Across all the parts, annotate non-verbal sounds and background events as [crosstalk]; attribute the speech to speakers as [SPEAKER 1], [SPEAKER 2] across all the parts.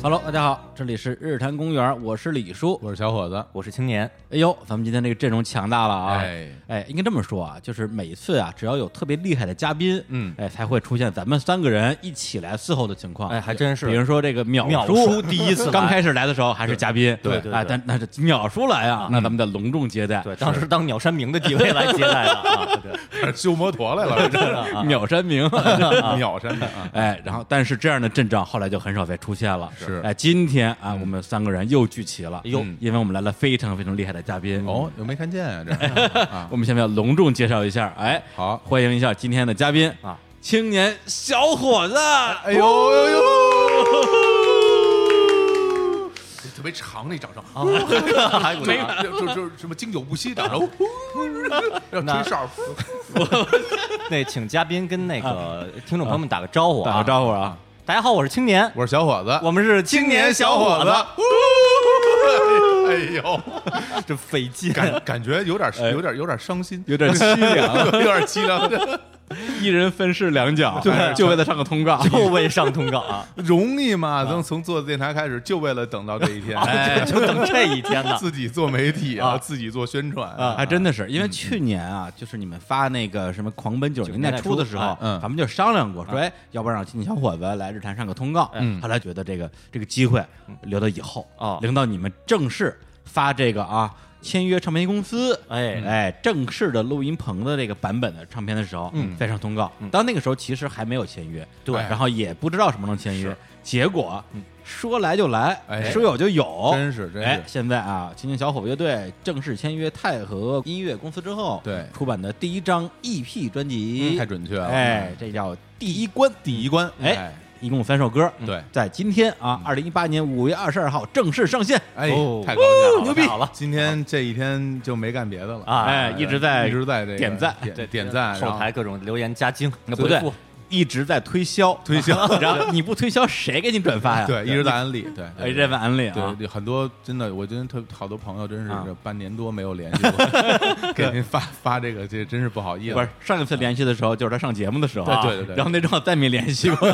[SPEAKER 1] Hello，大家好，这里是日坛公园，我是李叔，
[SPEAKER 2] 我是小伙子，
[SPEAKER 3] 我是青年，
[SPEAKER 1] 哎呦，咱们今天这个阵容强大了啊！
[SPEAKER 2] 哎
[SPEAKER 1] 应该这么说啊，就是每次啊，只要有特别厉害的嘉宾，
[SPEAKER 2] 嗯
[SPEAKER 1] 哎，才会出现咱们三个人一起来伺候的情况。
[SPEAKER 3] 哎还真是
[SPEAKER 1] 比如说这个淼
[SPEAKER 3] 淼
[SPEAKER 1] 叔
[SPEAKER 3] 叔第一次来
[SPEAKER 1] 刚开始来的时候还是嘉宾，
[SPEAKER 2] 对对
[SPEAKER 3] 对
[SPEAKER 1] 啊，
[SPEAKER 3] 对
[SPEAKER 1] 但但是淼叔来啊，那咱们得隆重接待。
[SPEAKER 3] 对，当时当鸟山明的地位来接待了啊，对对
[SPEAKER 2] [laughs] 修摩托来
[SPEAKER 3] [laughs]
[SPEAKER 2] 了，
[SPEAKER 1] 淼啊山明。 [laughs]
[SPEAKER 2] [laughs] 秒删的啊！
[SPEAKER 1] 哎，然后但是这样的阵仗后来就很少再出现了。
[SPEAKER 2] 是
[SPEAKER 1] 哎，今天啊，
[SPEAKER 3] 嗯
[SPEAKER 1] 我们三个人又聚齐了，
[SPEAKER 3] 呦
[SPEAKER 1] 嗯因为我们来了非常非常厉害的嘉宾。
[SPEAKER 2] 哦，又没看见啊，
[SPEAKER 3] [laughs]
[SPEAKER 2] 这啊
[SPEAKER 1] 我们下面要隆重介绍一下，哎，
[SPEAKER 2] 好
[SPEAKER 1] 欢迎一下今天的嘉宾
[SPEAKER 3] 啊，
[SPEAKER 1] 青年小伙子，
[SPEAKER 2] 哎呦呦呦！特别长那掌声，
[SPEAKER 3] 啊对，啊还有
[SPEAKER 2] 就就就什么经久不息掌
[SPEAKER 3] [laughs]
[SPEAKER 2] 声，要吹哨，
[SPEAKER 3] 那请嘉宾跟那个听众朋友们打个招呼啊，
[SPEAKER 1] 打个招呼啊，
[SPEAKER 3] 呼，大家好，我是青年，
[SPEAKER 2] 我是小伙子，
[SPEAKER 3] 我们是青年小伙
[SPEAKER 2] 子
[SPEAKER 3] 子，，
[SPEAKER 2] [laughs] 哎呦，
[SPEAKER 3] 这费劲，
[SPEAKER 2] 感感觉有点
[SPEAKER 3] 哎
[SPEAKER 2] 有点有点伤心，
[SPEAKER 1] 有点凄凉，
[SPEAKER 2] [laughs] 有点凄
[SPEAKER 3] [laughs]
[SPEAKER 2] 凉，
[SPEAKER 1] 一人分饰两角，对，就为了上个通告。
[SPEAKER 3] 又为上通
[SPEAKER 2] [laughs]
[SPEAKER 3] 告啊，
[SPEAKER 2] 容易吗？从从做电台开始，就为了等到这一
[SPEAKER 3] [laughs]
[SPEAKER 2] 天，
[SPEAKER 3] 这就等这一天呢，
[SPEAKER 2] [laughs] 自己做媒体啊，
[SPEAKER 3] 啊
[SPEAKER 2] 自己做宣传
[SPEAKER 3] 啊
[SPEAKER 1] 还真的是，因为去年啊，就是你们发那个什么《狂奔九十年代初》的时候
[SPEAKER 3] 哎，
[SPEAKER 2] 嗯
[SPEAKER 1] 咱们就商量过，说，哎，要不然让青年小伙子来日坛上个通告。
[SPEAKER 3] 嗯
[SPEAKER 1] 后来觉得这个这个机会留到以后，
[SPEAKER 3] 哦
[SPEAKER 1] 留到你们正式发这个啊签约唱片公司，
[SPEAKER 3] 哎
[SPEAKER 1] 哎，正式的录音棚的这个版本的唱片的时候，再上通告。当那个时候其实还没有签约，
[SPEAKER 2] 对
[SPEAKER 1] 然后也不知道什么时候能签约，结果说来就来，
[SPEAKER 2] 哎
[SPEAKER 1] 说有就有，
[SPEAKER 2] 真是真是
[SPEAKER 1] 哎，现在啊，青年小伙乐队正式签约太和音乐公司之后，
[SPEAKER 2] 对
[SPEAKER 1] 出版的第一张 EP 专辑，
[SPEAKER 2] 嗯太准确了，嗯
[SPEAKER 1] 哎，这叫第一关，第
[SPEAKER 2] 第一关，嗯
[SPEAKER 1] 哎，一共三首歌，
[SPEAKER 2] 对嗯
[SPEAKER 1] 在今天啊，二零一八年五月二十二号正式上线。
[SPEAKER 2] 哎
[SPEAKER 3] 哦，
[SPEAKER 2] 太高兴了，
[SPEAKER 3] 牛逼太好了
[SPEAKER 2] 今天这一天就没干别的了
[SPEAKER 3] 啊
[SPEAKER 1] 哎一直在
[SPEAKER 2] 一直在这个
[SPEAKER 1] 点赞
[SPEAKER 2] 点点赞，
[SPEAKER 3] 后
[SPEAKER 2] 然后
[SPEAKER 3] 台各种留言加精，
[SPEAKER 1] 那不对
[SPEAKER 3] 回复，
[SPEAKER 1] 一直在推销，推销， [laughs] 然后你不推销谁给你转发呀？
[SPEAKER 2] 对，一直在安利，对，对
[SPEAKER 1] 哎，这份安利啊
[SPEAKER 2] 对，，有很多真的，我真的特好多朋友真是
[SPEAKER 1] 啊
[SPEAKER 2] 这半年多没有联系过， [laughs] 给您发发这个，这真是不好意思。
[SPEAKER 1] 不是上一次联系的时候，就是他上节目的时候啊，
[SPEAKER 2] 对对对对
[SPEAKER 1] 然后那阵儿再没联系过，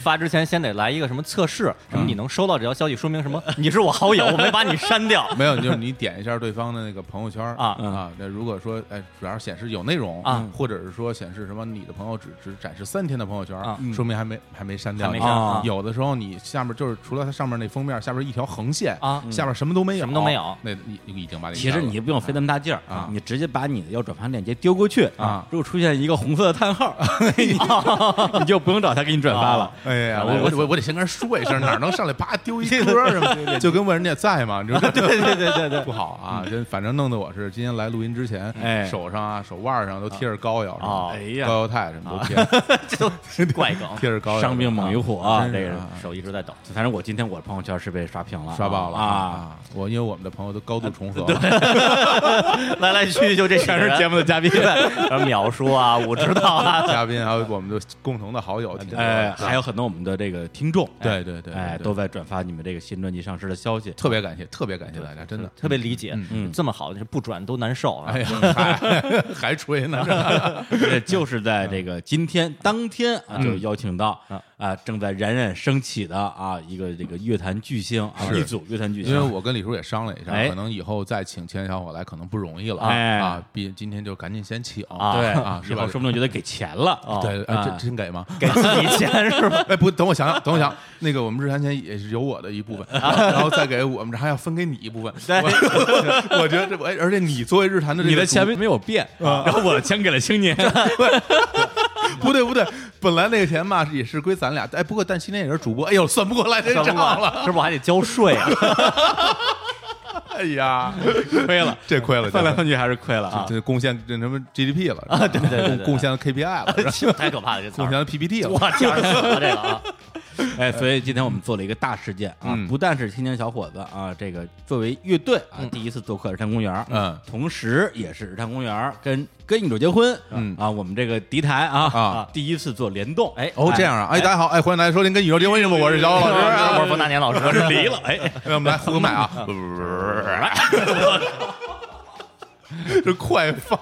[SPEAKER 3] 发之前先得来一个什么测试，什么你能收到这条消息，说明什么？你是我好友，我没把你删掉。
[SPEAKER 2] [laughs] 没有，就是你点一下对方的那个朋友圈儿
[SPEAKER 3] 啊
[SPEAKER 2] 啊，那如果说哎，主要是显示有内容
[SPEAKER 3] 啊，
[SPEAKER 2] 或者是说显示什么你的朋友只只展示三天的朋友圈儿
[SPEAKER 3] 啊，
[SPEAKER 2] 说明还没还没删掉
[SPEAKER 3] 还
[SPEAKER 2] 你。
[SPEAKER 3] 没
[SPEAKER 1] 删啊
[SPEAKER 2] 啊有的时候你下面就是除了它上面那封面，下边一条横线
[SPEAKER 3] 啊
[SPEAKER 2] 下边什么都没有，
[SPEAKER 3] 什么都没有
[SPEAKER 2] 那你你已经把你
[SPEAKER 1] 其实你不用费那么大劲儿
[SPEAKER 2] 啊
[SPEAKER 1] 你直接把你的要转发链接丢过去
[SPEAKER 2] 啊
[SPEAKER 1] 如果出现一个红色的叹
[SPEAKER 2] [laughs]
[SPEAKER 1] 号， [laughs] 你你就不用找他给你转发了。
[SPEAKER 2] 哎
[SPEAKER 3] 啊
[SPEAKER 2] 呀，我我我我得先跟人说一声，哪能上来啪丢一歌什么的，就跟问人家在吗？你知道吗
[SPEAKER 3] 啊对对对对对，嗯
[SPEAKER 2] 不好啊，真反正弄得我是今天来录音之前，
[SPEAKER 1] 哎
[SPEAKER 2] 手上啊手腕上都贴着膏药什么
[SPEAKER 3] 哦
[SPEAKER 2] 的，
[SPEAKER 1] 哎呀
[SPEAKER 2] 膏药肽什么都贴，
[SPEAKER 3] [laughs] 这都怪梗，
[SPEAKER 2] [laughs] 贴着膏药。
[SPEAKER 1] 伤病猛于虎啊，
[SPEAKER 2] 真
[SPEAKER 1] 这
[SPEAKER 2] 是
[SPEAKER 1] 个人
[SPEAKER 2] 啊。
[SPEAKER 3] 手一直在抖。
[SPEAKER 1] 反正我今天我的朋友圈是被刷屏了，
[SPEAKER 2] 刷爆了
[SPEAKER 1] 啊！！
[SPEAKER 2] 我因为我们的朋友都高度
[SPEAKER 1] [laughs]
[SPEAKER 2] 重合，
[SPEAKER 3] 来来去去就这
[SPEAKER 1] 全是节
[SPEAKER 3] 目
[SPEAKER 1] 目的嘉宾，
[SPEAKER 2] [laughs]
[SPEAKER 3] 秒叔啊，我知道啊，
[SPEAKER 2] 嘉宾还有我们的共同的好友，挺多的
[SPEAKER 1] 哎，还有很多我们的这个听众，
[SPEAKER 2] 对对对
[SPEAKER 1] 哎，
[SPEAKER 2] 对对
[SPEAKER 1] 都在转发你们这个新专辑上市的消息。
[SPEAKER 2] 特别感谢，特别感谢大家，真的。
[SPEAKER 3] 特别理解，
[SPEAKER 1] 嗯
[SPEAKER 3] 这么好的不转都难受
[SPEAKER 2] [laughs]
[SPEAKER 3] 啊
[SPEAKER 2] 哎。呀，还还吹呢，
[SPEAKER 1] [laughs] 也就是在这个今天当天啊，就邀请到
[SPEAKER 3] 啊
[SPEAKER 1] 啊正在冉冉升起的啊一个这个乐坛巨星啊
[SPEAKER 2] 是
[SPEAKER 1] 一组乐坛巨
[SPEAKER 2] 因为
[SPEAKER 1] 星，
[SPEAKER 2] 我跟李叔也商量一下，
[SPEAKER 1] 哎
[SPEAKER 2] 可能以后再请青年小伙来可能不容易了
[SPEAKER 1] 哎
[SPEAKER 2] 啊，毕今天就赶紧先请
[SPEAKER 3] 啊
[SPEAKER 1] 对
[SPEAKER 2] 啊，是
[SPEAKER 1] 以
[SPEAKER 2] 吧
[SPEAKER 1] 后？说不定觉得给钱了啊，
[SPEAKER 2] 对，哎
[SPEAKER 1] 啊
[SPEAKER 2] 真真给吗？
[SPEAKER 3] 给自己钱
[SPEAKER 1] [laughs]
[SPEAKER 3] 是吧？
[SPEAKER 2] 哎，不，等我想想，等我想，那个我们日产前也是有我的一部分，
[SPEAKER 1] 啊
[SPEAKER 2] 然后再给我们这还要分给你一部分，我 [laughs] 我觉得这哎，而且你作为日坛的这
[SPEAKER 1] 你
[SPEAKER 2] 个
[SPEAKER 1] 的
[SPEAKER 2] 主
[SPEAKER 1] 钱没没有变，然后我的钱给了青 [laughs] 年，
[SPEAKER 2] 不对不对，本来那个钱嘛也是归咱俩，哎，不过但今天也是主播，哎呦，算不过来这账了，
[SPEAKER 3] 是不是还得交税 [laughs] 啊？
[SPEAKER 2] 哎呀，
[SPEAKER 1] 亏了，
[SPEAKER 2] 这亏 [laughs] 了，
[SPEAKER 1] 算来
[SPEAKER 2] 这
[SPEAKER 1] 算去还是亏了啊。
[SPEAKER 2] 这贡献这什么 GDP 了
[SPEAKER 3] 啊对对对对对
[SPEAKER 2] 贡献了 KPI 了，是吧
[SPEAKER 3] 太可怕了，这词
[SPEAKER 2] [laughs] 贡献
[SPEAKER 3] 儿。
[SPEAKER 2] 了 PPT 了，
[SPEAKER 3] 我天儿，这个 [laughs] 啊，
[SPEAKER 2] [laughs]
[SPEAKER 1] 哎，所以今天我们做了一个大事件啊，
[SPEAKER 2] 嗯
[SPEAKER 1] 不但是青年小伙子啊，这个作为乐队啊，第一次做客日坛公园，
[SPEAKER 2] 嗯
[SPEAKER 1] 同时也是日坛公园跟跟一主结婚，
[SPEAKER 2] 嗯
[SPEAKER 1] 啊，我们这个敌台啊
[SPEAKER 2] 啊，
[SPEAKER 1] 第一次做联动，哎
[SPEAKER 2] 哦，这样啊，哎，大家好，哎，欢迎大家收听《跟宇宙结婚》节目，我是小欧老师啊，
[SPEAKER 3] 我是冯大年老师，是离了，哎，
[SPEAKER 2] 哎，我们来互动麦 [laughs] 啊，不不不，这快放，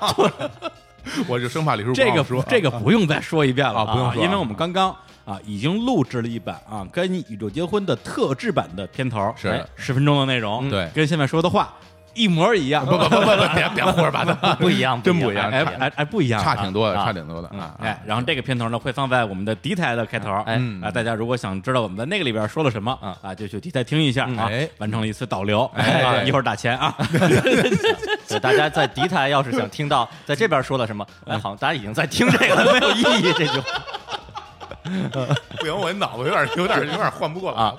[SPEAKER 2] [laughs] 我就生怕李叔不
[SPEAKER 1] 这
[SPEAKER 2] 好
[SPEAKER 1] 个
[SPEAKER 2] 说
[SPEAKER 1] 这个不用再说一遍了
[SPEAKER 2] 啊不用说啊
[SPEAKER 1] 因为我们刚刚。啊，已经录制了一版啊，跟《宇宙结婚》的特制版的片头，
[SPEAKER 2] 是
[SPEAKER 1] 哎十分钟的内容，
[SPEAKER 2] 对
[SPEAKER 1] 跟现在说的话一模一样，
[SPEAKER 2] 不不不不不，啊 [laughs] 别别胡说八道，
[SPEAKER 3] 不一样，
[SPEAKER 2] 真
[SPEAKER 3] 不
[SPEAKER 2] 不一样
[SPEAKER 1] 哎哎哎，不一样啊，
[SPEAKER 2] 差挺多的，
[SPEAKER 3] 啊
[SPEAKER 2] 差挺多的啊。
[SPEAKER 1] 哎，然后这个片头呢会放在我们的敌台的开头，
[SPEAKER 3] 哎
[SPEAKER 2] 嗯
[SPEAKER 1] 啊，大家如果想知道我们在那个里边说了什么
[SPEAKER 3] 嗯
[SPEAKER 1] 啊，就去敌台听一下
[SPEAKER 3] 嗯
[SPEAKER 1] 啊
[SPEAKER 2] 哎，
[SPEAKER 1] 完成了一次导流，
[SPEAKER 2] 哎
[SPEAKER 1] 啊
[SPEAKER 2] 对
[SPEAKER 1] 一会儿打钱啊，
[SPEAKER 3] 对，大家在敌台要是想听到在这边说了什么，哎，好像大家已经在听这个了，没有意义，这就
[SPEAKER 2] 不行，我脑子有点有点有点换不过来
[SPEAKER 3] 啊，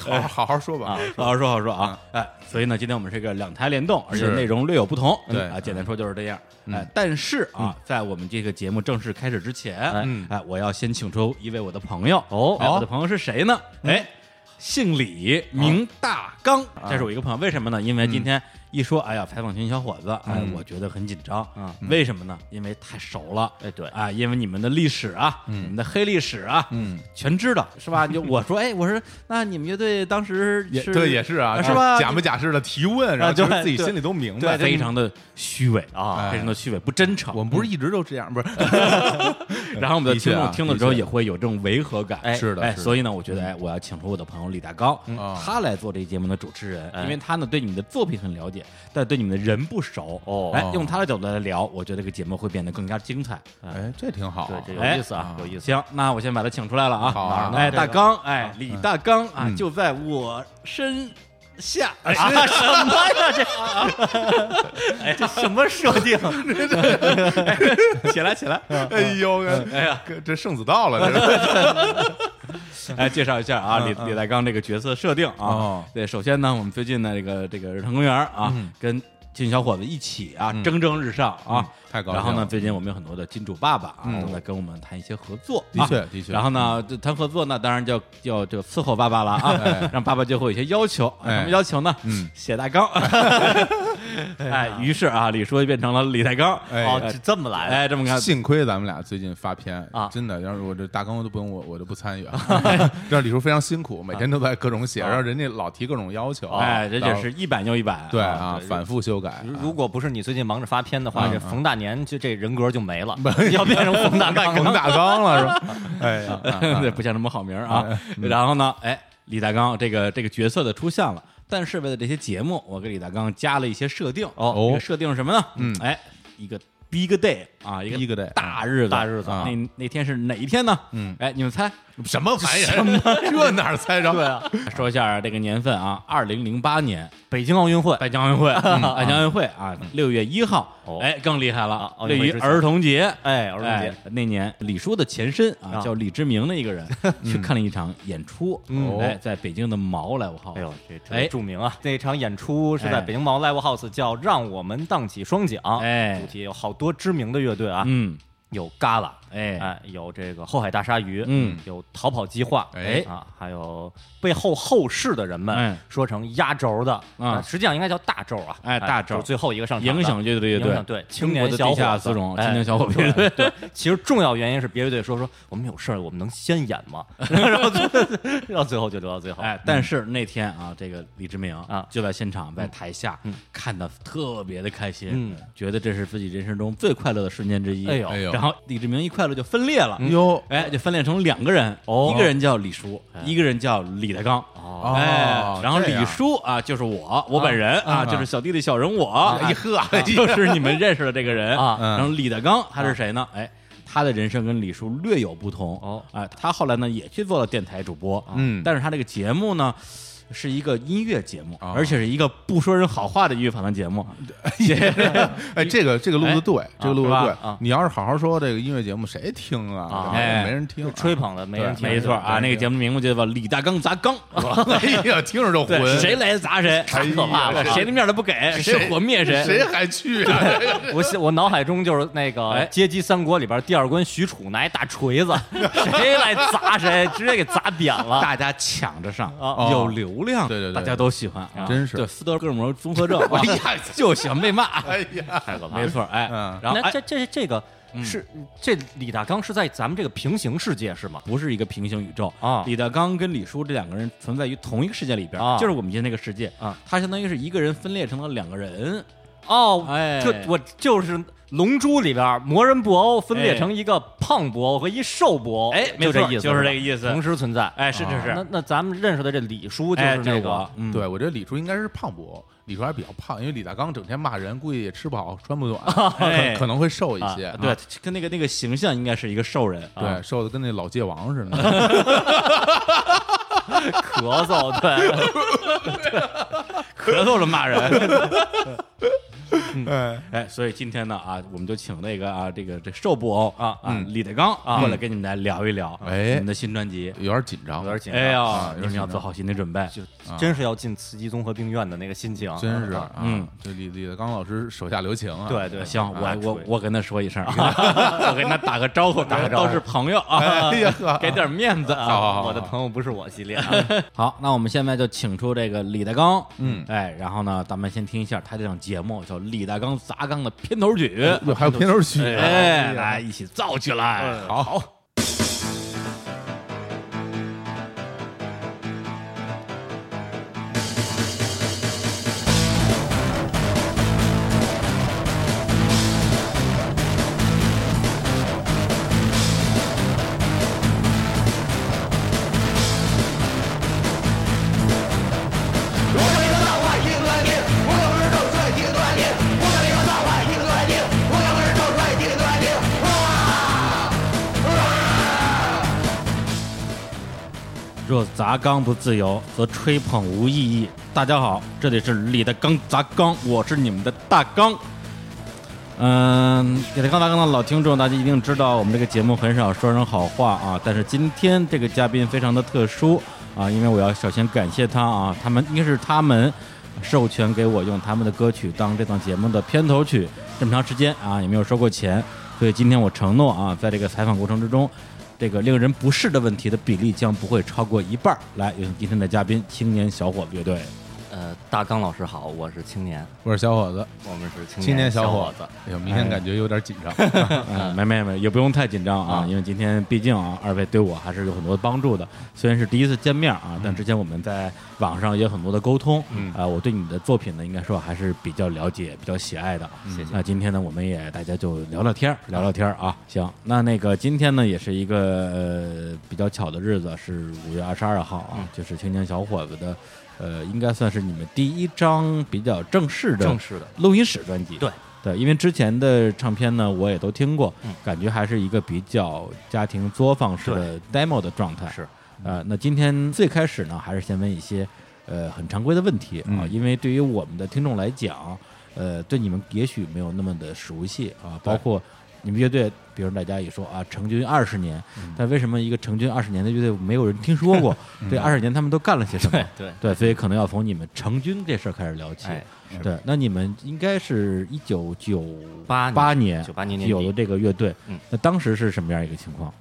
[SPEAKER 2] 好好好好说吧。
[SPEAKER 1] [laughs] 好好说好说啊，哎，所以呢，今天我们是个两台联动，而且
[SPEAKER 2] 是
[SPEAKER 1] 内容略有不同，
[SPEAKER 2] 对
[SPEAKER 1] 啊，简单说就是这样，哎，但是啊，在我们这个节目正式开始之前，
[SPEAKER 3] 哎
[SPEAKER 2] 嗯
[SPEAKER 1] 哎，我要先请出一位我的朋友，
[SPEAKER 3] 哦
[SPEAKER 1] 哎我的朋友是谁呢？哎。姓李，名大刚，这是我一个朋友。为什么呢？因为今天一说，哎呀，采访群小伙子，哎，我觉得很紧张。
[SPEAKER 3] 嗯
[SPEAKER 1] 为什么呢？因为太熟了。
[SPEAKER 3] 哎对
[SPEAKER 1] 啊，因为你们的历史啊，你们的黑历史啊，
[SPEAKER 2] 嗯，
[SPEAKER 1] 全知道是吧？就我说，哎，我说，那你们乐队当时
[SPEAKER 2] 也
[SPEAKER 1] 是
[SPEAKER 2] 对，也是啊，
[SPEAKER 1] 是吧？
[SPEAKER 2] 假模假式的提问，然后
[SPEAKER 1] 啊对
[SPEAKER 2] 就是自己心里都明白哎
[SPEAKER 1] 对，。非常的虚伪
[SPEAKER 3] 啊
[SPEAKER 1] 非常的虚伪，不真诚。
[SPEAKER 2] 我们不是一直都这样，不是？
[SPEAKER 1] 嗯然后我们的
[SPEAKER 2] 的确
[SPEAKER 1] 听
[SPEAKER 2] 啊
[SPEAKER 1] 众听了之后
[SPEAKER 2] 的
[SPEAKER 1] 也
[SPEAKER 2] 确
[SPEAKER 1] 会有这种违和感，
[SPEAKER 3] 哎
[SPEAKER 2] 是的
[SPEAKER 1] 哎，
[SPEAKER 2] 是的
[SPEAKER 1] 所以呢，我觉得，哎，我要请出我的朋友李大刚
[SPEAKER 2] 嗯啊，
[SPEAKER 1] 他来做这节目的主持人，
[SPEAKER 3] 哎
[SPEAKER 1] 因为他呢对你们的作品很了解，但对你们的人不熟，
[SPEAKER 3] 哦
[SPEAKER 1] 哎，用他的角度来聊，我觉得这个节目会变得更加精彩。
[SPEAKER 2] 哎，这挺好。
[SPEAKER 3] 对，这有意思啊，
[SPEAKER 2] 哎
[SPEAKER 3] 有意思。
[SPEAKER 1] 行，那我先把他请出来了啊，
[SPEAKER 2] 好啊
[SPEAKER 1] 哎，
[SPEAKER 3] 这个
[SPEAKER 1] 大刚，哎，李大刚啊，
[SPEAKER 2] 嗯
[SPEAKER 1] 就在我身下，哎
[SPEAKER 3] 啊什么呀这？哎，这什么设定？
[SPEAKER 1] 起来起来，
[SPEAKER 2] 哎呦，哎呀，这圣子到了，这
[SPEAKER 1] [laughs]
[SPEAKER 2] 是
[SPEAKER 1] 来介绍一下啊，李李大刚这个角色设定啊
[SPEAKER 2] 哦。
[SPEAKER 1] 对，首先呢，我们最近呢，这个这个日坛公园啊，跟金小伙子一起啊，蒸蒸日上啊，
[SPEAKER 2] 太高兴
[SPEAKER 1] 然
[SPEAKER 2] 了
[SPEAKER 1] 后呢，最近我们有很多的金主爸爸啊，
[SPEAKER 2] 嗯
[SPEAKER 1] 都在跟我们谈一些合作
[SPEAKER 2] 的
[SPEAKER 1] 啊，
[SPEAKER 2] 确的确
[SPEAKER 1] 然后呢，这谈合作呢，当然就要要这个伺候爸爸了啊
[SPEAKER 2] [laughs] 哎，
[SPEAKER 1] 让爸爸就会有一些要求，啊
[SPEAKER 2] 哎
[SPEAKER 1] 什么要求呢？
[SPEAKER 2] 嗯
[SPEAKER 1] 写大
[SPEAKER 2] [laughs]
[SPEAKER 1] 纲。哎，于是啊，李叔就变成了李大刚。
[SPEAKER 2] 哎
[SPEAKER 3] 哦，这这么来的？
[SPEAKER 1] 哎，这么看，
[SPEAKER 2] 幸亏咱们俩最近发片
[SPEAKER 3] 啊
[SPEAKER 2] 真的，要是我这大纲都不用我，我就不参与
[SPEAKER 1] [laughs]
[SPEAKER 2] 啊。让李叔非常辛苦，每天都在各种写，然后人家老提各种要求，
[SPEAKER 1] 啊哎，这
[SPEAKER 2] 然
[SPEAKER 1] 也
[SPEAKER 2] 后
[SPEAKER 1] 是一版又一版。
[SPEAKER 2] 哦对 [laughs] 啊，
[SPEAKER 3] 对
[SPEAKER 2] 反复修改。
[SPEAKER 3] 如如果不是你最近忙着发片的话，
[SPEAKER 2] 嗯
[SPEAKER 3] 这冯大年就这人格就没了，要变成冯 [laughs] 大刚
[SPEAKER 2] 冯
[SPEAKER 3] 了。
[SPEAKER 2] 大纲了
[SPEAKER 1] [laughs]
[SPEAKER 2] 是吧？哎呀，啊啊
[SPEAKER 1] 对，不像什么好名儿啊。
[SPEAKER 2] 嗯
[SPEAKER 1] 然后呢，哎，李大刚这个这个角色的出现了，但是为了这些节目，我给李大刚加了一些设定。
[SPEAKER 2] 哦
[SPEAKER 1] 这个设定是什么呢？
[SPEAKER 2] 嗯
[SPEAKER 1] 哎，一个 big day 啊，一个
[SPEAKER 2] Big day
[SPEAKER 1] 大日子，
[SPEAKER 3] 大日子
[SPEAKER 1] 啊
[SPEAKER 2] 啊
[SPEAKER 1] 那那天是哪一天呢？
[SPEAKER 2] 嗯
[SPEAKER 1] 哎，你们猜？
[SPEAKER 2] 什么玩意儿？这哪儿猜着？
[SPEAKER 3] 对啊，
[SPEAKER 1] 说一下这个年份啊，二零零八年
[SPEAKER 3] 北京奥运会
[SPEAKER 1] 北京奥运 [laughs] 会，北京奥运会啊，六月一号
[SPEAKER 3] 哦，
[SPEAKER 1] 哎，更厉害了
[SPEAKER 3] 啊，奥
[SPEAKER 1] 对
[SPEAKER 3] 运会
[SPEAKER 1] 于
[SPEAKER 3] 之前
[SPEAKER 1] 儿童节，
[SPEAKER 3] 哎儿童节
[SPEAKER 1] 哎那年，李叔的前身啊，
[SPEAKER 3] 啊
[SPEAKER 1] 叫李志明的一个人，去看了一场演出，哎，在北京的毛来我号，
[SPEAKER 3] 哎呦，这特
[SPEAKER 1] 哎
[SPEAKER 3] 别著名啊！那场演出是在
[SPEAKER 1] 哎
[SPEAKER 3] 北京毛 Live House，叫《让我们荡起双桨》，
[SPEAKER 1] 哎
[SPEAKER 3] 主题有好多知名的乐队啊，
[SPEAKER 1] 嗯，
[SPEAKER 3] 有 Gala，
[SPEAKER 1] 哎
[SPEAKER 3] 哎，有这个后海大鲨鱼，
[SPEAKER 1] 嗯，
[SPEAKER 3] 有逃跑计划，
[SPEAKER 2] 哎
[SPEAKER 3] 啊，还有被后后世的人
[SPEAKER 1] 哎
[SPEAKER 3] 们说成压轴的
[SPEAKER 1] 啊
[SPEAKER 3] 实际上应该叫大轴啊，
[SPEAKER 1] 哎大轴
[SPEAKER 3] 就是最后一个上场的
[SPEAKER 1] 影响乐队乐
[SPEAKER 3] 影
[SPEAKER 1] 队，
[SPEAKER 3] 响对
[SPEAKER 1] 中
[SPEAKER 3] 青
[SPEAKER 1] 国
[SPEAKER 3] 年
[SPEAKER 1] 的
[SPEAKER 3] 小
[SPEAKER 1] 地
[SPEAKER 3] 伙
[SPEAKER 1] 下
[SPEAKER 3] 子
[SPEAKER 1] 丝绒，
[SPEAKER 3] 哎
[SPEAKER 1] 青年小伙乐队
[SPEAKER 3] 对，对，其实重要原因是别乐队说说我们有事儿，我们能先演
[SPEAKER 1] [laughs]
[SPEAKER 3] 吗？然后最然后最后就留到最后，
[SPEAKER 1] 哎，但是那天啊，这个李志明
[SPEAKER 3] 嗯啊
[SPEAKER 1] 就在现场，在台下
[SPEAKER 3] 嗯
[SPEAKER 1] 看的特别的开心，
[SPEAKER 3] 嗯
[SPEAKER 1] 觉得这是自己人生中最快乐的瞬间之一。
[SPEAKER 3] 哎呦嗯
[SPEAKER 2] 哎呦
[SPEAKER 1] 然后李志明一快乐就分裂了，
[SPEAKER 2] 哟，
[SPEAKER 1] 哎，就分裂成两个人，
[SPEAKER 3] 哦哎
[SPEAKER 1] 一个人叫李叔，一个人叫李大刚。
[SPEAKER 3] 哦，
[SPEAKER 2] 哦
[SPEAKER 1] 哎，然后
[SPEAKER 2] 这
[SPEAKER 1] 李
[SPEAKER 2] 样
[SPEAKER 1] 叔啊，就是我，我本人啊，
[SPEAKER 2] 啊
[SPEAKER 1] 就是小弟弟小人我，啊
[SPEAKER 2] 哎呵，
[SPEAKER 1] [laughs] 就是你们认识的这个人
[SPEAKER 3] 啊
[SPEAKER 2] 嗯
[SPEAKER 1] 然后李大刚他是谁呢？哎，他的人生跟李叔略有不同
[SPEAKER 3] 哦
[SPEAKER 1] 哎，他后来呢也去做了电台主播，
[SPEAKER 2] 嗯
[SPEAKER 1] 但是他这个节目呢。是一个音乐节目，
[SPEAKER 2] 哦
[SPEAKER 1] 而且是一个不说人好话的音乐访谈节目。
[SPEAKER 2] 哎，这个这个路
[SPEAKER 1] 哎
[SPEAKER 2] 子对，这个路子
[SPEAKER 1] 啊是哎
[SPEAKER 2] 对
[SPEAKER 1] 吧
[SPEAKER 3] 啊。
[SPEAKER 2] 你要是好好说这个音乐节目，谁听啊？
[SPEAKER 3] 啊
[SPEAKER 2] 对没人听，
[SPEAKER 3] 吹。捧的没人听，
[SPEAKER 2] 对
[SPEAKER 1] [laughs] 没错啊，
[SPEAKER 2] 对
[SPEAKER 1] 那个节目名字就叫《李大刚砸缸》，
[SPEAKER 2] [laughs] 哎呀，听着就
[SPEAKER 1] 对，
[SPEAKER 2] 浑。
[SPEAKER 1] 谁来砸谁，
[SPEAKER 2] 哎呀
[SPEAKER 1] 太可怕了，
[SPEAKER 2] 谁
[SPEAKER 1] 谁的面都不给，谁火灭谁。
[SPEAKER 2] 谁还去啊？
[SPEAKER 3] 我想我脑海中就是那个
[SPEAKER 1] 哎
[SPEAKER 3] 《街机三国》里边第二关许褚拿一大
[SPEAKER 1] [laughs]
[SPEAKER 3] 锤子，谁来砸谁，直接给砸扁了。
[SPEAKER 1] 大家抢着上
[SPEAKER 3] 啊，
[SPEAKER 1] 有流量，
[SPEAKER 2] 对对对
[SPEAKER 1] 大家都喜欢啊，
[SPEAKER 2] 真是
[SPEAKER 1] 对斯德哥尔摩综合 [laughs] 症，哎
[SPEAKER 2] 呀
[SPEAKER 1] 就喜欢被骂，
[SPEAKER 2] 哎呀，
[SPEAKER 3] 太可怕
[SPEAKER 1] [laughs]
[SPEAKER 3] 了
[SPEAKER 1] 没错，哎
[SPEAKER 2] 嗯，
[SPEAKER 1] 然后
[SPEAKER 3] 那
[SPEAKER 1] 哎，
[SPEAKER 3] 这这这个是这李大刚是在咱们这个平行世界是吗？
[SPEAKER 1] 不是一个平行宇宙
[SPEAKER 3] 啊
[SPEAKER 1] 李大刚跟李叔这两个人存在于同一个世界里边，
[SPEAKER 3] 啊
[SPEAKER 1] 就是我们今天这个世界
[SPEAKER 3] 啊，
[SPEAKER 1] 他相当于是一个人分裂成了两个人。
[SPEAKER 3] 哦，
[SPEAKER 1] 哎
[SPEAKER 3] 这我就是《龙珠》里边魔人布欧分裂成一个胖布欧和一瘦布欧，
[SPEAKER 1] 哎哎没
[SPEAKER 3] 就这
[SPEAKER 1] 错
[SPEAKER 3] 意思，
[SPEAKER 1] 就是这个意思
[SPEAKER 3] 同时存在。啊
[SPEAKER 1] 哎是是是
[SPEAKER 3] 那那咱们认识的这李叔就
[SPEAKER 1] 哎，
[SPEAKER 3] 是
[SPEAKER 1] 这
[SPEAKER 3] 那
[SPEAKER 1] 是
[SPEAKER 3] 个
[SPEAKER 1] 我，嗯，
[SPEAKER 2] [laughs] 对，我觉得李叔应该是胖不？李叔还比较胖，因为李大刚整天骂人，估计也吃不好穿不暖，
[SPEAKER 1] [laughs] 哎
[SPEAKER 2] 可可能会瘦一
[SPEAKER 1] 啊
[SPEAKER 2] 些。
[SPEAKER 1] 对，跟那个那个形象应该是一个瘦人，啊
[SPEAKER 2] 对，瘦的跟那老界王似
[SPEAKER 1] [laughs]
[SPEAKER 2] 的。
[SPEAKER 3] 咳嗽，对，
[SPEAKER 1] 咳嗽了骂人。
[SPEAKER 2] 哎，
[SPEAKER 1] 哎，所以今天呢啊，我们就请那个啊，这个这瘦布偶啊啊
[SPEAKER 2] 嗯
[SPEAKER 1] 李德刚啊过来跟你们来聊一聊
[SPEAKER 2] 哎
[SPEAKER 1] 你们的新专辑。
[SPEAKER 2] 有点紧张，
[SPEAKER 3] 有点紧张
[SPEAKER 1] 哎
[SPEAKER 2] 啊
[SPEAKER 1] 呀，啊
[SPEAKER 2] 有
[SPEAKER 1] 你们要
[SPEAKER 2] 点紧张
[SPEAKER 1] 做好心理准备。
[SPEAKER 3] 就真是要进慈济综合病院的那个心情，
[SPEAKER 2] 真是
[SPEAKER 3] 啊
[SPEAKER 2] 啊，
[SPEAKER 1] 嗯，
[SPEAKER 2] 这李李德刚老师手下留情啊。
[SPEAKER 3] 对对，
[SPEAKER 1] 哎行，我
[SPEAKER 3] 啊
[SPEAKER 1] 我
[SPEAKER 3] 吹
[SPEAKER 1] 我跟他说一声，我跟他打个招呼，打个
[SPEAKER 3] 招呼
[SPEAKER 1] 都是朋友啊，
[SPEAKER 2] 哎呀呵，
[SPEAKER 1] 给点面子
[SPEAKER 2] 好好
[SPEAKER 1] 啊。
[SPEAKER 2] 好
[SPEAKER 3] 我的朋友不是我系列啊，
[SPEAKER 1] 好，那我们现在就请出这个李德刚，
[SPEAKER 2] 嗯
[SPEAKER 1] 哎，然后呢，咱们先听一下他这档节目叫《李德刚砸缸》的片头曲，
[SPEAKER 2] 哟还有片头曲，
[SPEAKER 1] 哎，来一起造起来。
[SPEAKER 2] 好好。
[SPEAKER 4] 我是一个大坏一个断定，我可不是正帅一个断定，我是一个大坏一个断定，我可不是正帅一个断定。
[SPEAKER 1] 若砸缸不自由，则吹捧无意义。大家好，这里是李的刚砸缸，我是你们的大缸。嗯，给他刚砸缸的老听众，大家一定知道，我们这个节目很少说人好话啊。但是今天这个嘉宾非常的特殊啊，因为我要首先感谢他啊，他们应该是他们授权给我用他们的歌曲当这档节目的片头曲，这么长时间啊也没有收过钱，所以今天我承诺啊，在这个采访过程之中，这个令人不适的问题的比例将不会超过一半儿。来，有请今天的嘉宾，青年小伙子乐队。
[SPEAKER 3] 呃，大刚老师好，我是青年，
[SPEAKER 2] 我是小伙子，
[SPEAKER 3] 我们是青
[SPEAKER 2] 青年
[SPEAKER 3] 小
[SPEAKER 2] 伙
[SPEAKER 3] 子，。
[SPEAKER 2] 哎呦，明天感觉有点紧张。
[SPEAKER 1] 嗯，没没没，也不用太紧张啊，
[SPEAKER 3] 啊
[SPEAKER 1] 因为今天毕竟啊，二位对我还是有很多帮助的。虽然是第一次见面啊，但之前我们在网上也有很多的沟通。嗯，啊，我对你的作品呢，应该说还是比较了解、比较喜爱的。
[SPEAKER 3] 谢谢
[SPEAKER 1] 那今天呢，我们也大家就聊聊天儿，聊聊天儿嗯啊。行，那那个今天呢，也是一个呃比较巧的日子，是五月二十二号啊，就是青年小伙子的。呃，应该算是你们第一张比较正式的
[SPEAKER 3] 正式的
[SPEAKER 1] 录音室专辑。
[SPEAKER 3] 对
[SPEAKER 1] 对，因为之前的唱片呢，我也都听过，
[SPEAKER 3] 嗯
[SPEAKER 1] 感觉还是一个比较家庭作坊式的 demo 的状态。
[SPEAKER 3] 是，
[SPEAKER 1] 呃，那今天最开始呢，还是先问一些呃很常规的问题啊，
[SPEAKER 2] 嗯
[SPEAKER 1] 因为对于我们的听众来讲，呃，对你们也许没有那么的熟悉啊，包括。你们乐队，比如大家也说啊，成军二十年，
[SPEAKER 3] 嗯
[SPEAKER 1] 但为什么一个成军二十年的乐队没有人听说
[SPEAKER 3] [laughs]
[SPEAKER 1] 过？这二十年他们都干了些什么？
[SPEAKER 3] 对
[SPEAKER 1] 对，所以可能要从你们成军这事儿开始聊起。
[SPEAKER 3] 哎
[SPEAKER 1] 对，那你们应该是一九九
[SPEAKER 3] 八
[SPEAKER 1] 八
[SPEAKER 3] 年
[SPEAKER 1] 年
[SPEAKER 3] 98年年底
[SPEAKER 1] 有了这个乐队，
[SPEAKER 3] 嗯
[SPEAKER 1] 那当时是什么样一个情况？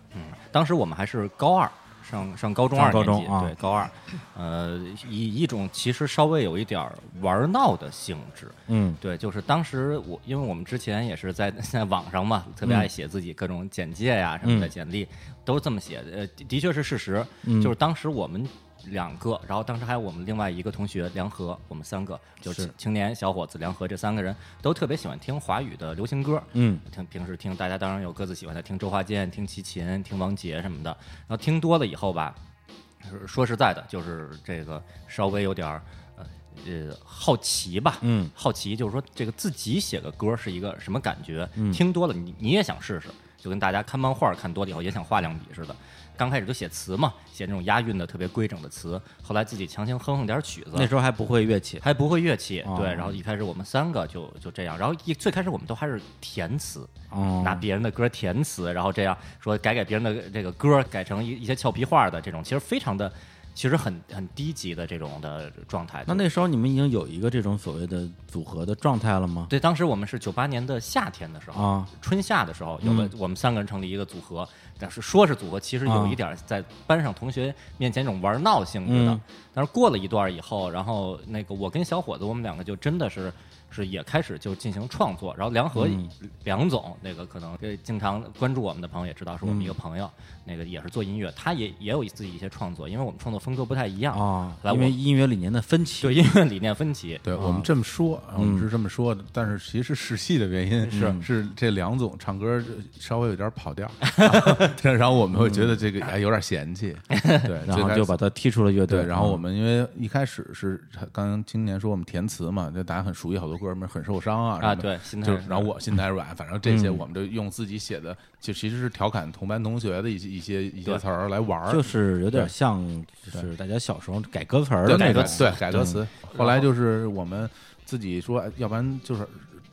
[SPEAKER 3] 当时我们还是高二，上上高中二
[SPEAKER 1] 上
[SPEAKER 3] 年
[SPEAKER 1] 高
[SPEAKER 3] 级，
[SPEAKER 1] 中啊
[SPEAKER 3] 对高二，呃，以一种其实稍微有一点儿玩闹的性质。
[SPEAKER 1] 嗯
[SPEAKER 3] 对，就是当时我，因为我们之前也是在 [laughs] 在网上嘛，特别爱写自己各种简介呀、什么的
[SPEAKER 1] 嗯
[SPEAKER 3] 简历，都是这么写的。呃，的的确是事实，
[SPEAKER 1] 嗯
[SPEAKER 3] 就是当时我们两个，然后当时还有我们另外一个同学梁和，我们三个就是
[SPEAKER 1] 是
[SPEAKER 3] 青青年小伙子梁和这三个人都特别喜欢听华语的流行歌，
[SPEAKER 1] 嗯，
[SPEAKER 3] 听平时听大家当然有各自喜欢的，听周华健、听齐秦、听王杰什么的。然后听多了以后吧，就是说实在的，就是这个稍微有点儿呃呃好奇吧，
[SPEAKER 1] 嗯，
[SPEAKER 3] 好奇就是说这个自己写个歌是一个什么感觉？
[SPEAKER 1] 嗯
[SPEAKER 3] 听多了你你也想试试，就跟大家看漫画看多了以后也想画两笔似的。刚开始就写词嘛，写那种押韵的特别规整的词，后来自己强行哼哼点儿曲子，
[SPEAKER 1] 那时候还不会乐器，
[SPEAKER 3] 还不会乐器，
[SPEAKER 1] 哦
[SPEAKER 3] 对。然后一开始我们三个就就这样，然后一最开始我们都还是填词，
[SPEAKER 1] 哦
[SPEAKER 3] 拿别人的歌填词，然后这样说改改别人的这个歌，改成一一些俏皮话的这种，其实非常的，其实很很低级的这种的状态。
[SPEAKER 1] 那那时候你们已经有一个这种所谓的组合的状态了吗？
[SPEAKER 3] 对，当时我们是九八年的夏天的时候
[SPEAKER 1] 啊嗯
[SPEAKER 3] 春夏的时候，有个、我们三个人成立一个组合，但是说是组合，其实有
[SPEAKER 1] 啊
[SPEAKER 3] 一点在班上同学面前这种玩闹性质的。
[SPEAKER 1] 嗯
[SPEAKER 3] 但是过了一段以后，然后那个我跟小伙子，我们两个就真的是是也开始就进行创作。然后梁和、
[SPEAKER 1] 嗯
[SPEAKER 3] 梁总那个可能这经常关注我们的朋友也知道，是我们
[SPEAKER 1] 嗯
[SPEAKER 3] 一个朋友，那个也是做音乐，他也也有自己一些创作，因为我们创作风格不太一样
[SPEAKER 1] 啊，
[SPEAKER 3] 来
[SPEAKER 1] 因
[SPEAKER 3] 我
[SPEAKER 1] 为音乐理念的分歧，
[SPEAKER 3] 对音乐理念分歧。
[SPEAKER 2] 对我们这么说，啊我们是这么说的，但是其实实戏的原因是是这梁总唱歌稍微有点跑调， [laughs] 然后我们会觉得这个哎有点嫌弃，对，
[SPEAKER 1] 然
[SPEAKER 2] 最
[SPEAKER 1] 后
[SPEAKER 2] 开
[SPEAKER 1] 就
[SPEAKER 2] 始
[SPEAKER 1] 把他踢出了乐队。
[SPEAKER 2] 对，然后我
[SPEAKER 1] 嗯
[SPEAKER 2] 们因为一开始是刚刚青年说我们填词嘛，就大家很熟悉好多歌，们很受伤啊
[SPEAKER 3] 啊
[SPEAKER 2] 什么的
[SPEAKER 3] 对心态
[SPEAKER 2] 就
[SPEAKER 3] 软
[SPEAKER 2] 然后我心太软，反正这些
[SPEAKER 1] 嗯
[SPEAKER 2] 我们就用自己写的，就其实是调侃同班同学的一些一些一些词儿来玩儿，
[SPEAKER 1] 就是有点像，就是大家小时候改歌词儿
[SPEAKER 2] 对
[SPEAKER 1] 的那
[SPEAKER 2] 歌
[SPEAKER 1] 种，
[SPEAKER 2] 对
[SPEAKER 3] 嗯
[SPEAKER 2] 改歌词。后来就是我们自己说，哎要不然就是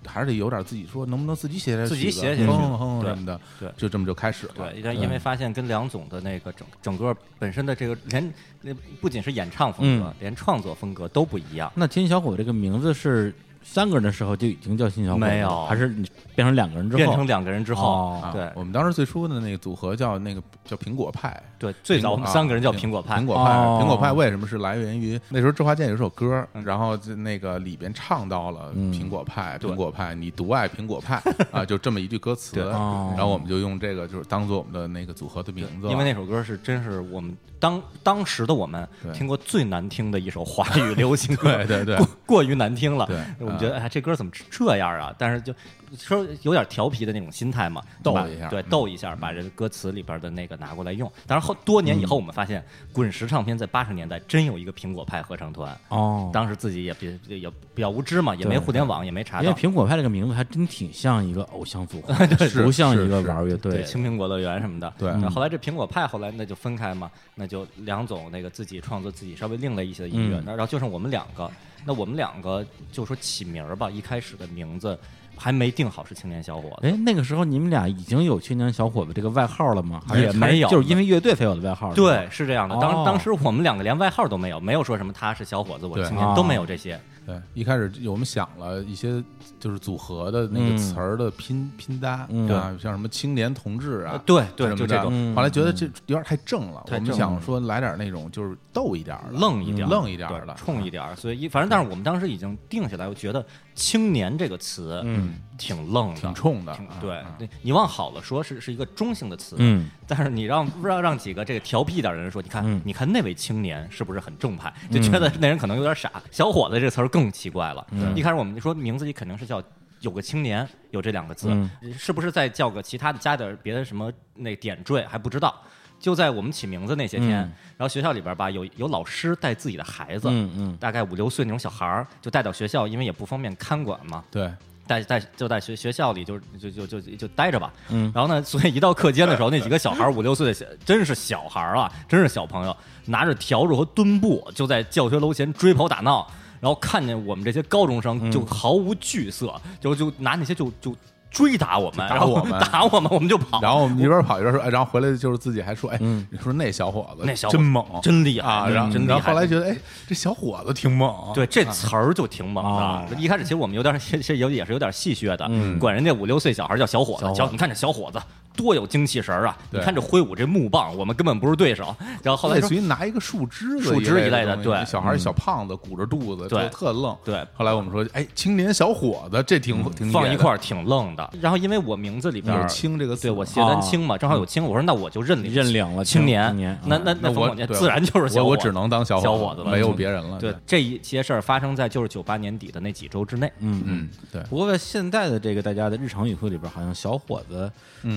[SPEAKER 2] 还是得有点自己说，能不能自己写点
[SPEAKER 3] 自己
[SPEAKER 2] 曲子
[SPEAKER 3] 写写
[SPEAKER 2] 哼
[SPEAKER 3] 曲
[SPEAKER 2] 哼哼
[SPEAKER 3] 对
[SPEAKER 2] 什么的，
[SPEAKER 3] 对
[SPEAKER 2] 就这么就开始了。
[SPEAKER 3] 对，但因为发现跟梁总的那个整整个本身的这个连那不仅是演唱风格，
[SPEAKER 1] 嗯
[SPEAKER 3] 连创作风格都不一样。
[SPEAKER 1] 那天小伙这个名字是三个人的时候就已经叫新小伙了，
[SPEAKER 3] 没有
[SPEAKER 1] 还是你变成两个人之后
[SPEAKER 3] 变成两个人之后，
[SPEAKER 1] 哦
[SPEAKER 3] 对、
[SPEAKER 2] 啊我们当时最初的那个组合叫那个叫苹果派，
[SPEAKER 3] 对，最早我们
[SPEAKER 2] 啊
[SPEAKER 3] 三个人叫苹果派，
[SPEAKER 2] 苹果派，
[SPEAKER 1] 哦
[SPEAKER 2] 苹果派为什么是来源于那时候周华健有首歌，
[SPEAKER 3] 嗯
[SPEAKER 2] 然后就那个里边唱到了
[SPEAKER 1] 嗯
[SPEAKER 2] 苹果派，
[SPEAKER 3] 对
[SPEAKER 2] 苹果派，你独爱苹果派 [laughs] 啊，就这么一句歌词，
[SPEAKER 3] 对
[SPEAKER 1] 哦
[SPEAKER 2] 然后我们就用这个就是当做我们的那个组合的名字了，
[SPEAKER 3] 因为那首歌是真是我们当当时的我们
[SPEAKER 2] 对
[SPEAKER 3] 听过最难听的一首华语流行歌，
[SPEAKER 2] [laughs] 对对对
[SPEAKER 3] [laughs] 过过于难听了。
[SPEAKER 2] 对嗯
[SPEAKER 3] 我们觉得哎，这歌怎么这样啊？但是就说有点调皮的那种心态嘛，
[SPEAKER 2] 逗
[SPEAKER 3] 把
[SPEAKER 2] 一下
[SPEAKER 3] 对，
[SPEAKER 2] 嗯
[SPEAKER 3] 逗一下，把这个歌词里边的那个拿过来用。但是后多年以后，我们发现
[SPEAKER 2] 嗯
[SPEAKER 3] 滚石唱片在八十年代真有一个苹果派合唱团。
[SPEAKER 1] 哦。
[SPEAKER 3] 当时自己也比也比较无知嘛，也
[SPEAKER 1] 对
[SPEAKER 3] 没互联网，也没查
[SPEAKER 1] 因为
[SPEAKER 3] 到。
[SPEAKER 1] 苹果派这个名字还真挺像一个偶像组合，
[SPEAKER 3] [laughs]
[SPEAKER 1] 不像一个玩乐队。
[SPEAKER 3] 青苹果乐园什么的。
[SPEAKER 2] 对
[SPEAKER 3] 然后
[SPEAKER 2] 嗯
[SPEAKER 3] 后来这苹果派后来那就分开嘛，那就梁总那个自己创作自己稍微另类一些的音乐，
[SPEAKER 1] 嗯
[SPEAKER 3] 那然后就剩我们两个，那我们两个就说起名儿吧，一开始的名字还没定好是青年小伙子，
[SPEAKER 1] 哎，那个时候你们俩已经有“青年小伙子”这个外号了吗？还是
[SPEAKER 3] 也没有
[SPEAKER 1] 就是因为乐队才有的外号。
[SPEAKER 3] 对，，是这样的。当
[SPEAKER 1] 哦
[SPEAKER 3] 当时我们两个连外号都没有，没有说什么他是小伙子，我是
[SPEAKER 2] 对
[SPEAKER 3] 青年
[SPEAKER 1] 哦
[SPEAKER 3] 都没有这些。
[SPEAKER 2] 对，一开始我们想了一些就是组合的那
[SPEAKER 3] 嗯
[SPEAKER 2] 个词儿的拼、拼搭，
[SPEAKER 1] 嗯
[SPEAKER 2] 对啊，像什么青年同志啊
[SPEAKER 3] 呃，对对
[SPEAKER 2] 什么
[SPEAKER 3] 就
[SPEAKER 2] 的
[SPEAKER 3] 这种
[SPEAKER 1] 嗯
[SPEAKER 2] 后来觉得这有点太正了，
[SPEAKER 3] 太
[SPEAKER 2] 我
[SPEAKER 3] 正
[SPEAKER 2] 们
[SPEAKER 3] 了
[SPEAKER 2] 想说来点那种就是逗一点儿的、
[SPEAKER 3] 愣一点
[SPEAKER 2] 嗯
[SPEAKER 3] 儿，
[SPEAKER 2] 愣一点儿
[SPEAKER 3] 对
[SPEAKER 2] 的
[SPEAKER 3] 冲一点儿，所以一反正，但是我们当时已经定下来，我觉得“青年”这个词，
[SPEAKER 1] 嗯，
[SPEAKER 3] 挺愣的，
[SPEAKER 2] 挺冲的
[SPEAKER 3] 挺
[SPEAKER 2] 啊
[SPEAKER 3] 对
[SPEAKER 2] 啊，
[SPEAKER 3] 对你往好了说是是一个中性的词，
[SPEAKER 1] 嗯，
[SPEAKER 3] 但是你让让让几个这个调皮一点的人说，你看、
[SPEAKER 1] 嗯
[SPEAKER 3] 你看那位青年是不是很正派，就觉得那人可能有点傻。小伙子这词儿更奇怪了，
[SPEAKER 1] 嗯
[SPEAKER 3] 一开始我们说名字里肯定是叫。有个青年，有这两个字，
[SPEAKER 1] 嗯
[SPEAKER 3] 是不是再叫个其他的加点儿别的什么那点缀还不知道？就在我们起名字那些天，
[SPEAKER 1] 嗯
[SPEAKER 3] 然后学校里边吧，有有老师带自己的孩子，
[SPEAKER 1] 嗯嗯
[SPEAKER 3] 大概五六岁那种小孩儿，就带到学校，因为也不方便看管嘛，
[SPEAKER 2] 对，
[SPEAKER 3] 在在就在学学校里就就就就就待着吧。
[SPEAKER 1] 嗯
[SPEAKER 3] 然后呢，所以一到课间的时候，那几个小孩儿五六岁的小，真是小孩儿啊，真是小朋友，拿着笤帚和墩布就在教学楼前追跑打闹，然后看见我们这些高中生
[SPEAKER 2] 嗯
[SPEAKER 3] 就毫无惧色，就就拿那些就就追打我们，
[SPEAKER 2] 打
[SPEAKER 3] 然后 [laughs]
[SPEAKER 2] 我们
[SPEAKER 3] 打我们，我们就跑。
[SPEAKER 2] 然后我们一边跑一边说，哎，然后回来就是自己还说，哎，你说那小伙子
[SPEAKER 3] 嗯那小伙子
[SPEAKER 2] 真猛，
[SPEAKER 3] 真厉害
[SPEAKER 2] 啊！然后
[SPEAKER 3] 真厉害
[SPEAKER 2] 然后后来觉得，哎，这小伙子挺猛，
[SPEAKER 3] 对，这词儿就挺猛的。
[SPEAKER 1] 啊
[SPEAKER 3] 一开始其实我们有点是是有也是有点戏谑的，管人家五六岁小孩叫小伙子，小你看这小伙子多有精气神儿啊！你
[SPEAKER 2] 对
[SPEAKER 3] 看这挥舞这木棒，我们根本不是对手。然后后来
[SPEAKER 2] 类
[SPEAKER 3] 说
[SPEAKER 2] 似于拿一个树枝子
[SPEAKER 3] 树枝一类的
[SPEAKER 2] 的东西，
[SPEAKER 3] 对
[SPEAKER 2] 小孩儿小胖子鼓着肚子，
[SPEAKER 3] 对
[SPEAKER 2] 就特愣。
[SPEAKER 3] 对嗯
[SPEAKER 2] 后来我们说，哎，青年小伙子，这挺挺
[SPEAKER 3] 放
[SPEAKER 2] 野
[SPEAKER 3] 一
[SPEAKER 2] 的
[SPEAKER 3] 块儿挺愣的。然后因为我名字里边
[SPEAKER 2] 有
[SPEAKER 3] 儿
[SPEAKER 2] “青”这个字，
[SPEAKER 3] 对我。写单青嘛，正好有青，我说那我就认领
[SPEAKER 1] 认领了
[SPEAKER 3] 青
[SPEAKER 1] 青
[SPEAKER 3] 年
[SPEAKER 1] 青年，
[SPEAKER 3] 那那
[SPEAKER 2] 那
[SPEAKER 3] 冯
[SPEAKER 2] 我
[SPEAKER 3] 巩那
[SPEAKER 2] 对
[SPEAKER 3] 自然就是小
[SPEAKER 2] 我我
[SPEAKER 3] 伙
[SPEAKER 2] 只
[SPEAKER 3] 子
[SPEAKER 2] 能当小
[SPEAKER 3] 小
[SPEAKER 2] 伙
[SPEAKER 3] 伙子
[SPEAKER 2] 子，
[SPEAKER 3] 了
[SPEAKER 2] 没有
[SPEAKER 3] 从
[SPEAKER 2] 别人了。
[SPEAKER 3] 对这一些事儿发生在就是九八年底的那几周之内。
[SPEAKER 1] 嗯嗯。
[SPEAKER 2] 嗯，对，
[SPEAKER 1] 不过在现在的这个大家的日常语汇里边，好像小伙子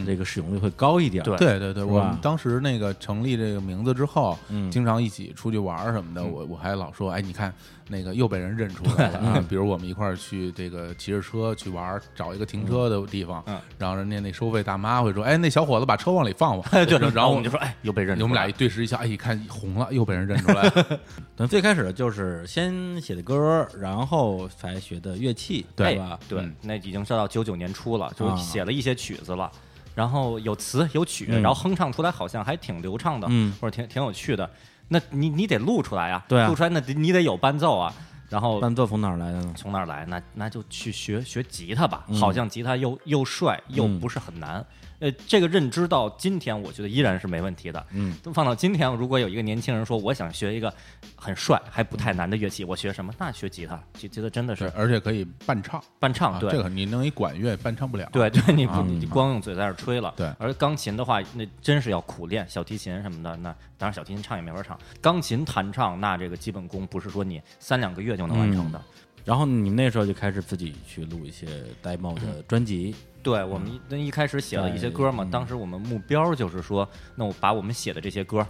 [SPEAKER 1] 这个使用率会高一点。
[SPEAKER 3] 嗯对
[SPEAKER 2] 对对对，
[SPEAKER 1] 是吧
[SPEAKER 2] 我们当时那个成立这个名字之后，
[SPEAKER 1] 嗯
[SPEAKER 2] 经常一起出去玩儿什么
[SPEAKER 3] 嗯
[SPEAKER 2] 的，我我还老说，哎，你看那个又被人
[SPEAKER 3] [laughs]
[SPEAKER 2] 认出来了
[SPEAKER 3] 嗯
[SPEAKER 2] 啊。比如我们一块儿去这个骑着车去玩儿，找一个停车的地方，
[SPEAKER 3] 嗯
[SPEAKER 2] 然后人家那收费大妈会说，哎，那小伙子把车往里放放，
[SPEAKER 3] 对，
[SPEAKER 2] 然
[SPEAKER 3] 然后我
[SPEAKER 2] 我
[SPEAKER 3] 们 [laughs] 就说，哎，又被认出
[SPEAKER 2] 我们
[SPEAKER 3] 来
[SPEAKER 2] 俩一对视一下，哎，一看红了，又被人认出来了。
[SPEAKER 1] 等最开始就是先写的歌，然后才学的乐器，
[SPEAKER 3] 对
[SPEAKER 1] 吧？
[SPEAKER 3] 哎对，
[SPEAKER 2] 嗯
[SPEAKER 3] 那已经是到九九年初了，就
[SPEAKER 1] 啊
[SPEAKER 3] 是写了一些曲子了。然后有词有曲，
[SPEAKER 1] 嗯
[SPEAKER 3] 然后哼唱出来好像还挺流畅的，
[SPEAKER 1] 嗯
[SPEAKER 3] 或者挺挺有趣的。那你你得录出来啊，
[SPEAKER 1] 对啊
[SPEAKER 3] 录出来那得你得有伴奏啊。然后
[SPEAKER 1] 伴奏从哪儿来的呢？
[SPEAKER 3] 从哪儿
[SPEAKER 1] 嗯
[SPEAKER 3] 来？那那就去学学吉他吧，好像吉他又又帅又不是很难。呃，这个认知到今天，我觉得依然是没问题的。
[SPEAKER 1] 嗯，
[SPEAKER 3] 都放到今天，如果有一个年轻人说我想学一个很帅还不
[SPEAKER 1] 嗯
[SPEAKER 3] 太难的乐器，我学什么？那学吉他，吉吉他真的
[SPEAKER 2] 对，
[SPEAKER 3] [laughs] 是
[SPEAKER 2] 而且可以伴唱
[SPEAKER 3] 伴唱，
[SPEAKER 2] 啊，
[SPEAKER 3] 对
[SPEAKER 2] 这，个你弄一管乐伴唱不了，
[SPEAKER 3] 对对，你不、
[SPEAKER 2] 啊
[SPEAKER 3] 你光用嘴在那儿吹了。
[SPEAKER 2] 对
[SPEAKER 3] 而钢琴的话，那真是要苦练，小提琴什么的，那当然小提琴唱也没法唱，钢琴弹唱那这个基本功不是说你三两个月就能完成的。
[SPEAKER 2] 嗯
[SPEAKER 1] 然后你们那时候就开始自己去录一些 demo 的专辑，
[SPEAKER 3] 对我
[SPEAKER 2] 嗯
[SPEAKER 3] 们一那一开始写了一些歌嘛，当时我们目标就是说，那我把我们写的这些歌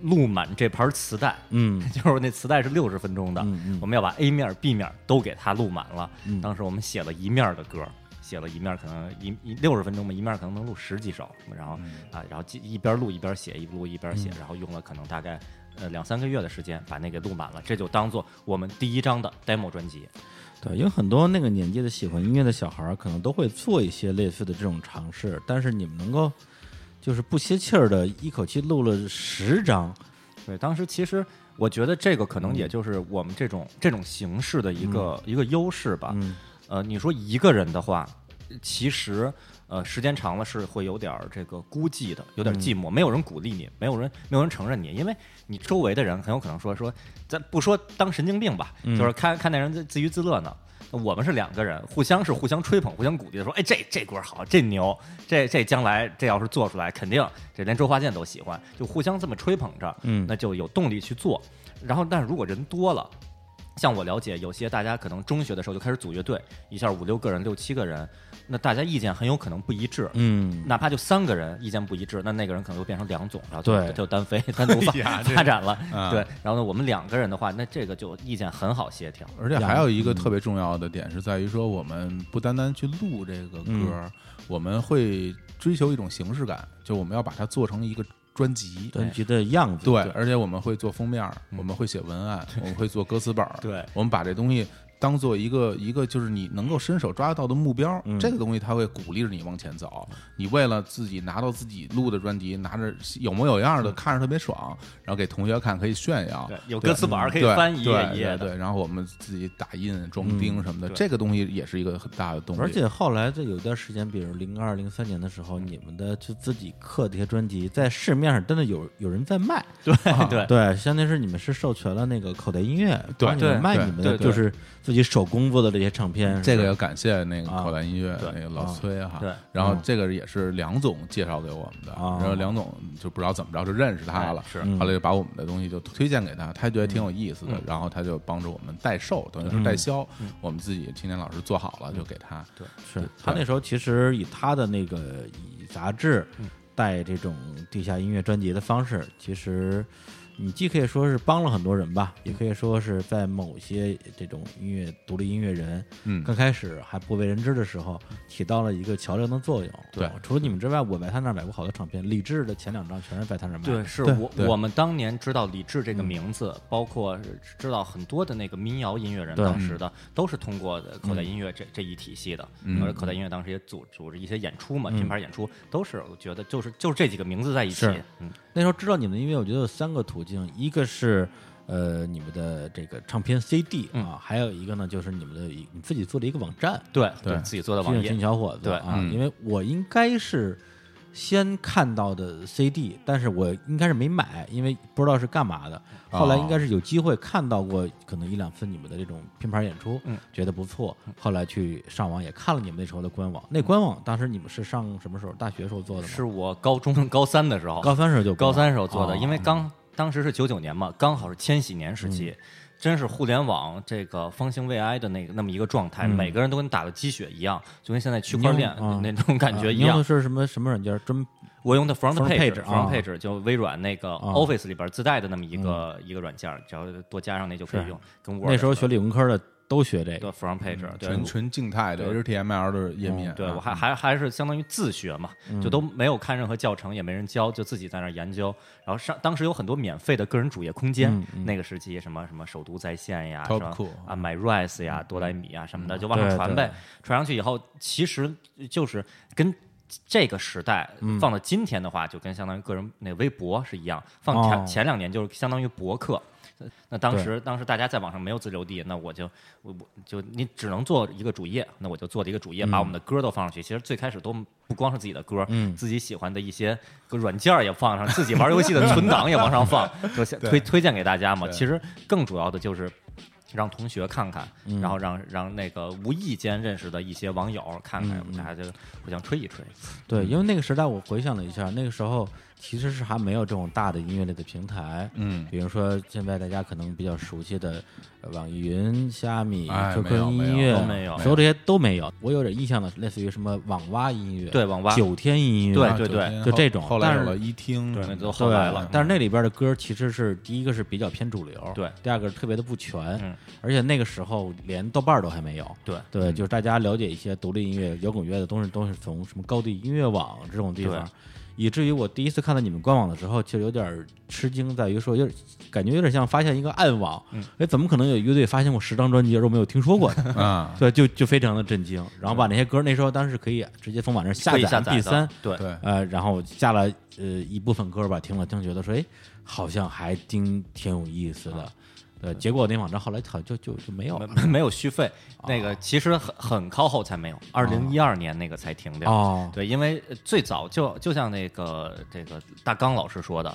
[SPEAKER 3] 录满这盘磁带， [laughs]
[SPEAKER 1] 嗯，
[SPEAKER 3] 就是那磁带是六十分钟的，
[SPEAKER 1] 嗯嗯
[SPEAKER 3] 我们要把 A 面、B 面都给它录满了。当时我们写了一面的歌，写了一面可能一一六十分钟吧，一面可能能录十几首，然后、啊，然后一边录一边写，一录一边写，然后用了可能大概。呃，两三个月的时间把那给录满了，这就当做我们第一张的 demo 专辑。
[SPEAKER 1] 对，因为很多那个年纪的喜欢音乐的小孩儿，可能都会做一些类似的这种尝试，但是你们能够就是不歇气儿的，一口气录了十张，
[SPEAKER 3] 对，当时其实我觉得这个可能也就是我们这种、这种形式的一个、一个优势吧。
[SPEAKER 1] 嗯
[SPEAKER 3] 呃，你说一个人的话，其实呃时间长了是会有点儿这个孤寂的，有点儿寂寞，没有人鼓励你，没有人没有人承认你，因为你周围的人很有可能说说，咱不说当神经病吧，就是看看那人自自娱自乐呢。我们是两个人，互相是互相吹捧、互相鼓励的，说，哎，这这歌好，这牛，这这将来这要是做出来，肯定这连周华健都喜欢，就互相这么吹捧着，
[SPEAKER 1] 嗯
[SPEAKER 3] 那就有动力去做。然后，但是如果人多了，像我了解，有些大家可能中学的时候就开始组乐队，一下五六个人、六七个人，那大家意见很有可能不一致。
[SPEAKER 1] 嗯，
[SPEAKER 3] 哪怕就三个人意见不一致，那那个人可能就变成梁总，然后就
[SPEAKER 1] 对
[SPEAKER 3] 就单飞、
[SPEAKER 2] [laughs]
[SPEAKER 3] 单独发
[SPEAKER 2] 哎
[SPEAKER 3] [laughs]
[SPEAKER 2] 呀这
[SPEAKER 3] 发展了。
[SPEAKER 2] 啊
[SPEAKER 3] 对，然后呢，我们两个人的话，那这个就意见很好协调。
[SPEAKER 2] 而且还有
[SPEAKER 3] 嗯
[SPEAKER 2] 一个特别重要的点是在于说，我们不单单去录这个
[SPEAKER 3] 嗯
[SPEAKER 2] 歌，我们会追求一种形式感，就我们要把它做成一个专辑。
[SPEAKER 1] 专辑的样子，
[SPEAKER 2] 对，而且我们会做封面儿，我们会写文案，我们会做歌词本儿，
[SPEAKER 3] 嗯 [laughs] 对
[SPEAKER 2] 我们把这东西当做一个一个就是你能够伸手抓得到的目标，
[SPEAKER 3] 嗯
[SPEAKER 2] 这个东西它会鼓励着你往前走。你为了自己拿到自己录的专辑，拿着有模有样的，看着特别爽，然后给同学看可以炫耀，
[SPEAKER 3] 嗯对有歌词本儿可
[SPEAKER 2] 嗯
[SPEAKER 3] 以
[SPEAKER 2] 对
[SPEAKER 3] 翻一页
[SPEAKER 2] 对
[SPEAKER 3] 一页的
[SPEAKER 2] 对对，然后我们自己打印、装订什么的，
[SPEAKER 3] 嗯对
[SPEAKER 2] 这个东西也是一个很大的动力。
[SPEAKER 1] 而且后来这有一段时间，比如零二零三年的时候，你们的就自己刻这些专辑，在市面上真的有有人在卖，
[SPEAKER 3] 对
[SPEAKER 2] 啊
[SPEAKER 3] [laughs] 对
[SPEAKER 1] 对，相当于是你们是授权了那个口袋音乐，
[SPEAKER 2] 对
[SPEAKER 1] 帮你们
[SPEAKER 3] 对
[SPEAKER 1] 卖你们的
[SPEAKER 3] 对对
[SPEAKER 1] 就是自己手工做的这些唱片，
[SPEAKER 2] 这个要
[SPEAKER 1] 是
[SPEAKER 2] 感谢那个
[SPEAKER 1] 啊
[SPEAKER 2] 口袋音乐
[SPEAKER 3] 对
[SPEAKER 2] 那个老崔哈，
[SPEAKER 3] 对嗯
[SPEAKER 2] 然后这个也是梁总介绍给我们的，
[SPEAKER 1] 啊
[SPEAKER 2] 然后梁总就不知道怎么着就认识他了
[SPEAKER 3] 哎，是
[SPEAKER 1] 嗯
[SPEAKER 3] 嗯
[SPEAKER 2] 后来就把我们的东西就推荐给他，他觉得挺有意思的，然后他就帮着我们代售，等于是代销，
[SPEAKER 3] 嗯
[SPEAKER 2] 我们自己青年老师做好了就给他，对
[SPEAKER 1] 是他那时候其实以他的那个以杂志
[SPEAKER 2] 嗯
[SPEAKER 1] 带这种地下音乐专辑的方式，其实你既可以说是帮了很多人吧，也
[SPEAKER 2] 嗯
[SPEAKER 1] 可以说是在某些这种音乐独立音乐人，
[SPEAKER 2] 嗯
[SPEAKER 1] 刚开始还不为人知的时候，起到了一个桥梁的作用。啊
[SPEAKER 2] 对
[SPEAKER 1] 除了你们之外，我在他那儿买过好多唱片，李志的前两张全是在他那儿买的。
[SPEAKER 3] 对，是我
[SPEAKER 2] 对
[SPEAKER 3] 我们当年知道李志这个名字，包括是知道很多的那个民谣音乐人，
[SPEAKER 1] 对
[SPEAKER 3] 当时的都是通过呃口袋音乐这、这一体系的，而且口袋音乐当时也组组织一些演出嘛，品牌演出都是，我觉得就是就是这几个名字在一起
[SPEAKER 1] 是，
[SPEAKER 3] 嗯，
[SPEAKER 1] 那时候知道你们的音乐，我觉得有三个途径，一个是呃你们的这个唱片 CD
[SPEAKER 2] 嗯
[SPEAKER 1] 啊，还有一个呢就是你们的一你自己做的一个网站，
[SPEAKER 3] 对
[SPEAKER 2] 对
[SPEAKER 3] 自己做的
[SPEAKER 1] 军
[SPEAKER 3] 网
[SPEAKER 1] 人
[SPEAKER 3] 页
[SPEAKER 1] 群，小伙子
[SPEAKER 3] 对
[SPEAKER 1] 啊，
[SPEAKER 2] 嗯
[SPEAKER 1] 因为我应该是先看到的 CD，但是我应该是没买，因为不知道是干嘛的。后
[SPEAKER 3] 哦
[SPEAKER 1] 来应该是有机会看到过，可能一两次你们的这种拼盘演出，
[SPEAKER 3] 嗯
[SPEAKER 1] 觉得不错。后来去上网也看了你们那时候的官网，那官网当时你们是上什么时候？大学时候做的吗？
[SPEAKER 3] 是我高中高三的时候，
[SPEAKER 1] 高三时候就啊
[SPEAKER 3] 高三时候做的，因
[SPEAKER 1] 为
[SPEAKER 3] 为刚当时是九九年嘛，刚好是千禧年时期，
[SPEAKER 1] 嗯
[SPEAKER 3] 真是互联网这个方兴未艾的那个那么一个状态，每个人都跟打了鸡血一样，就跟现在区块链
[SPEAKER 1] 嗯你用啊
[SPEAKER 3] 那种感觉一
[SPEAKER 1] 你用的
[SPEAKER 3] 样。
[SPEAKER 1] 是什么什么软件？专
[SPEAKER 3] 我用的 Front
[SPEAKER 1] Front
[SPEAKER 3] Page
[SPEAKER 1] Page，啊哦
[SPEAKER 3] Front Page 就微软那个 Office 里边自带的那么一个一个软件，只要多加上那就可以
[SPEAKER 1] 嗯是
[SPEAKER 3] 用。跟 Word
[SPEAKER 1] 那时候学理嗯工科的都学这
[SPEAKER 3] 对
[SPEAKER 1] 个，
[SPEAKER 3] Front Page 对
[SPEAKER 2] 纯纯静态的
[SPEAKER 3] 对嗯
[SPEAKER 2] HTML 的页面，
[SPEAKER 3] 对
[SPEAKER 2] 啊嗯
[SPEAKER 3] 我还还还是相当于自学嘛，就都没有看任何教程，也没人教，就自己在那儿研究。然后上当时有很多免费的个人主页空间，
[SPEAKER 2] 嗯
[SPEAKER 3] 那个时期什么什么首都在线呀，什
[SPEAKER 2] Top
[SPEAKER 3] 么
[SPEAKER 2] Cool
[SPEAKER 3] 啊 MyRise 呀、多来米呀什么的，就往
[SPEAKER 1] 嗯对
[SPEAKER 3] 上传
[SPEAKER 1] 对
[SPEAKER 3] 呗。传上去以后，其实就是跟。这个时代
[SPEAKER 1] 嗯
[SPEAKER 3] 放到今天的话，就跟相当于个人那微博是一样，放前、
[SPEAKER 1] 哦
[SPEAKER 3] 前两年就是相当于博客。呃那当
[SPEAKER 1] 对
[SPEAKER 3] 时当时大家在网上没有自留地，那我就我我就你只能做一个主页，那我就做了一个主页，把我们的歌都放上去。其实最开始都不光是自己的歌，
[SPEAKER 1] 嗯
[SPEAKER 3] 自己喜欢的一些个软件儿也放上，自己玩游戏的存档也往上
[SPEAKER 1] [laughs]
[SPEAKER 3] 放，就先推推荐给大家嘛。
[SPEAKER 2] 对
[SPEAKER 3] 其实更主要的就是让同学看看，
[SPEAKER 1] 嗯
[SPEAKER 3] 然后让让那个无意间认识的一些网友看
[SPEAKER 1] 嗯
[SPEAKER 3] 看，大家就互相吹一吹。嗯
[SPEAKER 1] 对，因为那个时代我回想了一下，那个时候其实是还没有这种大的音乐类的平台，
[SPEAKER 2] 嗯，
[SPEAKER 1] 比如说现在大家可能比较熟悉的呃网易云、虾米、
[SPEAKER 2] 哎
[SPEAKER 1] QQ
[SPEAKER 2] 没有没有
[SPEAKER 1] 音乐
[SPEAKER 3] 都没有
[SPEAKER 1] 所有这些都没有。我有点印象的，类似于什么网吧音乐，
[SPEAKER 3] 对，，网吧
[SPEAKER 1] 九天音乐，
[SPEAKER 3] 对
[SPEAKER 2] 啊
[SPEAKER 3] 对
[SPEAKER 2] 九
[SPEAKER 3] 对
[SPEAKER 2] 天
[SPEAKER 1] 就
[SPEAKER 2] 后
[SPEAKER 1] 这种
[SPEAKER 2] 后来
[SPEAKER 1] 但
[SPEAKER 2] 有
[SPEAKER 1] 是
[SPEAKER 2] 了一听，
[SPEAKER 3] 对那都
[SPEAKER 1] 对
[SPEAKER 3] 后来
[SPEAKER 1] [laughs]
[SPEAKER 3] 了，嗯
[SPEAKER 1] 但是那里边的歌其实是第一个是比较偏主流，
[SPEAKER 3] 对
[SPEAKER 1] 第二个是特别的不全，
[SPEAKER 3] 嗯
[SPEAKER 1] 而且那个时候连豆瓣儿都还没有。
[SPEAKER 3] 对
[SPEAKER 1] 对，就是大家了解一些独立音乐、摇滚乐的东西，都是从什么高地音乐网这种地方
[SPEAKER 3] 对，
[SPEAKER 1] 以至于我第一次看到你们官网的时候，其实有点儿吃惊，在于说有点感觉有点像发现一个暗网，
[SPEAKER 3] 嗯
[SPEAKER 1] 哎，怎么可能有乐队发现过十张专辑而我没有听说过呢？
[SPEAKER 2] 啊，
[SPEAKER 1] 对，就 [laughs] 就非常的震惊。然后把那些歌，那时候当时可以直接从网上下
[SPEAKER 3] 可以
[SPEAKER 1] 载
[SPEAKER 3] 下载
[SPEAKER 1] MP
[SPEAKER 3] 的
[SPEAKER 1] 三，
[SPEAKER 3] 对
[SPEAKER 2] 对，
[SPEAKER 1] 呃，然后下了呃一部分歌吧，听了听，觉得说，哎，好像还挺挺有意思的。
[SPEAKER 3] 啊
[SPEAKER 1] 呃，结果那网站后来好像就就就没有哦了。
[SPEAKER 3] 没没有续费，那个其实很很靠后才没有，二零一二年那个才停掉。
[SPEAKER 1] 哦
[SPEAKER 3] 对，因为呃最早就就像那个这个大刚老师说的，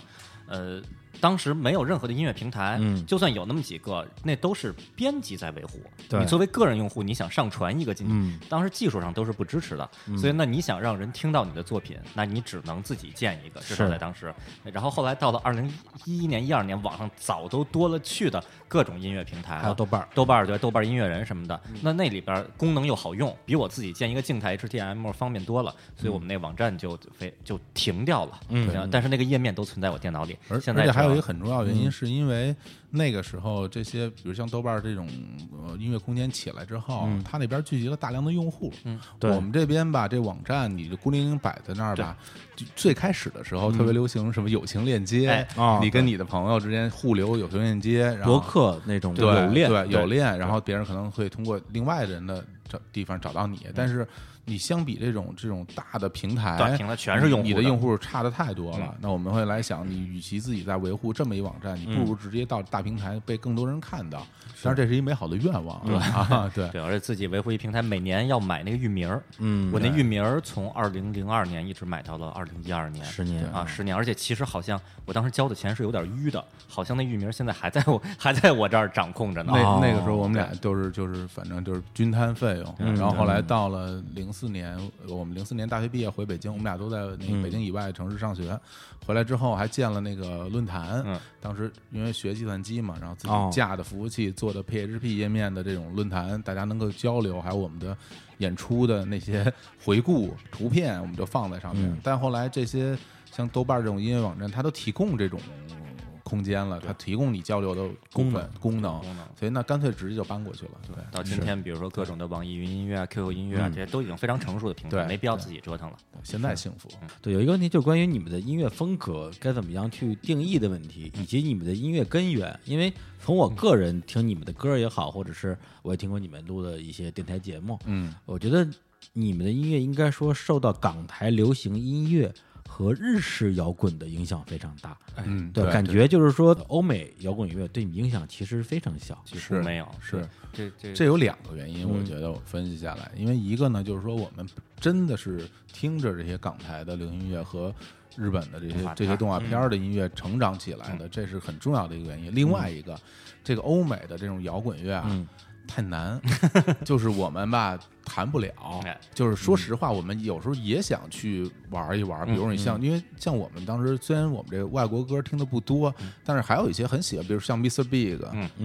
[SPEAKER 3] 呃，当时没有任何的音乐平台，
[SPEAKER 1] 嗯
[SPEAKER 3] 就算有那么几个，那都是编辑在维护。
[SPEAKER 1] 对
[SPEAKER 3] 你作为个人用户，你想上传一个进去，
[SPEAKER 1] 嗯
[SPEAKER 3] 当时技术上都是不支持的，所以那你想让人听到你的作品，那你只能自己建一个，至少
[SPEAKER 1] 是
[SPEAKER 3] 在当时。然后后来到了二零一一年、一二年，网上早都多了去的各种音乐平台了，
[SPEAKER 1] 啊还有豆瓣儿
[SPEAKER 3] 豆瓣儿对豆瓣儿音乐人什么的，那那里边儿功能又好用，比我自己建一个静态 HTML 方便多了，所以我们那网站就非就停掉了。
[SPEAKER 1] 嗯
[SPEAKER 3] 然后但是那个页面都存在我电脑里。
[SPEAKER 2] 而
[SPEAKER 3] 现
[SPEAKER 2] 而
[SPEAKER 3] 在
[SPEAKER 2] 且还有
[SPEAKER 3] 只要
[SPEAKER 2] 一个很重要原因，是因为那个时候这些，比如像豆瓣儿这种呃音乐空间起来之后，它那边聚集了大量的用户。嗯，
[SPEAKER 1] 对
[SPEAKER 2] 我们这边吧，这网站你就孤零零摆在那儿吧。就最开始的时候特别流行什么友情链接
[SPEAKER 3] 哎，
[SPEAKER 1] 哦
[SPEAKER 2] 你跟你的朋友之间互留友情链接，然后
[SPEAKER 1] 博客那种
[SPEAKER 2] 对
[SPEAKER 1] 有链，
[SPEAKER 2] 对有链，然后别人可能会通过另外的人的找地方找到你，但是你相比这种这种大的平台，
[SPEAKER 3] 对平台全是用户
[SPEAKER 2] 你的
[SPEAKER 3] 的
[SPEAKER 2] 用户差的太多了。那我们会来想，你与其自己在维护这么一网站，你不如直接到大平台被更多人看到。当然，这是一美好的愿望，对啊， [laughs] 对
[SPEAKER 3] 对，而且自己维护一平台，每年要买那个域名儿。
[SPEAKER 1] 嗯
[SPEAKER 3] 我那域名儿从二零零二年一直买到了二零一二年，
[SPEAKER 1] 十年
[SPEAKER 3] 啊，十年。而且其实好像我当时交的钱是有点淤的，好像那域名儿现在还在我还在我这儿掌控着呢。啊
[SPEAKER 2] 那
[SPEAKER 1] 哦
[SPEAKER 2] 那个时候我们俩都是就是反正就是均摊费用，然后后来到了零四年，我们零四年大学毕业回北京，我们俩都在那个北京以外的城市上学，回来之后还建了那个论坛
[SPEAKER 3] 嗯，
[SPEAKER 2] 当时因为学计算机嘛，然后自己
[SPEAKER 1] 哦
[SPEAKER 2] 架的服务器做的 PHP 页面的这种论坛，大家能够交流，还有我们的演出的那些回顾图片，我们就放在上面。但后来这些像豆瓣这种音乐网站，它都提供这种。空间了，它提供你交流的功能功能，
[SPEAKER 3] 功能嗯
[SPEAKER 2] 所以那干脆直接就搬过去了。
[SPEAKER 3] 到今天，比如说各种的网易云音乐、啊、QQ 音乐啊，这些都已经非常成熟的平台，
[SPEAKER 2] 嗯对
[SPEAKER 3] 没必要自己折腾了。
[SPEAKER 2] 对，现在幸福，
[SPEAKER 1] 对，有一个问题就是关于你们的音乐风格该怎么样去定义的问题，以及你们的音乐根源。因为从我个人听你们的歌也好，或者是我也听过你们录的一些电台节目，
[SPEAKER 2] 嗯，
[SPEAKER 1] 我觉得你们的音乐应该说受到港台流行音乐和日式摇滚的影响非常大。
[SPEAKER 2] 嗯，
[SPEAKER 1] 对，感觉就是说欧美摇滚乐对你们影响其实非常小。
[SPEAKER 3] 几乎
[SPEAKER 2] 是
[SPEAKER 3] 没有，
[SPEAKER 2] 是
[SPEAKER 3] 这这
[SPEAKER 2] 这有两个原因，
[SPEAKER 3] 嗯
[SPEAKER 2] 我觉得我分析下来，因为一个呢，就是说我们真的是听着这些港台的流行音乐和日本的这
[SPEAKER 3] 动
[SPEAKER 2] 些
[SPEAKER 3] 画片嗯
[SPEAKER 2] 这些动画片儿的音乐成长起来的，这是很重要的一个原因。另外一个，这个欧美的这种摇滚乐啊，
[SPEAKER 3] 嗯
[SPEAKER 2] 太
[SPEAKER 3] [laughs]
[SPEAKER 2] 难，就是我们吧谈不了
[SPEAKER 3] 哎。
[SPEAKER 2] 就是说实话，我们有时候也想去玩一玩，
[SPEAKER 3] 嗯
[SPEAKER 2] 比如你像，因为像我们当时虽然我们这外国歌听的不多，
[SPEAKER 3] 嗯
[SPEAKER 2] 但是还有一些很喜欢，比如像 Mr. Big，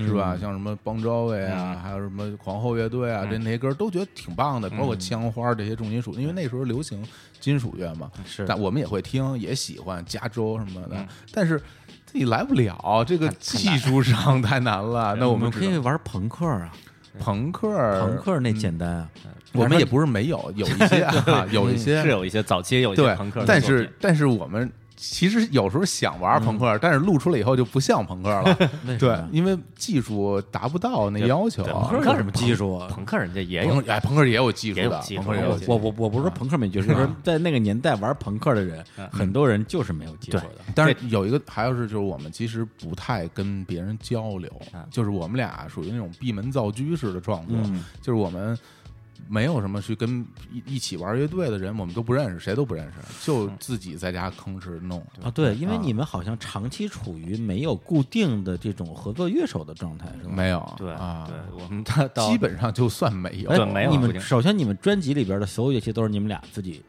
[SPEAKER 2] 是吧？像什么 Bon Jovi 啊，还有什么皇后乐队啊，这那些歌都觉得挺棒的，包括枪花这些重金属，因为那时候流行金属乐嘛，
[SPEAKER 1] 是
[SPEAKER 2] 但我们也会听，也喜欢加州什么的，但是。自己来不了，这个技术上太难了。那我
[SPEAKER 1] 我
[SPEAKER 2] 们
[SPEAKER 1] 们
[SPEAKER 2] 只
[SPEAKER 1] 可
[SPEAKER 2] 能
[SPEAKER 1] 以玩朋克啊，
[SPEAKER 2] 朋克儿，
[SPEAKER 1] 朋克那简单啊，。
[SPEAKER 2] 我们也 [laughs] 不是没有，有一些啊，有一些
[SPEAKER 3] 嗯是有一些早期有一些
[SPEAKER 2] 对
[SPEAKER 3] 朋克，的
[SPEAKER 2] 但
[SPEAKER 3] 作品
[SPEAKER 2] 是但是我们其实有时候想玩朋克，但是录出来以后就不像朋克了
[SPEAKER 1] 为什么
[SPEAKER 2] 对
[SPEAKER 1] 呀，
[SPEAKER 2] 因为技术达不到那要求。啊
[SPEAKER 3] 对朋
[SPEAKER 1] 克
[SPEAKER 3] 克
[SPEAKER 1] 有什么技术啊？
[SPEAKER 3] 朋克人家也有
[SPEAKER 2] 朋克哎，朋克也有技
[SPEAKER 3] 也
[SPEAKER 2] 术
[SPEAKER 3] 有
[SPEAKER 2] 的，
[SPEAKER 3] 技术
[SPEAKER 2] 朋克也
[SPEAKER 3] 也
[SPEAKER 2] 有
[SPEAKER 3] 有
[SPEAKER 2] 技
[SPEAKER 3] 技
[SPEAKER 2] 术。
[SPEAKER 1] 我我我不是说朋克没技术，就是在那个年代玩朋克的人，很多人就是没有技术的。
[SPEAKER 2] 但是有一个，还有是就是我们其实不太跟别人交流
[SPEAKER 3] 啊，
[SPEAKER 2] 就是我们俩属于那种闭门造车式的创作，
[SPEAKER 1] 嗯
[SPEAKER 2] 就是我们没有什么去跟一一起玩乐队的人，我们都不认识，谁都不认识，就
[SPEAKER 3] 嗯
[SPEAKER 2] 自己在家吭哧弄。
[SPEAKER 1] 啊，对，因为你们好像长期处于没有固定的这种合作乐手的状态，是吗？
[SPEAKER 2] 没有，
[SPEAKER 3] 对
[SPEAKER 2] 啊，
[SPEAKER 3] 对，我们到到
[SPEAKER 2] 基本上就算没有
[SPEAKER 1] 哎。
[SPEAKER 3] 对没有
[SPEAKER 1] 你
[SPEAKER 3] 固
[SPEAKER 1] 们
[SPEAKER 3] 定
[SPEAKER 1] 首先，你们专辑里边的所有乐器都是你们俩自己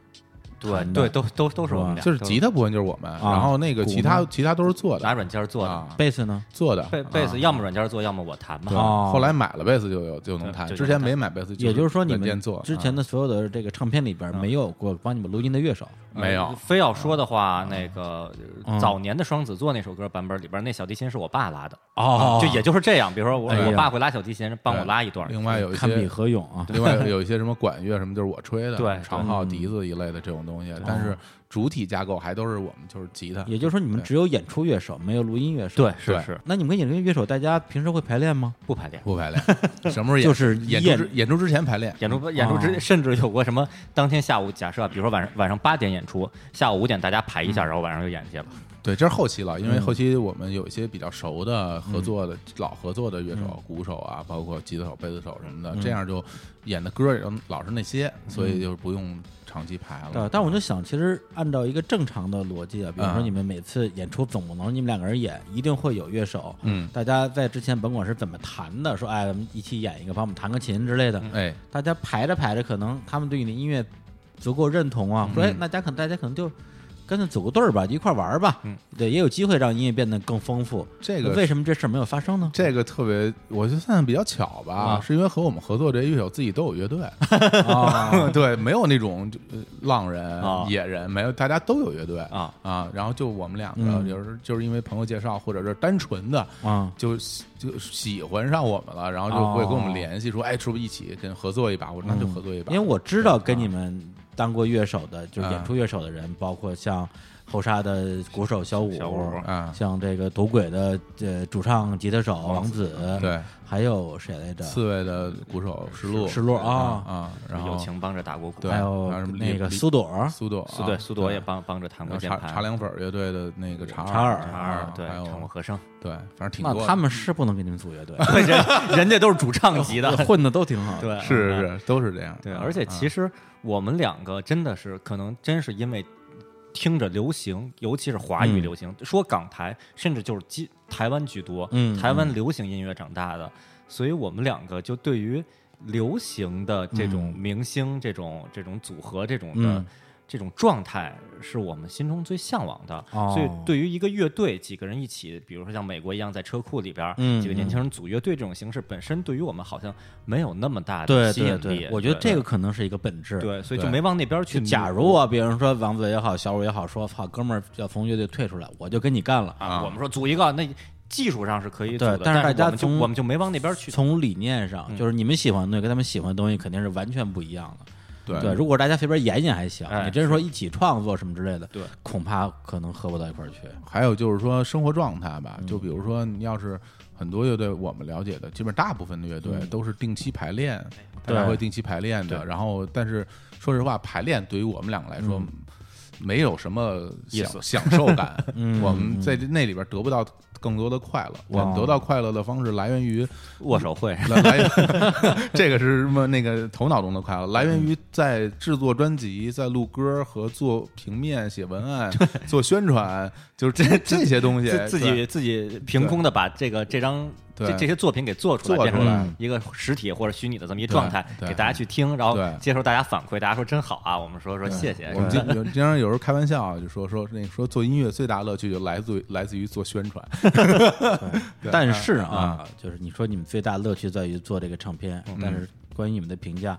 [SPEAKER 3] 对
[SPEAKER 1] 弹的
[SPEAKER 3] 对都都都是我们俩，
[SPEAKER 2] 啊就是
[SPEAKER 3] 都
[SPEAKER 2] 吉他部分就是我们，
[SPEAKER 1] 啊
[SPEAKER 2] 然后那个
[SPEAKER 1] 鼓呢
[SPEAKER 2] 其他其他都是做的，
[SPEAKER 3] 拿软件做的，
[SPEAKER 2] 啊
[SPEAKER 1] 贝斯呢？
[SPEAKER 2] 做的啊
[SPEAKER 3] 贝贝斯要么软件做，要么我弹嘛。
[SPEAKER 1] 对哦
[SPEAKER 2] 后来买了贝斯就有就能弹，
[SPEAKER 3] 对就能弹
[SPEAKER 2] 之前没买贝斯，
[SPEAKER 1] 也就是说，你
[SPEAKER 2] 软件
[SPEAKER 1] 们
[SPEAKER 2] 做
[SPEAKER 1] 之前的所有的这个唱片里边没有过帮你们录音的乐手。
[SPEAKER 2] 啊没有啊
[SPEAKER 3] 呃非要说的话，那个
[SPEAKER 1] 嗯
[SPEAKER 3] 早年的双子座那首歌版本里边，那小提琴是我爸拉的，
[SPEAKER 1] 哦
[SPEAKER 3] 啊就也就是这样。比如说我
[SPEAKER 1] 哎呀
[SPEAKER 3] 我爸会拉小提琴，帮我拉一段。
[SPEAKER 2] 另外有一
[SPEAKER 1] 堪比
[SPEAKER 2] 些，
[SPEAKER 1] 何勇啊，
[SPEAKER 2] 另外有一些什么管乐什么，就是我吹
[SPEAKER 1] [laughs]
[SPEAKER 2] 的，
[SPEAKER 3] 对
[SPEAKER 2] 长号、笛子一类的这种东西，但是主体架构还都是我们就是吉他，
[SPEAKER 1] 哦也就是说，你们只有演出乐手，没有录音乐手。
[SPEAKER 3] 对，是
[SPEAKER 2] 对
[SPEAKER 3] 是
[SPEAKER 1] 那你们跟演出乐手，大家平时会排练吗？
[SPEAKER 3] 不排练。
[SPEAKER 2] 不排练，
[SPEAKER 1] [laughs]
[SPEAKER 2] 什么时候演
[SPEAKER 1] 就是
[SPEAKER 2] 演
[SPEAKER 1] 演
[SPEAKER 2] 出之演出之前排练，
[SPEAKER 3] 演出演出之甚至有过什么当天下午，假设啊比如说晚上晚上八点演出，下午五点大家排一下，然后晚上就演去了。
[SPEAKER 2] 对，这是后期了，
[SPEAKER 1] 嗯
[SPEAKER 2] 因为后期我们有一些比较熟的合作的、老合作的乐
[SPEAKER 1] 嗯
[SPEAKER 2] 手、鼓手啊，包括吉他手、贝斯手什么的，这样就演的歌也都老是那些，所以就不用长期排
[SPEAKER 1] 对嗯
[SPEAKER 2] 了。，
[SPEAKER 1] 呃但我就想，其实按照一个正常的逻辑啊，比如说
[SPEAKER 2] 嗯
[SPEAKER 1] 你们每次演出总不能你们两个人演，一定会有乐手。
[SPEAKER 2] 嗯，
[SPEAKER 1] 大家在之前甭管是怎么谈的，说哎，咱们一起演一个，帮我们弹个琴之类的。
[SPEAKER 2] 哎，
[SPEAKER 1] 大家排着排着，可能他们对你的音乐足够认同
[SPEAKER 2] 嗯
[SPEAKER 1] 啊，说哎，那大家可能大家可能就干脆组个队儿吧，一块儿玩儿吧。嗯，对，也有机会让音乐变得更丰富。
[SPEAKER 2] 这个
[SPEAKER 1] 为什么这事儿没有发生呢？
[SPEAKER 2] 这个特别，我就算比较巧吧，
[SPEAKER 3] 啊
[SPEAKER 2] 是因为和我们合作这些乐手自己都有乐队， [laughs] 对，没有那种呃浪人、
[SPEAKER 3] 啊
[SPEAKER 2] 野人，没有，大家都有乐队
[SPEAKER 3] 啊
[SPEAKER 2] 然后就我们两
[SPEAKER 1] 嗯
[SPEAKER 2] 个，有时候就是因为朋友介绍，或者是单纯的
[SPEAKER 1] 啊，
[SPEAKER 2] 就喜就喜欢上我们了，然后就会跟我们联系说，
[SPEAKER 3] 哦
[SPEAKER 2] 哎，是不是一起跟合作一把？我说那就合作一把，
[SPEAKER 1] 因为
[SPEAKER 3] 嗯
[SPEAKER 1] 我知道跟你们当过乐手的，就是演出乐手的人，包括像后沙的鼓手小五，
[SPEAKER 3] 小五
[SPEAKER 2] 啊
[SPEAKER 1] 像这个赌鬼的呃主唱吉他手王子，
[SPEAKER 2] 对，
[SPEAKER 1] 还有谁来着？
[SPEAKER 2] 刺猬的鼓手石璐，
[SPEAKER 1] 石璐
[SPEAKER 2] 啊
[SPEAKER 1] 啊，
[SPEAKER 2] 啊，然后
[SPEAKER 3] 友情帮着打过鼓，
[SPEAKER 2] 对
[SPEAKER 1] 还有
[SPEAKER 2] 还有什么
[SPEAKER 1] 那
[SPEAKER 2] 李
[SPEAKER 1] 个
[SPEAKER 2] 李
[SPEAKER 1] 苏朵，
[SPEAKER 2] 苏朵啊，
[SPEAKER 3] 苏对苏朵也
[SPEAKER 2] 对
[SPEAKER 3] 帮帮着弹
[SPEAKER 2] 然
[SPEAKER 3] 过
[SPEAKER 2] 后
[SPEAKER 3] 键
[SPEAKER 2] 茶
[SPEAKER 3] 盘，
[SPEAKER 2] 茶凉粉儿乐队的那个查
[SPEAKER 1] 查
[SPEAKER 2] 尔
[SPEAKER 1] 尔
[SPEAKER 2] 查
[SPEAKER 3] 啊对，
[SPEAKER 2] 还有
[SPEAKER 3] 唱过和声， [laughs]
[SPEAKER 2] 对，反正挺
[SPEAKER 1] 那
[SPEAKER 2] 多的。
[SPEAKER 1] 他们是不能给你们组乐队，
[SPEAKER 3] 人人家都是主唱级的，
[SPEAKER 1] 混的都挺好的。
[SPEAKER 3] [laughs] 对，
[SPEAKER 2] 是
[SPEAKER 3] 嗯
[SPEAKER 2] 是是都是这样。
[SPEAKER 3] 对，
[SPEAKER 1] 啊
[SPEAKER 2] 嗯
[SPEAKER 3] 而且其实我们两个真的是，可能真是因为听着流行，尤其是华语
[SPEAKER 1] 嗯
[SPEAKER 3] 流行，说港台，甚至就是基台湾居多，
[SPEAKER 1] 嗯
[SPEAKER 3] 台湾流行音乐长大的，所以我们两个就对于流行的这种明星、这种这种组合、这种的。
[SPEAKER 1] 嗯
[SPEAKER 3] 这种状态是我们心中最向往的，
[SPEAKER 1] 哦
[SPEAKER 3] 所以对于一个乐队，几个人一起，比如说像美国一样，在车库里边儿，
[SPEAKER 1] 嗯
[SPEAKER 3] 几个年轻人组乐队这种形式，本身对于我们好像没有那么大的
[SPEAKER 1] 对
[SPEAKER 3] 吸引
[SPEAKER 1] 对
[SPEAKER 3] 力。
[SPEAKER 1] 对，我觉得
[SPEAKER 3] 对
[SPEAKER 1] 这个可能是一个本质。。
[SPEAKER 3] 对，所以就
[SPEAKER 2] 对
[SPEAKER 3] 没往那边去
[SPEAKER 1] 就
[SPEAKER 3] 努。
[SPEAKER 1] 假如啊，比如说王子也好，小五也好，说操，哥们儿要从乐队退出来，我就跟你干了。
[SPEAKER 3] 啊，我们说组一个，那技术上是可以组
[SPEAKER 1] 对
[SPEAKER 3] 的，
[SPEAKER 1] 但是
[SPEAKER 3] 是
[SPEAKER 1] 大家
[SPEAKER 3] 我们就
[SPEAKER 1] 从
[SPEAKER 3] 我们就没往那边去。
[SPEAKER 1] 从理念
[SPEAKER 3] 嗯
[SPEAKER 1] 上，就是你们喜欢的东西跟他们喜欢的东西肯定是完全不一样的。
[SPEAKER 2] 对
[SPEAKER 1] 对，如果大家随便演演还行，
[SPEAKER 3] 哎
[SPEAKER 1] 你真说一起创作什么之类的，
[SPEAKER 3] 对，
[SPEAKER 1] [laughs] 恐怕可能合不到一块儿去。
[SPEAKER 2] 还有就是说生活状态吧，就比如说你要是很多乐队，我们了解的，基本大部分的乐队都是定期排练，大家
[SPEAKER 1] 对
[SPEAKER 2] 会定期排练的。
[SPEAKER 3] 对
[SPEAKER 2] 然后，但是说实话，排练对于我们两个来说。没有什么
[SPEAKER 3] 意
[SPEAKER 2] 享
[SPEAKER 3] 思
[SPEAKER 2] 享受感，我们在这那里边得不到更多的快乐。我们得到快乐的方式来源于
[SPEAKER 3] 握手会，
[SPEAKER 2] 来来 [laughs] 源，这个是什么？那个头脑中的快乐来源于在制作专辑、在录歌和做平面、写文案、做宣传，就是这这些东西，
[SPEAKER 3] [laughs] 自自
[SPEAKER 2] 对
[SPEAKER 3] 己自己凭空的把这个这张
[SPEAKER 2] 对
[SPEAKER 3] 这这些作品给做出来，
[SPEAKER 2] 做
[SPEAKER 3] 变
[SPEAKER 2] 出来
[SPEAKER 1] 嗯
[SPEAKER 3] 成一个实体或者虚拟的这么一状态，
[SPEAKER 2] 对
[SPEAKER 3] 给大家去听，然后
[SPEAKER 2] 对
[SPEAKER 3] 接受大家反馈，大家说真好啊，我们说说谢谢
[SPEAKER 2] 我。们
[SPEAKER 3] 是
[SPEAKER 2] 经
[SPEAKER 3] 吧
[SPEAKER 2] 有经常有时候开玩笑啊，就说说那说做音乐最大乐趣就来自于来自于做宣传，
[SPEAKER 1] 但
[SPEAKER 3] 哎
[SPEAKER 1] 是啊，就是你说你们最大乐趣在于做这个唱片，
[SPEAKER 3] 嗯
[SPEAKER 1] 但是关于你们的评价。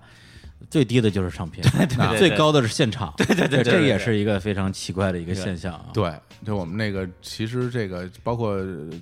[SPEAKER 1] 最低的就是唱片，
[SPEAKER 3] [laughs]
[SPEAKER 1] 啊
[SPEAKER 3] 对对
[SPEAKER 1] 最高的是现场，对对
[SPEAKER 3] 对对
[SPEAKER 1] 这
[SPEAKER 3] 对
[SPEAKER 1] 也
[SPEAKER 3] 对
[SPEAKER 1] 是一个非常奇怪的一个现象啊。
[SPEAKER 2] 对，就我们那个，其实这个包括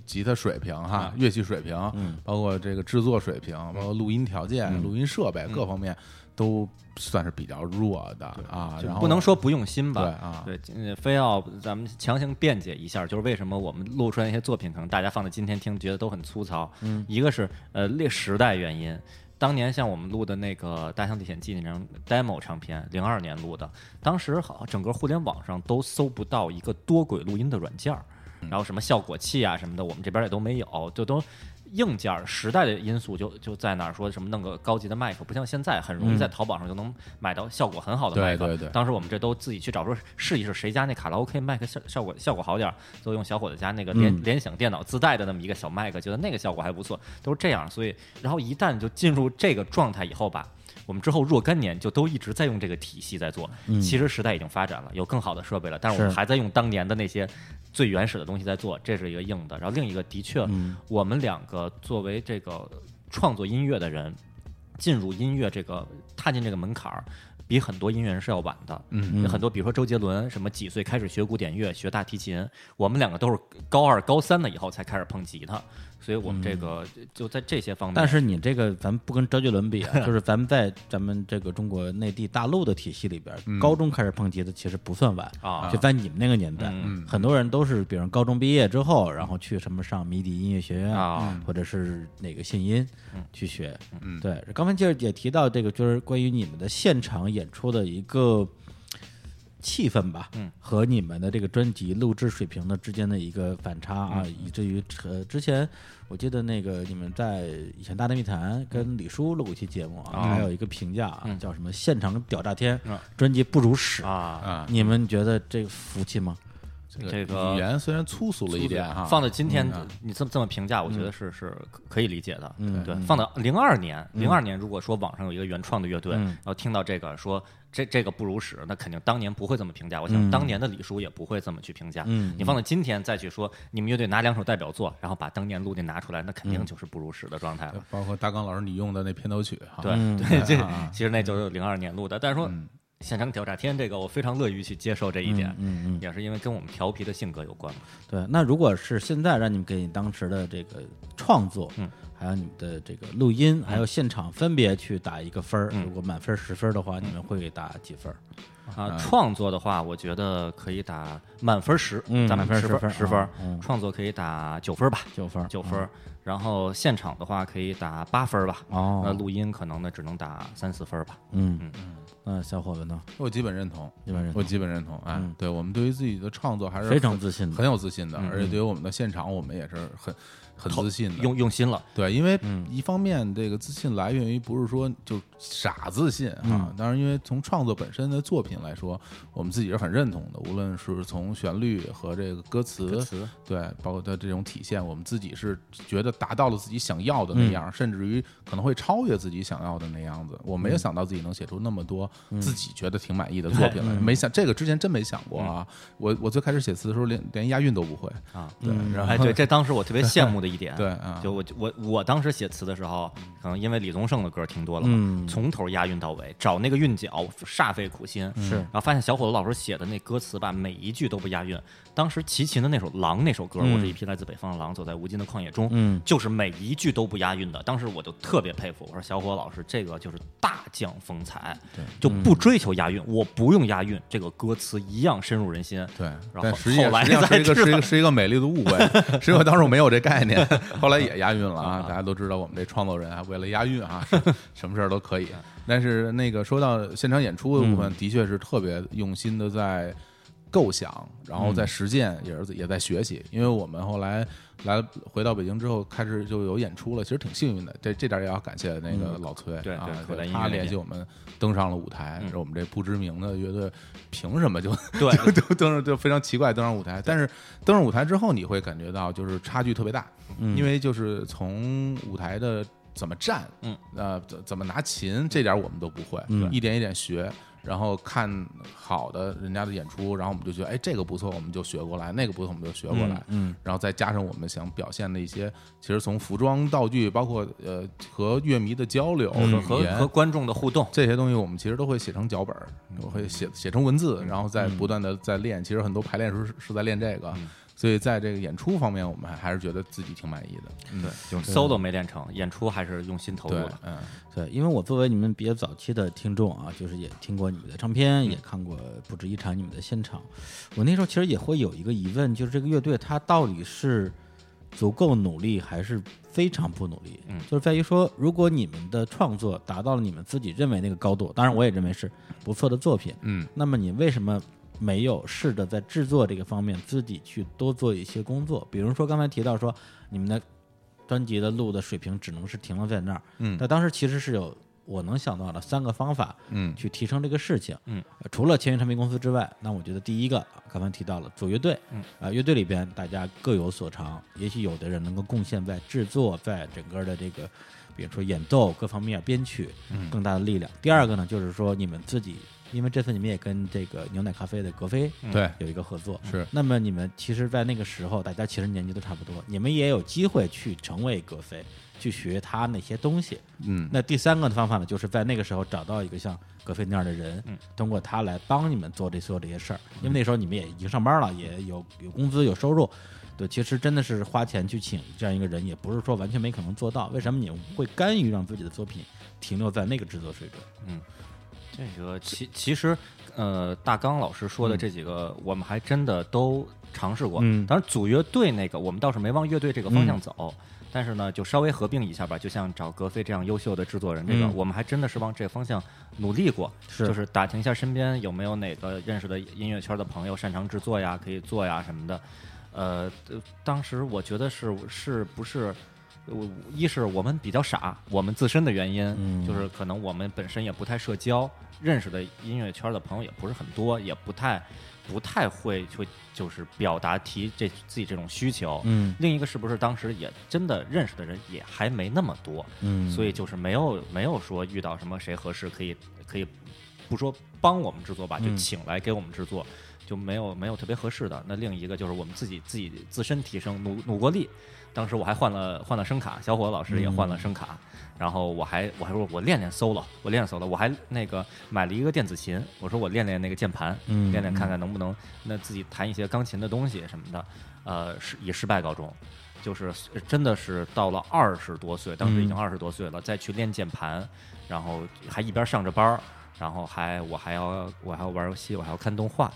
[SPEAKER 2] 吉他水平哈，
[SPEAKER 3] 嗯嗯
[SPEAKER 2] 乐器水平，包括这个制作水平，包括录音条件、录音设备各方面，都算是比较弱的啊，
[SPEAKER 3] 就
[SPEAKER 2] 然后
[SPEAKER 3] 不能说不用心
[SPEAKER 2] 对
[SPEAKER 3] 吧。
[SPEAKER 2] 啊，
[SPEAKER 3] 对，呃非要咱们强行辩解一下，就是为什么我们录出来那些作品，可能大家放到今天听觉得都很粗糙。嗯，一个是呃历时代原因，当年像我们录的那个《大象历险记》那张 demo 唱片，零二年录的，当时好整个互联网上都搜不到一个多轨录音的软件儿，
[SPEAKER 2] 嗯
[SPEAKER 3] 然后什么效果器啊什么的，我们这边也都没有，就都。硬件儿时代的因素就就在哪儿说什么弄个高级的麦克，不像现在很容易在淘宝上就能买到效果很好的麦
[SPEAKER 2] 嗯
[SPEAKER 3] 克。
[SPEAKER 2] 对对对
[SPEAKER 3] 当时我们这都自己去找，说试一试谁家那卡拉 OK 麦克效效果效果好点儿，就用小伙子家那个联、
[SPEAKER 2] 嗯
[SPEAKER 3] 联想电脑自带的那么一个小麦克，觉得那个效果还不错，都是这样。所以，然后一旦就进入这个状态以后吧。我们之后若干年就都一直在用这个体系在做，
[SPEAKER 1] 嗯
[SPEAKER 3] 其实时代已经发展了，有更好的设备了，嗯但是我们
[SPEAKER 1] 是
[SPEAKER 3] 还在用当年的那些最原始的东西在做，这是一个硬的。然后另一个的确，
[SPEAKER 1] 嗯
[SPEAKER 3] 我们两个作为这个创作音乐的人，进入音乐这个踏进这个门槛儿，比很多音乐人是要晚的。嗯，很多比如说周杰伦，什么几岁开始学古典乐、学大提琴，我们两个都是高二、高三了以后才开始碰吉他，所以我们这个就在这些方面。
[SPEAKER 1] 但是你这个，咱们不跟周杰伦比
[SPEAKER 3] [laughs]
[SPEAKER 1] 啊，就是咱们在咱们这个中国内地大陆的体系里边，高中开始碰吉他其实不算晚
[SPEAKER 3] 嗯啊嗯
[SPEAKER 1] 就在你们那个年代，很多人都是，比如高中毕业之后，然后去什么上迷笛音乐学院
[SPEAKER 3] 啊，
[SPEAKER 1] 或者是哪个信音去学。嗯，对。刚才就是也提到这个，就是关于你们的现场演出的一个。气氛吧，嗯，和你们的这个专辑录制水平的之间的一个反差啊，以至于呃，之前我记得那个你们在以前《大内密谈》跟李叔录过一期节目啊，还有一个评价啊，叫什么“现场屌炸天”，专辑不如屎。
[SPEAKER 3] 啊，
[SPEAKER 2] 啊，
[SPEAKER 1] 你们觉得这个服气吗？
[SPEAKER 3] 这个
[SPEAKER 2] 语言虽然粗俗了一点哈，
[SPEAKER 3] 放到今天，你这么这么评价，我觉得是是可可以理解的。
[SPEAKER 1] 嗯
[SPEAKER 3] 对，放到零二年，零二年如果说网上有一个原创的乐队，
[SPEAKER 1] 嗯
[SPEAKER 3] 然后听到这个说这这个不如史，那肯定当年不会这么评价。我想当年的李叔也不会这么去评价。
[SPEAKER 1] 嗯
[SPEAKER 3] 你放到今天再去说你们乐队拿两首代表作，然后把当年录的拿出来，那肯
[SPEAKER 1] 嗯
[SPEAKER 3] 定就是不如史的状态了。
[SPEAKER 2] 包括大刚老师你用的那片头曲哈，
[SPEAKER 3] 对、
[SPEAKER 1] 嗯
[SPEAKER 3] 对，这其实那就是零二年录的，但是说。现场调查天这个，我非常乐于去接受这一点，
[SPEAKER 1] 嗯
[SPEAKER 3] 也是因为跟我们调皮的性格有关嘛。
[SPEAKER 1] 对，那如果是现在让你们给你当时的这个创作，
[SPEAKER 3] 嗯，
[SPEAKER 1] 还有你们的这个录音，还有现场分别去打一个分儿，如果满分十分的话，你们会给打几分儿？嗯
[SPEAKER 3] 啊，创作的话，我觉得可以打满分十，
[SPEAKER 1] 嗯
[SPEAKER 3] 咱
[SPEAKER 1] 满分
[SPEAKER 3] 们十
[SPEAKER 1] 10分
[SPEAKER 3] 十分
[SPEAKER 1] 啊嗯。
[SPEAKER 3] 创作可以打九分吧，
[SPEAKER 1] 九分儿，
[SPEAKER 3] 九分。然后现场的话可以打八分吧。
[SPEAKER 1] 哦
[SPEAKER 3] 那录音可能呢只能打三四分吧。
[SPEAKER 1] 嗯嗯嗯。那小伙子呢？
[SPEAKER 2] 我基本认同，
[SPEAKER 1] 基本认同
[SPEAKER 2] 我基本认同。哎，对我们对于自己的创作还是
[SPEAKER 1] 非常
[SPEAKER 2] 很
[SPEAKER 1] 自信的
[SPEAKER 2] 很有自信的，而且对于我们的现场，我们也是很很自信的。
[SPEAKER 3] 用用心了，
[SPEAKER 2] 对，因为
[SPEAKER 3] 嗯
[SPEAKER 2] 一方面这个自信来源于不是说就傻自信啊，
[SPEAKER 3] 嗯
[SPEAKER 2] 当然因为从创作本身的作品来说，我们自己是很认同的，无论是从旋律和这个歌词，
[SPEAKER 3] 歌词
[SPEAKER 2] 对，包括它这种体现，我们自己是觉得达到了自己想要
[SPEAKER 3] 嗯
[SPEAKER 2] 的那样，甚至于可能会超越自己想要的那样子。我没
[SPEAKER 3] 嗯
[SPEAKER 2] 有想到自己能写出那么多自己觉得挺满意的作品来，
[SPEAKER 3] 嗯
[SPEAKER 2] 没想这个之前真没想过啊。我我最开始写词的时候连连押韵都不会，
[SPEAKER 3] 啊。
[SPEAKER 2] 对，然后
[SPEAKER 3] 哎，对，这当时我特别羡慕的一点，
[SPEAKER 2] [laughs] 对嗯啊
[SPEAKER 3] 就我我我当时写词的时候，可能因为李宗盛的歌听多了嘛，
[SPEAKER 2] 嗯
[SPEAKER 3] 从头押韵到尾，找那个韵脚，煞费苦心。
[SPEAKER 2] 嗯
[SPEAKER 1] 是
[SPEAKER 3] 然后发现小伙子老师写的那歌词吧，每一句都不押韵。当时齐秦的那首《狼》那首歌，
[SPEAKER 2] 嗯
[SPEAKER 3] 我是一匹来自北方的狼，走在无尽的旷野中，
[SPEAKER 1] 嗯
[SPEAKER 3] 就是每一句都不押韵的。当时我就特别佩服，我说小伙老师这个就是大将风采，就
[SPEAKER 2] 嗯
[SPEAKER 3] 不追求押韵，我不用押韵，这个歌词一样深入
[SPEAKER 2] [laughs]
[SPEAKER 3] 人心。
[SPEAKER 2] 对，
[SPEAKER 3] 然
[SPEAKER 2] 但
[SPEAKER 3] 后
[SPEAKER 2] 实际
[SPEAKER 3] 后来
[SPEAKER 2] 实际上
[SPEAKER 3] 再
[SPEAKER 2] 是一个
[SPEAKER 3] 知
[SPEAKER 2] 是一
[SPEAKER 3] 道
[SPEAKER 2] 个是一个美丽的误会，实际上当时我没有这概念，后来也押韵了啊！大家都知道我们这创作人啊，为了押韵啊，什什么事儿都可以。但是那个说到现场演出的部
[SPEAKER 3] 嗯
[SPEAKER 2] 分，的确是特别用心的在构想，然后
[SPEAKER 3] 嗯
[SPEAKER 2] 在实践，也是也在学习。因为我们后来来回到北京之后，开始就有演出了，其实挺幸运的。这这点儿也要感谢那个老崔
[SPEAKER 3] 嗯对
[SPEAKER 2] 啊
[SPEAKER 3] 对口袋，音乐
[SPEAKER 2] 他
[SPEAKER 3] 那嗯
[SPEAKER 2] 联
[SPEAKER 3] 边
[SPEAKER 2] 系我们登上了舞台，是我们这不知名的乐队凭什么就
[SPEAKER 3] 对
[SPEAKER 2] [laughs] 就就登上就非常奇怪登上舞台，但是登上舞台之后，你会感觉到就是差距特别大，因为就是从舞台的怎么站，
[SPEAKER 3] 嗯，
[SPEAKER 2] 呃，怎怎么拿琴，这点我们都不会，一点一点学。然后看好的人家的演出，然后我们就觉得，哎，这个不错，我们就学过来；那个不错，我们就学过来。
[SPEAKER 1] 嗯
[SPEAKER 2] 然后再加上我们想表现的一些，其实从服装、道具，包括呃和乐迷的交流、
[SPEAKER 3] 嗯和
[SPEAKER 2] 语言
[SPEAKER 3] 和观众的互动，
[SPEAKER 2] 这些东西我们其实都会写成脚本儿，我会写写成文字，然后再不断的在练。其实很多排练时候是是在练这个，所以在这个演出方面，我们还还是觉得自己挺满意的。嗯
[SPEAKER 3] 对，就是 solo 没练成，演出还是用心投入
[SPEAKER 2] 对
[SPEAKER 3] 的，。
[SPEAKER 2] 嗯，
[SPEAKER 1] 对，因为我作为你们比较早期的听众啊，就是也听过你们的唱片，也看过不止一场你们的现场。我那时候其实也会有一个疑问，就是这个乐队它到底是足够努力，还是非常不努力？
[SPEAKER 3] 嗯
[SPEAKER 1] 就是在于说，如果你们的创作达到了你们自己认为那个高度，当然我也认为是不错的作品，
[SPEAKER 2] 嗯，
[SPEAKER 1] 那么你为什么没有试着在制作这个方面自己去多做一些工作？比如说刚才提到说你们的专辑的录的水平只能是停留在那儿，
[SPEAKER 2] 嗯
[SPEAKER 1] 但当时其实是有我能想到的三个方法，
[SPEAKER 2] 嗯
[SPEAKER 1] 去提升这个事情，
[SPEAKER 3] 嗯
[SPEAKER 1] 呃，除了签约唱片公司之外，那我觉得第一个刚才提到了组乐队，
[SPEAKER 3] 嗯
[SPEAKER 1] 啊、乐队里边大家各有所长，也许有的人能够贡献在制作，在整个的这个，比如说演奏各方面啊编曲，
[SPEAKER 2] 嗯
[SPEAKER 1] 更大的力量。第二个呢，就是说你们自己，因为这次你们也跟这个牛奶咖啡的格飞
[SPEAKER 2] 对，
[SPEAKER 1] 有一个合
[SPEAKER 3] 嗯
[SPEAKER 1] 作，
[SPEAKER 2] 是
[SPEAKER 1] 那么你们其实，在那个时候，大家其实年纪都差不多，你们也有机会去成为格飞，去学他那些东西，
[SPEAKER 2] 嗯
[SPEAKER 1] [laughs] 那第三个方法呢，就是在那个时候找到一个像格菲那样的人，
[SPEAKER 3] 嗯
[SPEAKER 1] 通过他来帮你们做这所有这些事儿，因为那时候你们也已经上班了，也有有工资有收入，对，其实真的是花钱去请这样一个人，也不是说完全没可能做到。为什么你们会甘于让自己的作品停留在那个制作水准？
[SPEAKER 3] 这个其其实，呃，大刚老师说的这几个，我们还真的都尝试过。
[SPEAKER 1] 嗯
[SPEAKER 3] 当然组乐队那个，我们倒是没往乐队这个方向
[SPEAKER 1] 嗯
[SPEAKER 3] 走，但是呢，就稍微合并一下吧。就像找格飞这样优秀的制作人，这个、
[SPEAKER 1] 嗯
[SPEAKER 3] 我们还真的是往这个方向努力过，
[SPEAKER 1] 是
[SPEAKER 3] 就是打听一下身边有没有哪个认识的音乐圈的朋友擅长制作呀，可以做呀什么的。呃，呃当时我觉得是是不是，我一是我们比较傻，我们自身的原因，
[SPEAKER 1] 嗯
[SPEAKER 3] 就是可能我们本身也不太社交，认识的音乐圈的朋友也不是很多，也不太不太会去就是表达提这自己这种需求。
[SPEAKER 1] 嗯
[SPEAKER 3] 另一个是不是当时也真的认识的人也还没那么多，
[SPEAKER 1] 嗯
[SPEAKER 3] 所以就是没有没有说遇到什么谁合适可以可以不说帮我们制作吧，就
[SPEAKER 1] 嗯
[SPEAKER 3] 请来给我们制作，就没有没有特别合适的。那另一个就是我们自己自己自身提升努努过力，当时我还换了换了声卡，小伙老师
[SPEAKER 1] 嗯
[SPEAKER 3] 也换了声卡，然后我还我还说我练练 solo，我练练 solo，我还那个买了一个电子琴，我说我练练那个键盘，
[SPEAKER 1] 嗯
[SPEAKER 3] 练练看看能不能那自己弹一些钢琴的东西什么的，呃，是以失败告终。就是呃真的是到了二十多岁，当时已经
[SPEAKER 1] 嗯
[SPEAKER 3] 二十多岁了，再去练键盘，然后还一边上着班儿，然后还我还要我还要玩游戏，我还要看动画，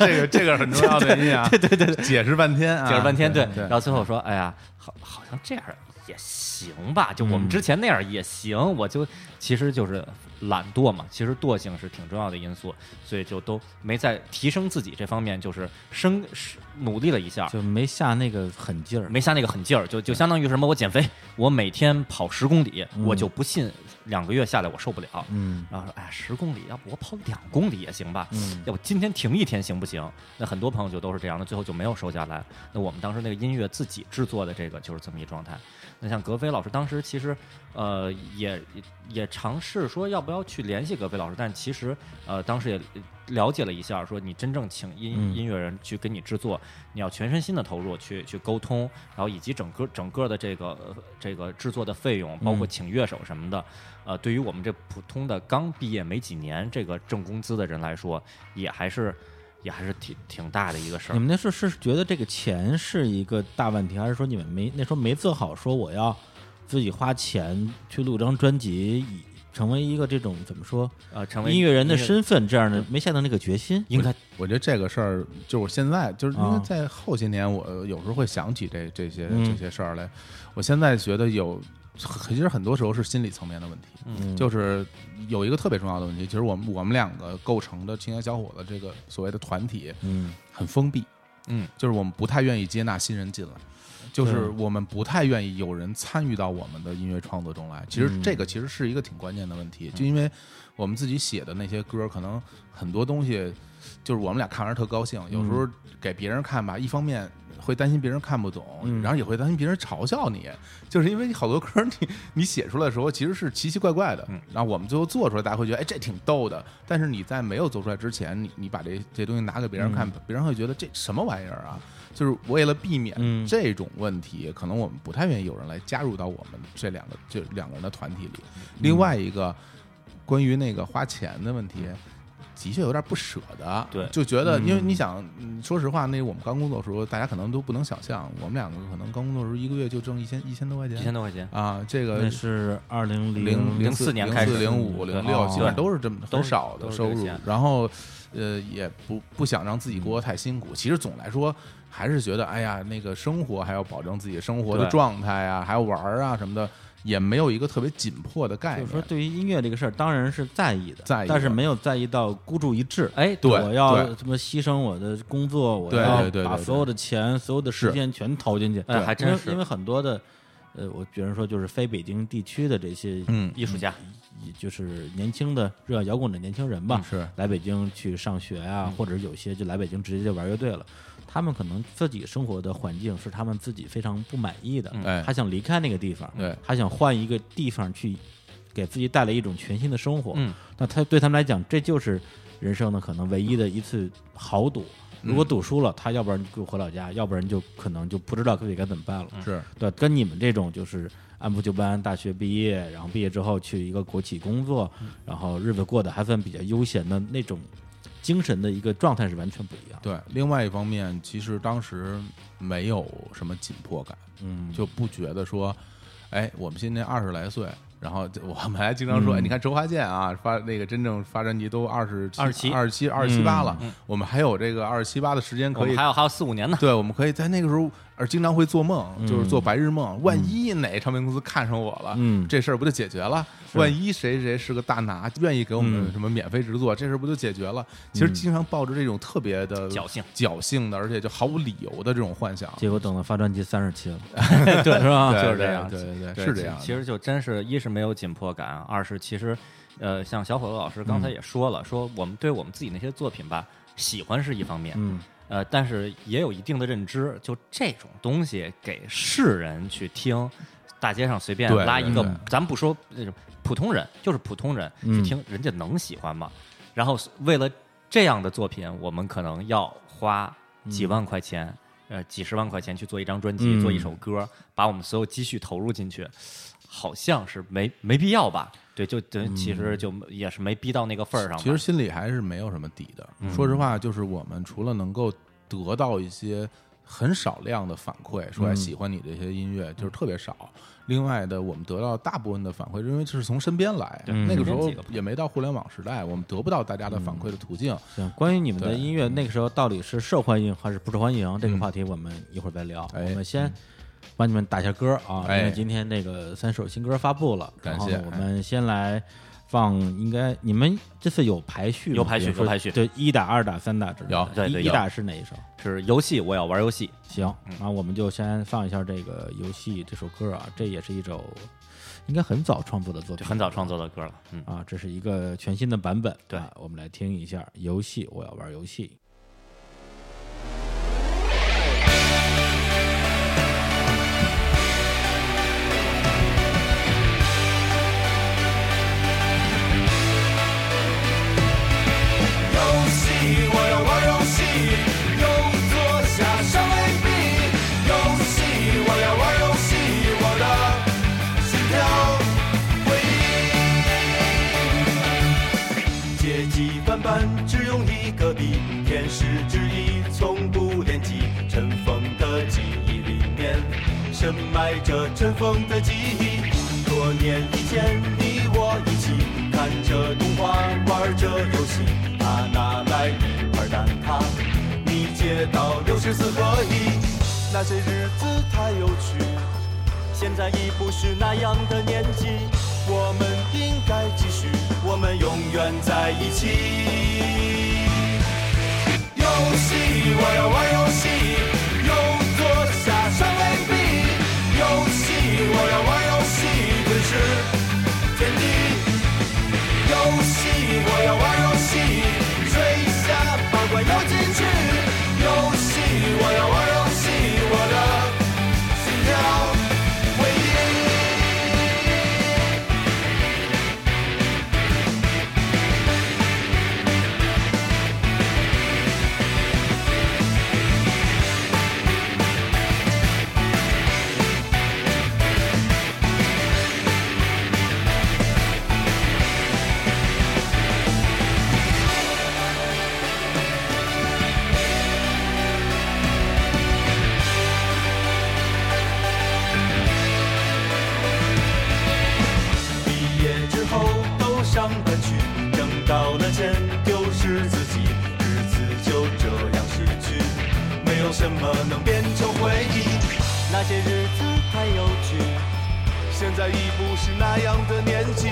[SPEAKER 2] 这个这个很重要的原因 [laughs] 啊，对对对，解释半天啊，
[SPEAKER 3] 解释半天，对
[SPEAKER 2] 对，
[SPEAKER 3] 然后最后说，哎呀，好，好像这样也行吧，就我们之前那样也行，我就其实就是懒惰嘛，其实惰性是挺重要的因素，所以就都没在提升自己这方面，就是生是努力了一下。
[SPEAKER 1] 就没下那个狠劲儿。
[SPEAKER 3] 没下那个狠劲儿，就就相当于什么？我减肥，我每天跑十公里，
[SPEAKER 1] 嗯
[SPEAKER 3] 我就不信两个月下来我受不了。
[SPEAKER 1] 嗯
[SPEAKER 3] 然后说，哎呀，十公里，要不我跑两公里也行吧？
[SPEAKER 1] 嗯
[SPEAKER 3] 要不今天停一天行不行？那很多朋友就都是这样，那最后就没有收下来。那我们当时那个音乐自己制作的这个就是这么一状态。那像格飞老师当时其实呃也也尝试说要不要去联系格飞老师，但其实呃当时也了解了一下，说你真正请音、
[SPEAKER 1] 嗯
[SPEAKER 3] 音乐人去给你制作，你要全身心的投入去去沟通，然后以及整个整个的这个呃这个制作的费用，包括
[SPEAKER 1] 嗯
[SPEAKER 3] 请乐手什么的，呃，对于我们这普通的刚毕业没几年这个挣工资的人来说，也还是也还是挺挺大的一个事
[SPEAKER 1] 你
[SPEAKER 3] 儿。
[SPEAKER 1] 们那时候是觉得这个钱是一个大问题，还是说你们没那时候没做好说我要自己花钱去录张专辑，以成为一个这种怎么说
[SPEAKER 3] 呃，成为
[SPEAKER 1] 音乐人的身份这样
[SPEAKER 2] 嗯
[SPEAKER 1] 的，没下到那个决心，
[SPEAKER 3] 应该
[SPEAKER 2] 我觉得这个事儿，就是我现在，就是因
[SPEAKER 1] 啊
[SPEAKER 2] 为在后些年，我有时候会想起这这些
[SPEAKER 1] 嗯
[SPEAKER 2] 这些事儿来。我现在觉得有，其实很多时候是心理层面的问题。
[SPEAKER 1] 嗯
[SPEAKER 2] 就是有一个特别重要的问题，其实我们我们两个构成的青年小伙子这个所谓的团体
[SPEAKER 1] 嗯
[SPEAKER 2] 很封闭，
[SPEAKER 3] 嗯，
[SPEAKER 2] 就是我们不太愿意接纳新人进来。就是我们不太愿意有人参与到我们的音乐创作中来，其实
[SPEAKER 1] 嗯
[SPEAKER 2] 这个其实是一个挺关键的问题，就因为我们自己写的那些歌，可能很多东西就是我们俩看完特高兴，
[SPEAKER 1] 嗯
[SPEAKER 2] 有时候给别人看吧，一方面会担心别人看不懂，
[SPEAKER 1] 嗯
[SPEAKER 2] 然后也会担心别人嘲笑你，就是因为你好多歌儿你你写出来的时候其实是奇奇怪怪的，
[SPEAKER 3] 嗯
[SPEAKER 2] 然后我们最后做出来，大家会觉得哎这挺逗的，但是你在没有做出来之前，你你把这这东西拿给别人看，别人会觉得这什么玩意儿啊？就是为了避免
[SPEAKER 1] 嗯
[SPEAKER 2] 这种问题，可能我们不太愿意有人来加入到我们这两个这两个人的团体里。另外一个，关于那个花钱的问题，的确有点不舍得，
[SPEAKER 3] 对
[SPEAKER 2] 就觉得因为你想，嗯说实话，那我们刚工作的时候，大家可能都不能想象，我们两个可能刚工作的时候一个月就挣一千一千多块
[SPEAKER 3] 一千
[SPEAKER 2] 钱
[SPEAKER 3] 多块钱，
[SPEAKER 2] 啊，这个
[SPEAKER 1] 那是二零
[SPEAKER 2] 零
[SPEAKER 3] 零
[SPEAKER 2] 四
[SPEAKER 3] 04年
[SPEAKER 2] 零
[SPEAKER 3] 开
[SPEAKER 2] 四
[SPEAKER 3] 始
[SPEAKER 2] 零五零
[SPEAKER 1] 哦
[SPEAKER 2] 六，基本上都是这么
[SPEAKER 3] 都
[SPEAKER 2] 很
[SPEAKER 3] 是
[SPEAKER 2] 少
[SPEAKER 3] 都
[SPEAKER 2] 的
[SPEAKER 3] 是
[SPEAKER 2] 收
[SPEAKER 3] 这
[SPEAKER 2] 入
[SPEAKER 3] 些，
[SPEAKER 2] 然后呃也不不想让自己过得太辛苦。其实总来说还是觉得，哎呀，那个生活还要保证自己生活的
[SPEAKER 3] 对
[SPEAKER 2] 状态啊，还要玩儿啊什么的，也没有一个特别紧迫的概
[SPEAKER 1] 就是
[SPEAKER 2] 念。
[SPEAKER 1] 说，对于音乐这个事儿，当然是在意的，
[SPEAKER 2] 在意
[SPEAKER 1] 但是
[SPEAKER 2] 的
[SPEAKER 1] 没有在意到孤注一掷。
[SPEAKER 3] 哎，
[SPEAKER 2] 对
[SPEAKER 1] 我要
[SPEAKER 2] 对
[SPEAKER 1] 什么牺牲我的工作，我
[SPEAKER 2] 对
[SPEAKER 1] 要
[SPEAKER 2] 对对对
[SPEAKER 1] 把
[SPEAKER 2] 对
[SPEAKER 1] 所有的钱、所有的时
[SPEAKER 2] 是
[SPEAKER 1] 间全投进去。
[SPEAKER 3] 哎还真
[SPEAKER 1] 因为
[SPEAKER 3] 是
[SPEAKER 1] 因为很多的，呃，我比如说就是非北京地区的这些，
[SPEAKER 2] 嗯
[SPEAKER 3] 艺术家，
[SPEAKER 1] 就是年轻的热爱摇滚的年轻人吧，
[SPEAKER 2] 嗯是
[SPEAKER 1] 来北京去上学啊，或者有些就来北京直接就玩乐队了。他们可能自己生活的环境是他们自己非常不满意
[SPEAKER 3] 嗯
[SPEAKER 1] 的，
[SPEAKER 2] 哎
[SPEAKER 1] 他想离开那个地方，
[SPEAKER 2] 对
[SPEAKER 1] 他想换一个地方去，给自己带来一种全新的生活。
[SPEAKER 3] 嗯，
[SPEAKER 1] 那他对他们来讲，这就是人生的可能唯一的一次豪赌。如果赌输了，他要不然就回老家，要不然就可能就不知道自己该怎么办了。
[SPEAKER 2] 是
[SPEAKER 1] 对，跟你们这种就是按部就班，大学毕业，然后毕业之后去一个国企工作，然后日子过得还算比较悠闲的那种精神的一个状态是完全不一样。
[SPEAKER 2] 对，另外一方面，其实当时没有什么紧迫感，
[SPEAKER 1] 嗯，
[SPEAKER 2] 就不觉得说，哎，我们今年二十来岁，然后就我们还经常说，哎你看周华健啊，发那个真正发专辑都二十
[SPEAKER 3] 27
[SPEAKER 2] 二十七、二十七八了，我们还有这个二十七八的时间
[SPEAKER 3] 我
[SPEAKER 2] 可以
[SPEAKER 3] 们还。有还有四五 [laughs] 年呢，
[SPEAKER 2] [laughs] 对，我们可以在那个时候，而经常会做梦，就是
[SPEAKER 3] 嗯
[SPEAKER 2] 做白日梦。万一哪唱片公司看上我了，
[SPEAKER 1] 嗯
[SPEAKER 2] 这事儿不就解决了？万一谁谁是个大拿，愿意给我
[SPEAKER 3] 嗯
[SPEAKER 2] 们什么免费制作，这事儿不就解决了？其实经常抱着这种特别的
[SPEAKER 3] 侥幸
[SPEAKER 2] 侥幸的，而且就毫无理由的这种幻想，
[SPEAKER 1] 结果等到发专辑三十期了，对，是吧？
[SPEAKER 2] 对
[SPEAKER 3] 啊就是这样
[SPEAKER 2] 对对对，
[SPEAKER 3] 对
[SPEAKER 2] 是这样的。
[SPEAKER 3] 其其实就真是一是没有紧迫感，二是其实，呃，像小伙子老师刚
[SPEAKER 2] 嗯
[SPEAKER 3] 才也说了，说我们对我们自己那些作品吧，喜欢是一方面，
[SPEAKER 1] 嗯，
[SPEAKER 3] 呃，但是也有一定的认知，就这种东西给世人去听。大街上随便
[SPEAKER 2] 对
[SPEAKER 3] 拉一个
[SPEAKER 2] 对对，
[SPEAKER 3] 咱不说那种普通人，就是普通人去
[SPEAKER 1] 嗯
[SPEAKER 3] 听，人家能喜欢吗？然后为了这样的作品，我们可能要花几万块钱，
[SPEAKER 2] 嗯
[SPEAKER 3] 呃，几十万块钱去做一张专辑，
[SPEAKER 1] 嗯
[SPEAKER 3] 做一首歌，把我们所有积蓄投入进去，好像是没没必要吧？对，就对，其实就也是没逼到那个份儿上
[SPEAKER 2] 嗯
[SPEAKER 3] 吧。嗯
[SPEAKER 2] 其实心里还是没有什么底的。说实话，就是我们除了能够得到一些很少量的反馈，说
[SPEAKER 3] 嗯
[SPEAKER 2] 哎喜欢你这些音乐，就是特别少。另外的，我们得到大部分的反馈，因为这是从身边来。
[SPEAKER 3] 对
[SPEAKER 2] 那个时
[SPEAKER 3] 身边
[SPEAKER 2] 候
[SPEAKER 3] 几个朋友嗯
[SPEAKER 2] 也没到互联网时代，我们得不到大家的反馈的途径。
[SPEAKER 1] 行。关于你们的
[SPEAKER 2] 对嗯
[SPEAKER 1] 音乐，那个时候到底是受欢迎还是不受欢迎这个话题，我们一会儿再聊。
[SPEAKER 2] 哎
[SPEAKER 1] 我们先帮你们打一下歌啊，因
[SPEAKER 2] 哎
[SPEAKER 1] 为今天这个三首新歌发布了，
[SPEAKER 2] 感
[SPEAKER 1] 然后
[SPEAKER 2] 谢
[SPEAKER 1] 我们先来。放应该你们这次有排序吗
[SPEAKER 3] 有排序
[SPEAKER 1] 比如说
[SPEAKER 3] 有排序
[SPEAKER 1] 对一打、二打、三打之类的
[SPEAKER 2] 有
[SPEAKER 3] 对对
[SPEAKER 1] 一一
[SPEAKER 3] 有
[SPEAKER 1] 打是哪一首？
[SPEAKER 3] 是游戏，我要玩游戏。
[SPEAKER 1] 行，
[SPEAKER 2] 嗯
[SPEAKER 1] 那我们就先放一下这个游戏这首歌啊，这也是一首应该很早创作的作
[SPEAKER 3] 就
[SPEAKER 1] 品，
[SPEAKER 3] 很早创作的歌了。嗯，
[SPEAKER 1] 啊，这是一个全新的版本。
[SPEAKER 3] 对
[SPEAKER 1] 啊我们来听一下游戏，我要玩游戏。
[SPEAKER 4] 游戏，我要玩游戏，右左下上 A B。游戏，我要玩游戏，我的心跳回忆。阶级翻版只用一个笔，天使之翼从不恋己。尘封的记忆里面，深埋着尘封的记忆。多年以前，你我一起看着动画，玩着游戏。他拿来一块蛋挞，你接到六十四合一。那些日子太有趣，现在已不是那样的年纪。我们应该继续，我们永远在一起。游戏，我要玩游戏，右左下上 A B。游戏，我要玩游戏，吞噬天地。游戏，我要玩游戏，水下八卦要进去。游戏，我要玩游戏，我的心跳回忆。些日子太有趣，现在已不是那样的年纪，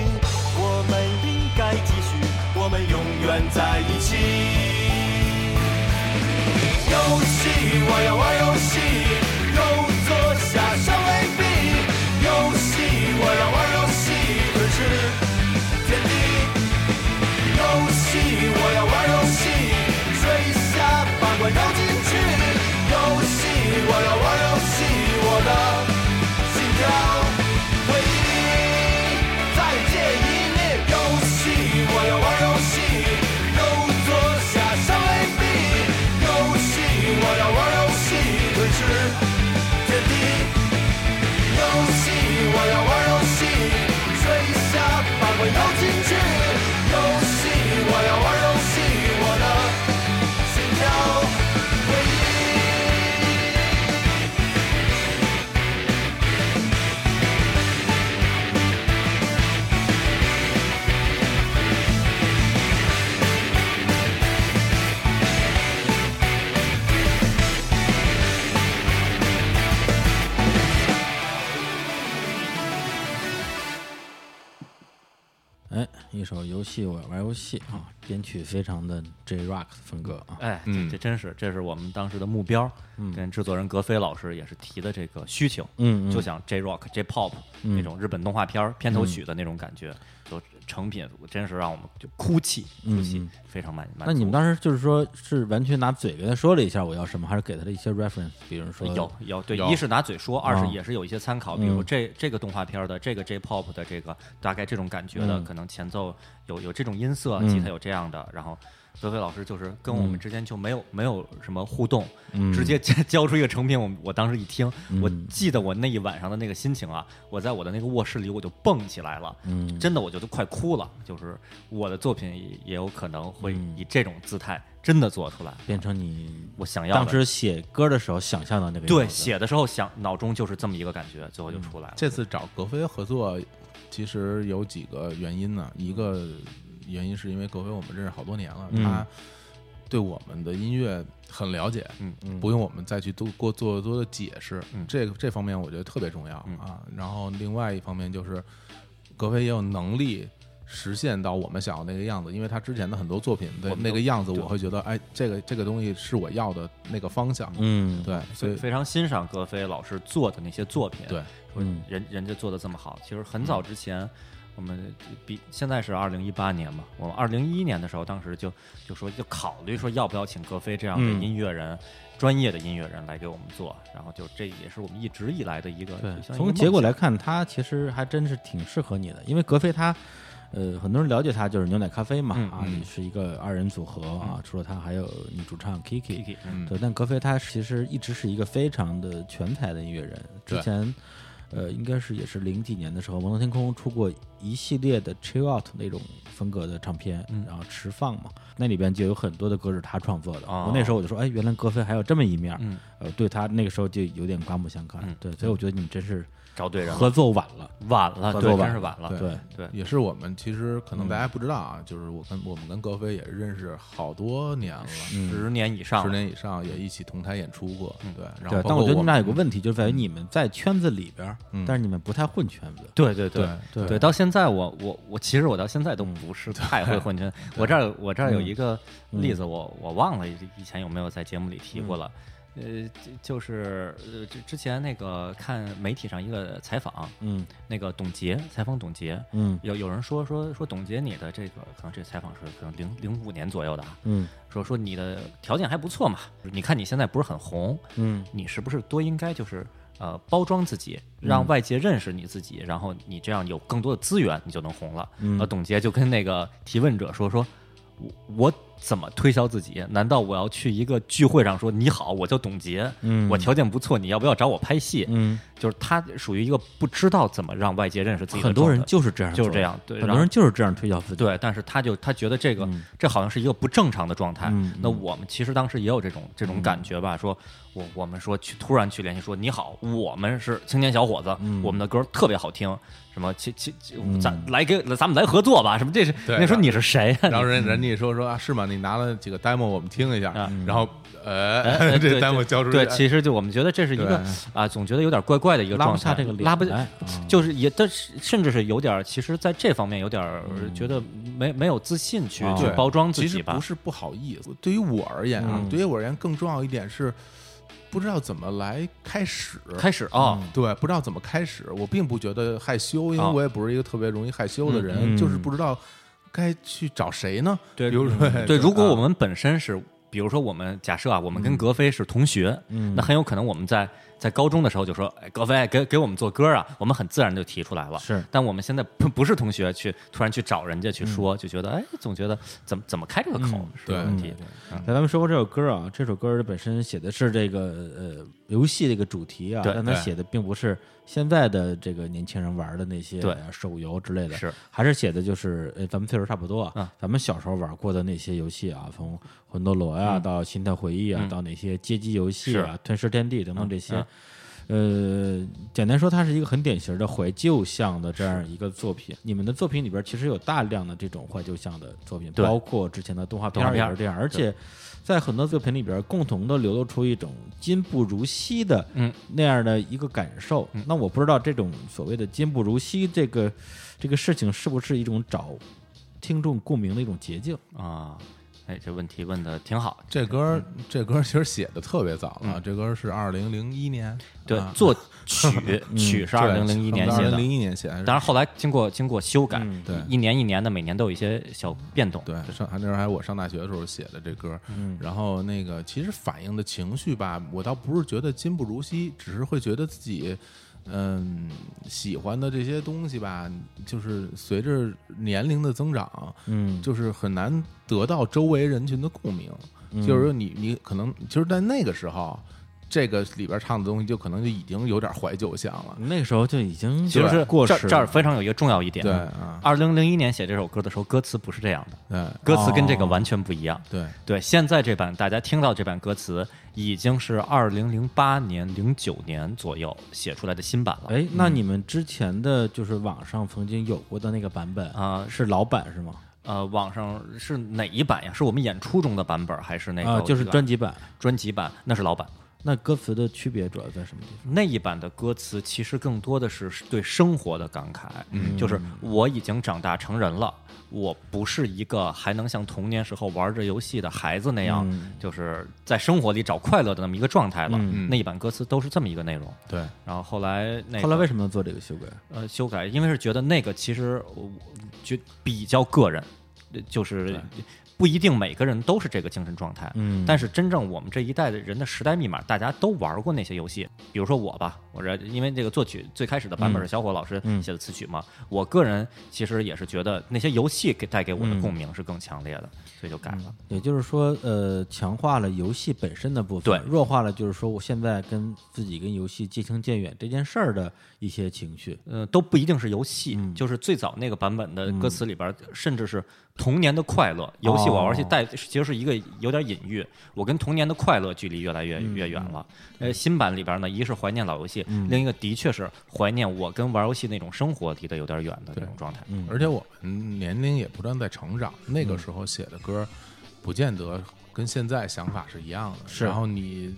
[SPEAKER 4] 我们应该继续，我们永远在一起。游戏，我要玩游戏，又坐下上 A B。游戏，我要玩游戏，吞噬天地。游戏，我要玩游戏，水下把关绕进去。游戏，我要玩游戏，我的心跳回忆。再见一面，游戏，我要玩游戏，又坐下上 A B。游戏，我要玩游戏，吞噬天地。游戏，我要玩游戏，水下把关绕进去。游戏，我要玩游戏，我的心跳回忆。
[SPEAKER 1] 哎，一首游戏我要玩游戏啊，编曲非常的 J Rock 的风格啊，
[SPEAKER 3] 哎，
[SPEAKER 2] 嗯
[SPEAKER 3] 这这真是，这是我们当时的目标，跟制作人格飞老师也是提的这个需求，
[SPEAKER 1] 嗯嗯嗯嗯
[SPEAKER 3] 就想 J Rock、J Pop 那种日本动画片儿片头曲的那种感觉，就成品真是让我们就哭泣，哭泣，非常满满足。
[SPEAKER 1] 嗯那你们当时就是说是完全拿嘴跟他说了一下我要什么，还是给他了一些 reference，比如说
[SPEAKER 3] 哎有有对，
[SPEAKER 2] 有
[SPEAKER 3] 一是拿嘴说，二是
[SPEAKER 1] 啊嗯
[SPEAKER 3] 也是有一些参考，比如这这个动画片儿的这个 J-pop 的这个大概这种感觉的，
[SPEAKER 1] 嗯
[SPEAKER 3] 可能前奏有有这种音色，吉他有这样的，然后。德飞老师就是跟
[SPEAKER 1] 嗯
[SPEAKER 3] 我们之间就没有、没有什么互动，直接交 [laughs] 交出一个成品。我们我当时一听，我记得我那一晚上的那个心情啊，我在我的那个卧室里我就蹦起来了，真的我就都快哭了。就是我的作品也也有可能会以这种姿态真的做出来，
[SPEAKER 1] 变成你
[SPEAKER 3] 我想要的
[SPEAKER 1] 当时写歌的时候想象的那个样
[SPEAKER 3] 对，
[SPEAKER 1] 子
[SPEAKER 3] 写的时候想脑中就是这么一个感觉，最后就出来了。
[SPEAKER 2] 这次找格飞合作，其实有几个原因呢。一个原因是因为格飞我们认识好多年了，
[SPEAKER 1] 嗯
[SPEAKER 2] 他对我们的音乐很了解，
[SPEAKER 3] 嗯
[SPEAKER 1] 嗯
[SPEAKER 2] 不用我们再去多过做多的解释。
[SPEAKER 3] 嗯
[SPEAKER 2] 这个这方面我觉得特别重要
[SPEAKER 3] 嗯
[SPEAKER 2] 啊。然后另外一方面就是格飞也有能力。实现到我们想要那个样子，因为他之前的很多作品
[SPEAKER 3] 我
[SPEAKER 2] 的
[SPEAKER 3] 们都
[SPEAKER 2] 那个样子，
[SPEAKER 3] 对
[SPEAKER 2] 我会觉得，哎，这个这个东西是我要的那个方向，
[SPEAKER 1] 嗯
[SPEAKER 2] 对，所以
[SPEAKER 3] 非常欣赏格飞老师做的那些作品，
[SPEAKER 2] 对，
[SPEAKER 1] 嗯
[SPEAKER 3] 人人家做的这么好。其实很早之前，我们比现在是二零一八年嘛，我们二零一一年的时候，当时就就说就考虑说要不要请格飞这样的
[SPEAKER 1] 嗯
[SPEAKER 3] 音乐人。专业的音乐人来给我们做，然后就这也是我们一直以来的一个
[SPEAKER 1] 对，
[SPEAKER 3] 像一个
[SPEAKER 1] 从
[SPEAKER 3] 梦
[SPEAKER 1] 结果
[SPEAKER 3] 想
[SPEAKER 1] 来看，他其实还真是挺适合你的，因为格菲他，呃，很多人了解他就是牛奶咖啡嘛，
[SPEAKER 3] 嗯
[SPEAKER 1] 啊，是一个二人组合啊，除了他还有女主唱 Kiki，,
[SPEAKER 3] Kiki，
[SPEAKER 2] 嗯
[SPEAKER 1] 对，但格菲他其实一直是一个非常的全才的音乐人，之
[SPEAKER 2] 对
[SPEAKER 1] 前。呃，应该是也是零几年的时候，《摩登天空》出过一系列的 chill out 那种风格的唱片，然后持放嘛，那里边就有很多的歌是他创作的。
[SPEAKER 3] 哦
[SPEAKER 1] 我那时候我就说，哎，原来格菲还有这么一面儿，
[SPEAKER 3] 嗯
[SPEAKER 1] 呃，对他那个时候就有点刮目相看。
[SPEAKER 3] 嗯
[SPEAKER 1] 对，所以我觉得你们真是
[SPEAKER 3] 找对人了，
[SPEAKER 1] 合作晚了。
[SPEAKER 3] 晚了，
[SPEAKER 1] 合
[SPEAKER 3] 对，
[SPEAKER 1] 作
[SPEAKER 3] 真
[SPEAKER 1] 晚
[SPEAKER 3] 是晚了，
[SPEAKER 1] 对，
[SPEAKER 3] 对，
[SPEAKER 2] 也是我们其实可能大家不知道啊，就是我跟我们跟格飞也认识好多年了，
[SPEAKER 1] 嗯
[SPEAKER 3] 十年以上
[SPEAKER 2] 十
[SPEAKER 3] 了，
[SPEAKER 2] 年以上也一起同台演出过，对。然后
[SPEAKER 1] 对，
[SPEAKER 2] 包
[SPEAKER 1] 但我觉
[SPEAKER 2] 括
[SPEAKER 1] 得你
[SPEAKER 2] 我
[SPEAKER 1] 们俩有
[SPEAKER 2] 们
[SPEAKER 1] 个问题，就在于你们在圈子里边儿，
[SPEAKER 2] 嗯
[SPEAKER 1] 但是你们不太混圈子。
[SPEAKER 3] 对对对
[SPEAKER 2] 对
[SPEAKER 1] 对
[SPEAKER 3] 对，到现在我我我其实我到现在都不是太会混圈。我这儿有我这儿有一个例子，我我忘了以前有没有在节目里提过了。呃，就就是呃，之之前那个看媒体上一个采访，
[SPEAKER 1] 嗯
[SPEAKER 3] 那个董洁采访董洁，
[SPEAKER 1] 嗯
[SPEAKER 3] 有有人说说说董洁你的这个可能这采访是可能零零五年左右的啊，
[SPEAKER 1] 嗯
[SPEAKER 3] 说说你的条件还不错嘛，你看你现在不是很红，
[SPEAKER 1] 嗯
[SPEAKER 3] 你是不是多应该就是呃包装自己，
[SPEAKER 1] 嗯
[SPEAKER 3] 让外界认识你自己，然后你这样有更多的资源，你就能红了。
[SPEAKER 1] 嗯
[SPEAKER 3] 呃，董洁就跟那个提问者说说，我我怎么推销自己？难道我要去一个聚会上说你好，我叫董洁，
[SPEAKER 1] 嗯
[SPEAKER 3] 我条件不错，你要不要找我拍戏？
[SPEAKER 1] 嗯，
[SPEAKER 3] 就是他属于一个不知道怎么让外界认识自己的
[SPEAKER 1] 很多人
[SPEAKER 3] 状态
[SPEAKER 1] 就是这样，
[SPEAKER 3] 就是这，样，对，
[SPEAKER 1] 很
[SPEAKER 3] 然
[SPEAKER 1] 多
[SPEAKER 3] 后
[SPEAKER 1] 人就是这样推销自己。，
[SPEAKER 3] 对，但是他就他觉得这个、这好像是一个不正常的状态。
[SPEAKER 1] 嗯嗯
[SPEAKER 3] 那我们其实当时也有这种这种感觉吧，说我我们说去突然去联系说你好，我们是青年小伙子，我们的歌特别好听，什么其其其咱来给咱们来合作吧，什么这是
[SPEAKER 2] 对
[SPEAKER 3] 那时候你是谁呀、
[SPEAKER 2] 然后
[SPEAKER 3] 你
[SPEAKER 2] 人人家说说啊，是吗？嘛，你拿了几个 demo 我们听一下
[SPEAKER 3] 啊，
[SPEAKER 2] 然后 [laughs]
[SPEAKER 3] 哎哎
[SPEAKER 2] 呃，
[SPEAKER 3] 对
[SPEAKER 2] 这 demo 交出去
[SPEAKER 3] 对，，其实就我们觉得这是一个啊，总觉得有点怪怪的一个
[SPEAKER 1] 拉
[SPEAKER 3] 状
[SPEAKER 1] 不下
[SPEAKER 3] 态，
[SPEAKER 1] 这个脸
[SPEAKER 3] 拉不
[SPEAKER 1] 来嗯
[SPEAKER 3] 就是也，但是甚至是有点儿，其实在这方面有点儿觉得没没有自信去
[SPEAKER 1] 哦
[SPEAKER 3] 去
[SPEAKER 2] 对
[SPEAKER 3] 包装自
[SPEAKER 2] 啊其实
[SPEAKER 3] 己吧
[SPEAKER 2] 不。是不好意思。对于我而言啊，
[SPEAKER 1] 嗯
[SPEAKER 2] 对于我而言更重要一点是，不知道怎么来开始。
[SPEAKER 3] 开始哦，
[SPEAKER 2] 对，不知道怎么开始。我并不觉得害羞，因为
[SPEAKER 3] 哦
[SPEAKER 2] 我也不是一个特别容易害羞的人，
[SPEAKER 1] 嗯嗯
[SPEAKER 2] 就是不知道该去找谁呢。
[SPEAKER 3] 对
[SPEAKER 2] 比如说，
[SPEAKER 3] 对，如果我
[SPEAKER 2] 啊嗯
[SPEAKER 3] 们本身是，比如说我们假设啊，我们跟格飞是同学，
[SPEAKER 1] 嗯
[SPEAKER 3] 那很有可能我们在在高中的时候就说，哎，格飞给给我们做歌啊，我们很自然就提出来了。
[SPEAKER 1] 是
[SPEAKER 3] 但我们现在不不是同学，去突然去找人家
[SPEAKER 2] 嗯
[SPEAKER 3] 去说，就觉得哎，总觉得怎么怎么开这个口、是个问题。
[SPEAKER 1] 那咱们说过这首歌啊，这首歌本身写的是这个呃游戏这个主题啊，
[SPEAKER 3] 对
[SPEAKER 1] 但它
[SPEAKER 2] 对
[SPEAKER 1] 写的并不是现在的这个年轻人玩的那些啊
[SPEAKER 3] 对
[SPEAKER 1] 手游之类的，
[SPEAKER 3] 是
[SPEAKER 1] 还是写的就是呃咱们岁数差不多
[SPEAKER 3] 嗯
[SPEAKER 1] 啊，咱们小时候玩过的那些游戏啊，从魂斗罗呀到心跳回忆啊，
[SPEAKER 3] 嗯
[SPEAKER 1] 到哪些街机游戏啊
[SPEAKER 3] 是、
[SPEAKER 1] 吞食天地等等这些。
[SPEAKER 3] 嗯
[SPEAKER 1] 呃，简单说，它是一个很典型的怀旧向的这样一个作品。你们的作品里边其实有大量的这种怀旧向的作品，
[SPEAKER 3] 对
[SPEAKER 1] 包括之前的动画
[SPEAKER 3] 动画
[SPEAKER 1] 片
[SPEAKER 3] 片
[SPEAKER 1] 儿也是这样，而且在很多作品里边，共同的流露出一种今不如昔的
[SPEAKER 3] 嗯
[SPEAKER 1] 那样的一个感受。那我不知道这种所谓的今不如昔这个这个事情是不是一种找听众共鸣的一种捷径？
[SPEAKER 3] 啊、哎，这问题问的挺好。
[SPEAKER 2] 这歌儿这歌儿其实写的特别早了，这歌儿是二零零一年，
[SPEAKER 3] 嗯对，
[SPEAKER 2] 啊 [laughs] 嗯
[SPEAKER 3] 作曲曲是二零零一年写
[SPEAKER 2] 二
[SPEAKER 3] 的
[SPEAKER 2] 零，零一年写的，
[SPEAKER 3] 当然后来经过经过修改，
[SPEAKER 1] 嗯
[SPEAKER 2] 对
[SPEAKER 3] 一年一年的，每年都有一些小变动。
[SPEAKER 2] 对，上那时候还我上大学的时候写的这歌，嗯，然后那个其实反映的情绪吧，我倒不是觉得今不如昔，只是会觉得自己，嗯，喜欢的这些东西吧，就是随着年龄的增长，
[SPEAKER 1] 嗯
[SPEAKER 2] 就是很难得到周围人群的共鸣，就是说你你可能就是在那个时候。这个里边唱的东西，就可能就已经有点怀旧像了，
[SPEAKER 1] 那个时候就已经
[SPEAKER 3] 其实是
[SPEAKER 1] 过
[SPEAKER 3] 这
[SPEAKER 1] 时
[SPEAKER 3] 这儿非常有一个重要一点。
[SPEAKER 2] 对，啊，
[SPEAKER 3] 二零零一年写这首歌的时候，歌词不是这样的，
[SPEAKER 2] 对
[SPEAKER 3] 歌词跟这个完全不一样。
[SPEAKER 1] 哦
[SPEAKER 2] 对，
[SPEAKER 3] 对，现在这版大家听到这版歌词已经是二零零八年、零九年左右写出来的新版了。
[SPEAKER 1] 哎，那你们之前的就是网上曾经有过的那个版本
[SPEAKER 3] 啊
[SPEAKER 1] 是老版是吗？
[SPEAKER 3] 呃，网上是哪一版呀？是我们演出中的版本，还是那个、
[SPEAKER 1] 啊，就是专辑版。
[SPEAKER 3] 专辑版？那是老版。
[SPEAKER 1] 那歌词的区别主要在什么地方？
[SPEAKER 3] 那一版的歌词其实更多的是对生活的感慨，
[SPEAKER 1] 嗯
[SPEAKER 3] 就是我已经长大成人了，我不是一个还能像童年时候玩着游戏的孩子那样，
[SPEAKER 1] 嗯
[SPEAKER 3] 就是在生活里找快乐的那么一个状态了。
[SPEAKER 1] 嗯
[SPEAKER 3] 那一版歌词都是这么一个内容。
[SPEAKER 2] 对，
[SPEAKER 3] 然后后来那个、
[SPEAKER 1] 后来为什么要做这个修改？
[SPEAKER 3] 呃修改，因为是觉得那个其实我觉比较个人，呃就是不一定每个人都是这个精神状态。
[SPEAKER 1] 嗯
[SPEAKER 3] 但是真正我们这一代的人的时代密码，大家都玩过那些游戏，比如说我吧，我这因为这个作曲最开始的版本是小伙老师
[SPEAKER 1] 嗯
[SPEAKER 3] 写的词曲嘛，我个人其实也是觉得那些游戏给带给我
[SPEAKER 1] 嗯
[SPEAKER 3] 的共鸣是更强烈的，所以就改了。
[SPEAKER 1] 也就是说，呃，强化了游戏本身的部分，
[SPEAKER 3] 对
[SPEAKER 1] 弱化了就是说我现在跟自己跟游戏渐行渐远这件事儿的一些情绪。
[SPEAKER 3] 呃，都不一定是游戏，
[SPEAKER 1] 嗯
[SPEAKER 3] 就是最早那个版本的歌词里边儿，甚至是童年的快乐。游戏我玩儿去带，其实是一个有点隐喻，我跟童年的快乐距离越来越、越远了。呃，新版里边呢，一是怀念老游戏，另一个的确是怀念我跟玩游戏那种生活离得有点远的那种状态。
[SPEAKER 2] 而且我们年龄也不断在成长，那个时候写的歌，不见得跟现在想法是一样的。
[SPEAKER 1] 是
[SPEAKER 2] 然后你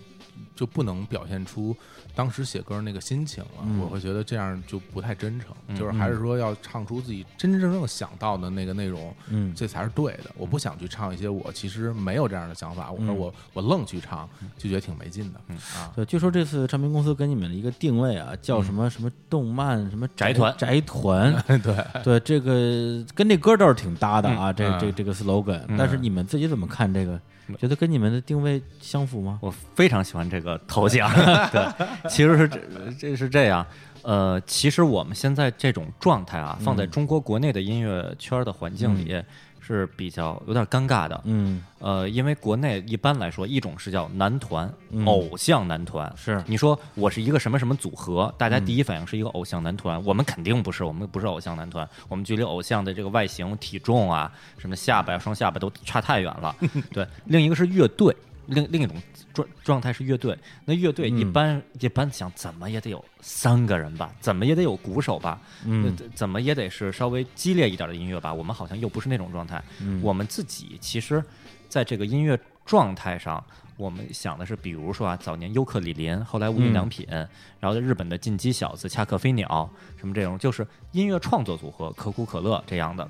[SPEAKER 2] 就不能表现出当时写歌那个心情了。我会觉得这样就不太真诚，就是还是说要唱出自己真真正正想到的那个内容，
[SPEAKER 1] 嗯
[SPEAKER 2] 这才是对的。我不想去唱一些我其实没有这样的想法，我说我我愣去唱，就觉得挺没劲的。啊，
[SPEAKER 1] 对，据说这次唱片公司给你们的一个定位啊，叫什么、什么动漫什么
[SPEAKER 3] 嗯宅团
[SPEAKER 1] 宅
[SPEAKER 3] [laughs]
[SPEAKER 1] 团。
[SPEAKER 2] 对。
[SPEAKER 1] 对，这个跟这歌倒是挺搭的啊，这
[SPEAKER 2] 嗯
[SPEAKER 1] 这这个 slogan、但是你们自己怎么看这个？觉得跟你们的定位相符吗？
[SPEAKER 3] 嗯我非常喜欢这个头像， [laughs] 对，其实是这这是这样。呃，其实我们现在这种状态啊，放在中国国内的音乐圈的环境里是比较有点尴尬的。
[SPEAKER 1] 嗯，
[SPEAKER 3] 呃，因为国内一般来说，一种是叫男团，偶像男
[SPEAKER 1] 嗯
[SPEAKER 3] 团。
[SPEAKER 1] 是
[SPEAKER 3] 你说我是一个什么什么组合，大家第一反应是一个偶像男团，我们肯定不是，我们不是偶像男团，我们距离偶像的这
[SPEAKER 1] [laughs]
[SPEAKER 3] 个外形、体重啊，什么下巴呀、双下巴都差太远了。对，另一个是乐队。另另一种状状态是乐队。那乐队一
[SPEAKER 1] 嗯
[SPEAKER 3] 般、一般想怎么也得有三个人吧，怎么也得有鼓手吧，那
[SPEAKER 1] 嗯
[SPEAKER 3] 怎呃怎么也得是稍微激烈一点的音乐吧。我们好像又不是那种状态。
[SPEAKER 1] 嗯
[SPEAKER 3] 我们自己其实在这个音乐状态上，我们想的是，比如说啊，早年优克里林，后来无
[SPEAKER 1] 嗯
[SPEAKER 3] 印良品，然后在日本的进击小子、恰克飞鸟什么这种，就是音乐创作组合可口可乐这样的。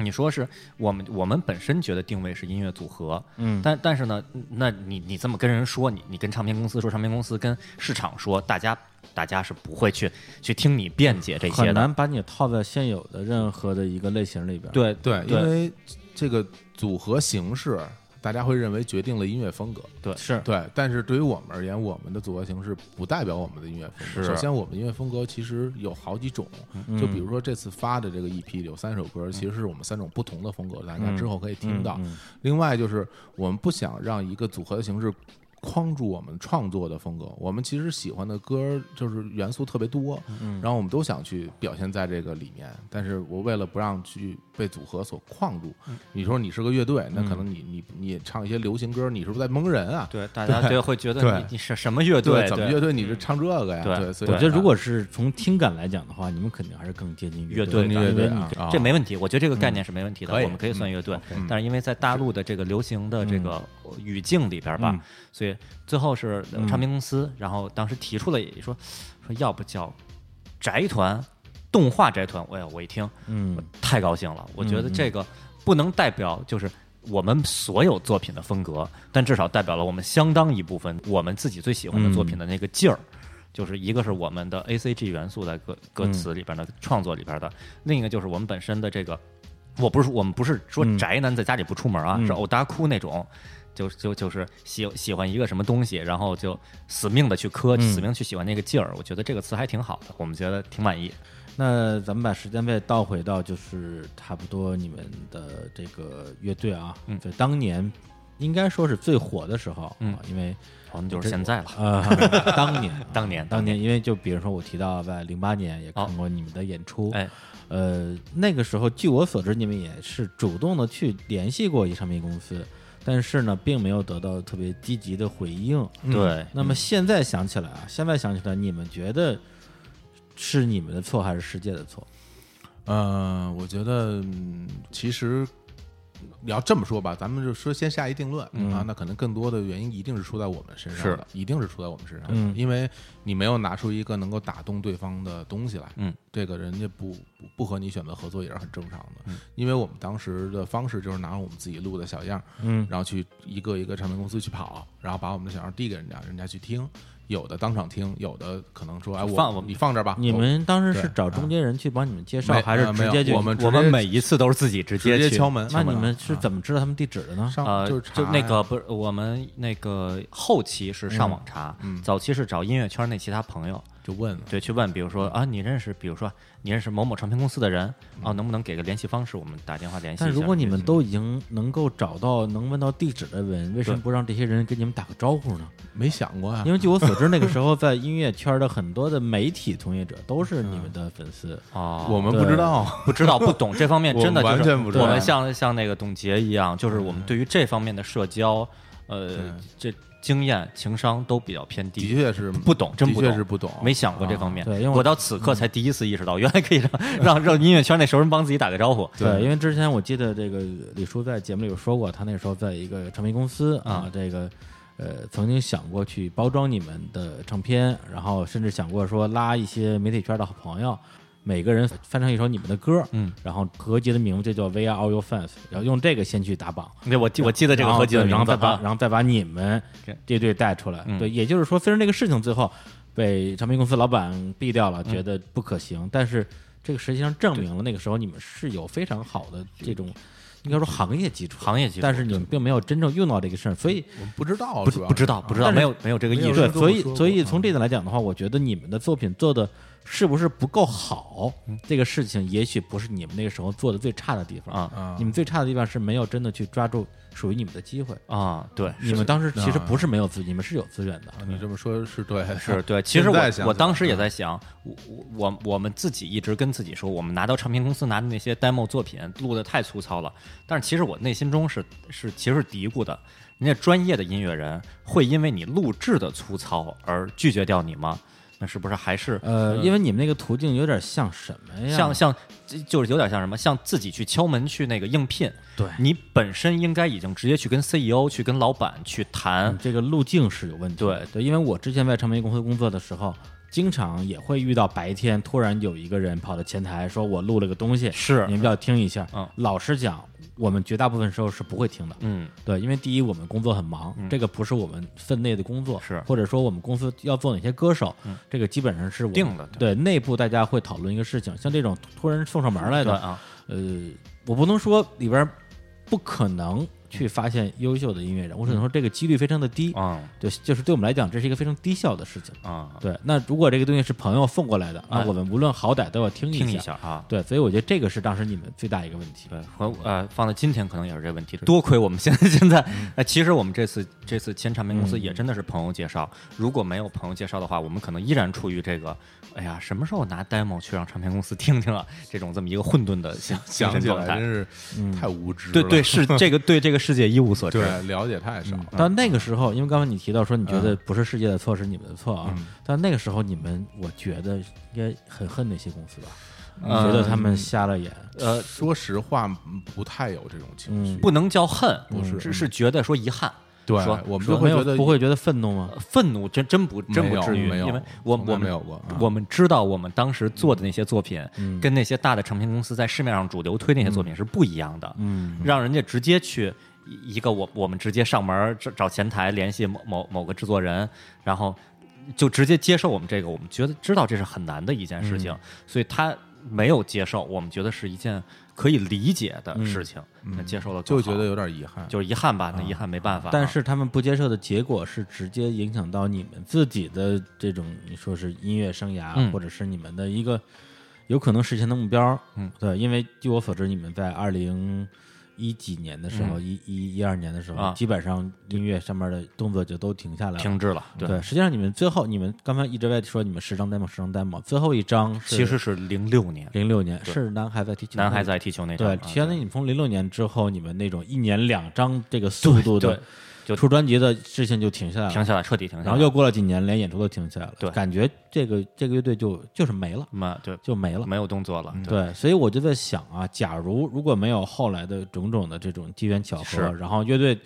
[SPEAKER 3] 你说是我们我们本身觉得定位是音乐组合，
[SPEAKER 1] 嗯
[SPEAKER 3] 但但是呢，那你你这么跟人说，你你跟唱片公司说，唱片公司跟市场说，大家大家是不会去去听你辩解这些
[SPEAKER 1] 很
[SPEAKER 3] 的。
[SPEAKER 1] 难把你套在现有的任何的一个类型里边。，
[SPEAKER 3] 对
[SPEAKER 2] 对，因
[SPEAKER 3] 对
[SPEAKER 2] 为这个组合形式，大家会认为决定了音乐风格。
[SPEAKER 1] 是
[SPEAKER 2] 对，但是对于我们而言，我们的组合形式不代表我们的音乐风格。
[SPEAKER 3] 是嗯
[SPEAKER 2] 首先，我们的音乐风格其实有好几种，就比如说这次发的这个 EP 里有三首歌，其实是我们三种不同的风格，
[SPEAKER 3] 嗯
[SPEAKER 2] 大家之后可以听到。另外就是我们不想让一个组合的形式。框住我们创作的风格，我们其实喜欢的歌就是元素特别多，
[SPEAKER 3] 嗯
[SPEAKER 2] 然后我们都想去表现在这个里面，但是我为了不让去被组合所框住，
[SPEAKER 3] 嗯
[SPEAKER 2] 你说你是个乐队，那可能你你你唱一些流行歌，你是不是在蒙人啊？
[SPEAKER 3] 对，大家就会觉得
[SPEAKER 2] 对
[SPEAKER 3] 你你是什么乐队？
[SPEAKER 2] 怎么
[SPEAKER 3] 对
[SPEAKER 2] 乐队你是唱这个呀？
[SPEAKER 3] 对
[SPEAKER 2] 所以啊
[SPEAKER 1] 我觉得如果是从听感来讲的话，你们肯定还是更接近
[SPEAKER 3] 乐
[SPEAKER 1] 队
[SPEAKER 3] 队
[SPEAKER 1] 的，
[SPEAKER 3] 吧
[SPEAKER 2] 乐
[SPEAKER 1] 因为
[SPEAKER 2] 队
[SPEAKER 1] 你
[SPEAKER 2] 啊，啊嗯
[SPEAKER 3] 这没问题，我觉得这个概念是没问题的，
[SPEAKER 2] 可以嗯
[SPEAKER 3] 我们可以算乐队。但是因为在大陆的这个流行的这个语境里边吧，
[SPEAKER 1] 嗯
[SPEAKER 3] 所以最后是
[SPEAKER 2] 嗯
[SPEAKER 3] 呃唱片公司，然后当时提出了说说要不叫宅团，动画宅团。哎呀，我一听
[SPEAKER 1] 嗯
[SPEAKER 3] 我太高兴了，我觉得这个不能代表就是。我们所有作品的风格，但至少代表了我们相当一部分我们自己最喜欢的作品的那个劲儿，就是一个是我们的 A C G 元素在歌歌词里边的、创作里边的，另一个就是我们本身的这个，我不是我们不是说宅男在家里不出门啊，
[SPEAKER 1] 嗯
[SPEAKER 3] 是欧达哭那种，就就就是喜喜欢一个什么东西，然后就死命的去磕，死命去喜欢那个劲儿，我觉得这个词还挺好的，我们觉得挺满意。
[SPEAKER 1] 那咱们把时间再倒回到就是差不多你们的这个乐队啊，
[SPEAKER 3] 嗯
[SPEAKER 1] 就当年应该说是最火的时候，
[SPEAKER 3] 嗯
[SPEAKER 1] 啊，因为
[SPEAKER 3] 好，那就是现在了，
[SPEAKER 1] 呃 [laughs] 当年啊
[SPEAKER 3] [laughs] 当年哦
[SPEAKER 1] 当年，因为就比如说我提到在零八年也看过你们的演出，
[SPEAKER 3] 哎，
[SPEAKER 1] 呃，那个时候据我所知，你们也是主动的去联系过一唱片公司，但是呢，并没有得到特别积极的回应，
[SPEAKER 3] 对，
[SPEAKER 1] 那么现在想起来啊，现在想起来，你们觉得是你们的错还是世界的错？
[SPEAKER 2] 呃，我觉得、嗯其实你要这么说吧，咱们就说先下一定论、啊，那可能更多的原因一定是出在我们身上的，一定是出在我们身上的，
[SPEAKER 1] 嗯
[SPEAKER 2] 因为你没有拿出一个能够打动对方的东西来，
[SPEAKER 3] 嗯，
[SPEAKER 2] 这个人家不不不和你选择合作也是很正常的，因为我们当时的方式就是拿着我们自己录的小样，
[SPEAKER 1] 嗯，
[SPEAKER 2] 然后去一个一个唱片公司去跑，然后把我们的小样递给人家，人家去听。有的当场听，有的可能说，哎，我
[SPEAKER 3] 放我们
[SPEAKER 2] 你放这儿吧。
[SPEAKER 1] 你
[SPEAKER 2] 我
[SPEAKER 1] 们当时是
[SPEAKER 2] 哦对
[SPEAKER 1] 找
[SPEAKER 2] 啊
[SPEAKER 1] 中间人去帮你们介绍，
[SPEAKER 2] 没
[SPEAKER 1] 还是
[SPEAKER 2] 呃没
[SPEAKER 1] 直
[SPEAKER 2] 有
[SPEAKER 1] 接就
[SPEAKER 2] 我们直
[SPEAKER 3] 我们
[SPEAKER 2] 接
[SPEAKER 3] 每一次都是自己直
[SPEAKER 2] 直接
[SPEAKER 3] 去
[SPEAKER 2] 敲门？
[SPEAKER 1] 那
[SPEAKER 2] 敲
[SPEAKER 1] 你
[SPEAKER 2] 门
[SPEAKER 1] 们
[SPEAKER 2] 啊
[SPEAKER 1] 是怎么知道他们地址的呢？
[SPEAKER 2] 上
[SPEAKER 3] 呃，
[SPEAKER 2] 就是查
[SPEAKER 3] 那
[SPEAKER 2] 呀
[SPEAKER 3] 个不是我们那个后期是上网查，早期是找音乐圈内其他朋友，
[SPEAKER 2] 就问了，
[SPEAKER 3] 对，去问，比如说啊，你认识，比如说你认识某某唱片公司的人，啊，能不能给个联系方式，我们打电话联系一下。
[SPEAKER 1] 但如果你们都已经能够找到能问到地址的人，为什么不让这些人给你们打个招呼
[SPEAKER 2] [laughs]
[SPEAKER 1] 呢？
[SPEAKER 2] 没想过呀啊
[SPEAKER 1] 因。为据我所知，那个时候在音乐圈的很多的媒体从业者都是你们的粉丝。
[SPEAKER 3] 啊，
[SPEAKER 2] 我们
[SPEAKER 1] 对
[SPEAKER 2] 不知道，
[SPEAKER 3] 不知道不懂这方面，
[SPEAKER 2] 我
[SPEAKER 3] 真的
[SPEAKER 2] 完
[SPEAKER 3] 就是
[SPEAKER 2] 全不知
[SPEAKER 3] 我们
[SPEAKER 2] 道
[SPEAKER 3] 像像那个董洁一样，就是我们对于这方面的社交，呃，这经验情商都比较偏
[SPEAKER 2] 的
[SPEAKER 3] 低。
[SPEAKER 2] 确是
[SPEAKER 3] 不懂，真不
[SPEAKER 2] 的确
[SPEAKER 3] 懂，
[SPEAKER 2] 是不懂，
[SPEAKER 3] 没想过这方面。
[SPEAKER 1] 啊对因为我
[SPEAKER 3] 我到此刻才第一次意识到，原来可以让让让音乐圈那熟人帮自己打个招呼。
[SPEAKER 1] 对，因为之前我记得这个李叔在节目里有说过，他那时候在一个唱片公司啊，
[SPEAKER 3] 啊
[SPEAKER 1] 这个呃曾经想过去包装你们的唱片，然后甚至想过说拉一些媒体圈的好朋友，每个人翻唱一首你们的歌，
[SPEAKER 3] 嗯，
[SPEAKER 1] 然后合集的名字就叫《We Are All Your Fans》，然后用这个先去打榜。
[SPEAKER 3] 对，我记我记得这个合集的
[SPEAKER 1] 然
[SPEAKER 3] 名
[SPEAKER 1] 后
[SPEAKER 3] 字
[SPEAKER 1] 再把
[SPEAKER 3] 啊，
[SPEAKER 1] 然后再把你们
[SPEAKER 3] 对
[SPEAKER 1] 这队带出来。
[SPEAKER 3] 嗯
[SPEAKER 1] 对，也就是说，虽然这个事情最后被唱片公司老板毙掉
[SPEAKER 3] 嗯
[SPEAKER 1] 了，觉得不可行，但是这个实际上证明了那个时候你们是有非常好的这种，应该说行业基础，
[SPEAKER 3] 行业基础
[SPEAKER 1] 但是你们并没有真正用到这个事儿，所以。
[SPEAKER 2] 我们不知道，
[SPEAKER 3] 不
[SPEAKER 2] 主要
[SPEAKER 3] 不知
[SPEAKER 2] 是
[SPEAKER 3] 道不知
[SPEAKER 1] 但
[SPEAKER 3] 道，
[SPEAKER 1] 是
[SPEAKER 3] 没有没有这个意
[SPEAKER 2] 有
[SPEAKER 3] 识。
[SPEAKER 1] 对，
[SPEAKER 2] 人跟我
[SPEAKER 1] 所以
[SPEAKER 2] 说过
[SPEAKER 1] 所以
[SPEAKER 2] 嗯
[SPEAKER 1] 从这点来讲的话，我觉得你们的作品做的是不是不够好，
[SPEAKER 3] 嗯
[SPEAKER 1] 这个事情也许不是你们那个时候做的最差的地方
[SPEAKER 3] 啊
[SPEAKER 2] 啊
[SPEAKER 1] 你们最差的地方是没有真的去抓住属于你们的机会。
[SPEAKER 3] 啊，对，
[SPEAKER 1] 你们当时其
[SPEAKER 3] 啊
[SPEAKER 1] 实不是没有资，你们是有资源的。
[SPEAKER 2] 啊你这么说是对的，
[SPEAKER 3] 是对，其实
[SPEAKER 2] 现在
[SPEAKER 3] 我
[SPEAKER 2] 想
[SPEAKER 3] 我
[SPEAKER 2] 起
[SPEAKER 3] 当
[SPEAKER 2] 来
[SPEAKER 3] 时也
[SPEAKER 2] 嗯
[SPEAKER 3] 在想，我我我我们自己一直跟自己说，我们拿到唱片公司拿的那些 demo 作品录的太粗糙了，但是其实我内心中是是其实是嘀咕的，人家专业的音乐人会因为你录制的粗糙而拒绝掉你吗？那是不是还是啊
[SPEAKER 1] 呃，因为你们那个途径有点像什么哎呀？
[SPEAKER 3] 像像这就是有点像什么，像自己去敲门去那个应聘，
[SPEAKER 1] 对
[SPEAKER 3] 你本身应该已经直接去跟 CEO 去跟老板去谈
[SPEAKER 1] 嗯，这个路径是有问题的。
[SPEAKER 3] 对
[SPEAKER 1] 对，因为我之前在唱片公司工作的时候，经常也会遇到白天突然有一个人跑到前台说：“我录了个东西，
[SPEAKER 3] 是
[SPEAKER 1] 你们要听一下。”
[SPEAKER 3] 嗯
[SPEAKER 1] 老实讲，我们绝大部分时候是不会听的。
[SPEAKER 3] 嗯，
[SPEAKER 1] 对，因为第一，我们工作很忙，这个不是我们分内的工作，
[SPEAKER 3] 是嗯
[SPEAKER 1] 或者说我们公司要做哪些歌手，这个基本上是我们
[SPEAKER 3] 定的
[SPEAKER 1] 对内部大家会讨论一个事情，像这种突然送上门来
[SPEAKER 3] 对
[SPEAKER 1] 的，
[SPEAKER 3] 啊，
[SPEAKER 1] 呃，我不能说里边不可能
[SPEAKER 2] 嗯
[SPEAKER 1] 去发现优秀的音乐人，我只能说这个几率非常的低。
[SPEAKER 2] 哦
[SPEAKER 3] 嗯
[SPEAKER 1] 对，就是对我们来讲，这是一个非常低效的事情。
[SPEAKER 3] 啊，
[SPEAKER 1] 对，那如果这个东西是朋友送过来的，那
[SPEAKER 3] 哎
[SPEAKER 1] 我们无论好歹都要听一下。
[SPEAKER 3] 听一下啊。
[SPEAKER 1] 对，所以我觉得这个是当时你们最大一个问
[SPEAKER 2] 嗯
[SPEAKER 1] 题。
[SPEAKER 3] 对，和呃，放到今天可能也是这问题。多亏我们现在现在，呃，其实我们这次这次签唱片公司也真的是朋友介绍，如果没有朋友介绍的话，我们可能依然处于这个，哎呀，什么时候拿 demo 去让唱片公司听听啊？这种这么一个混沌的想精
[SPEAKER 2] 想
[SPEAKER 3] 神
[SPEAKER 2] 起
[SPEAKER 3] 状
[SPEAKER 2] 来真
[SPEAKER 3] 态。嗯
[SPEAKER 2] 是太无知了，
[SPEAKER 3] 对嗯
[SPEAKER 2] [laughs]
[SPEAKER 3] 对，是这个对这个世界一无所知。
[SPEAKER 2] 对，了解太少了。
[SPEAKER 1] 但那个时候，因为刚才你提到说你觉得
[SPEAKER 2] 嗯
[SPEAKER 1] 不是世界的错，是你们的错啊。但那个时候，你们我觉得应该很恨那些公司吧？你
[SPEAKER 2] 呃
[SPEAKER 1] 觉得他
[SPEAKER 2] 嗯
[SPEAKER 1] 们瞎了眼？
[SPEAKER 3] 呃，嗯
[SPEAKER 2] 说实话，嗯不太有这种情绪。
[SPEAKER 3] 不能叫恨，
[SPEAKER 2] 不是
[SPEAKER 3] 是是觉得说遗憾，
[SPEAKER 2] 对
[SPEAKER 3] 说，
[SPEAKER 2] 我们
[SPEAKER 1] 说
[SPEAKER 2] 就会
[SPEAKER 1] 没有
[SPEAKER 2] 觉得
[SPEAKER 1] 不会觉得愤怒吗？
[SPEAKER 3] 呃愤怒真真不真
[SPEAKER 2] 没
[SPEAKER 3] 不
[SPEAKER 2] 有
[SPEAKER 3] 至于，
[SPEAKER 2] 没有
[SPEAKER 3] 因为我
[SPEAKER 2] 从来
[SPEAKER 3] 我们
[SPEAKER 2] 没有过啊
[SPEAKER 3] 我们知道我们当时做的那些作品，跟那些大的唱片公司在市面上主流推那些作品是不一样的，嗯，让人家直接去一一个我我们直接上门儿找找前台联系某某某个制作人，然后就直接接受我们这个，我们觉得知道这是很难的一件事情，所以他没有接受，我们觉得是一件可以理解的事情，那接受了更
[SPEAKER 2] 就
[SPEAKER 3] 好
[SPEAKER 2] 觉得有点遗憾。
[SPEAKER 3] 就是遗憾吧，那遗憾没办法啊，
[SPEAKER 1] 但是他们不接受的结果是直接影响到你们自己的这种，你说是音乐生涯，
[SPEAKER 3] 嗯
[SPEAKER 1] 或者是你们的一个有可能实现的目标。
[SPEAKER 3] 嗯，
[SPEAKER 1] 对，因为据我所知，你们在二零一几年的时候，一一一二年的时候，
[SPEAKER 3] 嗯啊
[SPEAKER 1] 基本上音乐上面的动作就都停下来了。
[SPEAKER 3] 停滞了，
[SPEAKER 1] 对，实际上你们最后，你们刚才一直在说你们十张 demo，十张 demo，最后一张
[SPEAKER 3] 其实是零六年。
[SPEAKER 1] 零六年是男孩在踢球，
[SPEAKER 3] 男孩子爱踢球那场
[SPEAKER 1] 对
[SPEAKER 3] 啊，
[SPEAKER 1] 相当于你们从零六年之后，你们那种一年两张这个速度的
[SPEAKER 3] 对就
[SPEAKER 1] 出专辑的事情就停下来了，
[SPEAKER 3] 停下来，彻底停下来，
[SPEAKER 1] 啊然后又过了几年，连演出都停下来了，
[SPEAKER 3] 对
[SPEAKER 1] 感觉这个这个乐队就就是没了，嗯
[SPEAKER 3] 嘛对，
[SPEAKER 1] 就没了。
[SPEAKER 3] 没有动作了，对，
[SPEAKER 1] 对，所以我就在想啊，假如如果没有后来的种种的这种机缘巧合，
[SPEAKER 3] 是
[SPEAKER 1] 然后乐队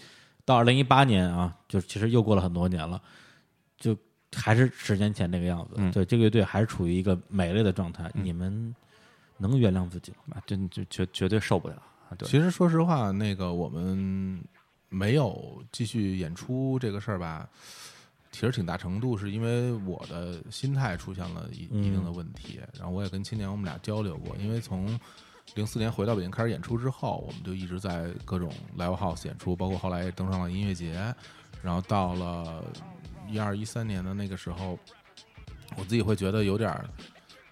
[SPEAKER 1] 到二零一八年啊，就其实又过了很多年了，就还是十年前那个样子。
[SPEAKER 3] 嗯
[SPEAKER 1] 对，这个乐队还是处于一个美类的状态。你们能原谅自己吗？
[SPEAKER 3] 真就绝绝对受不了，啊对，
[SPEAKER 2] 其实说实话，那个我们没有继续演出这个事儿吧，其实挺大程度是因为我的心态出现了一一定的问题。然后我也跟青年我们俩交流过，因为从零四年回到北京开始演出之后，我们就一直在各种 live house 演出，包括后来登上了音乐节，然后到了一二一三年的那个时候，我自己会觉得有点儿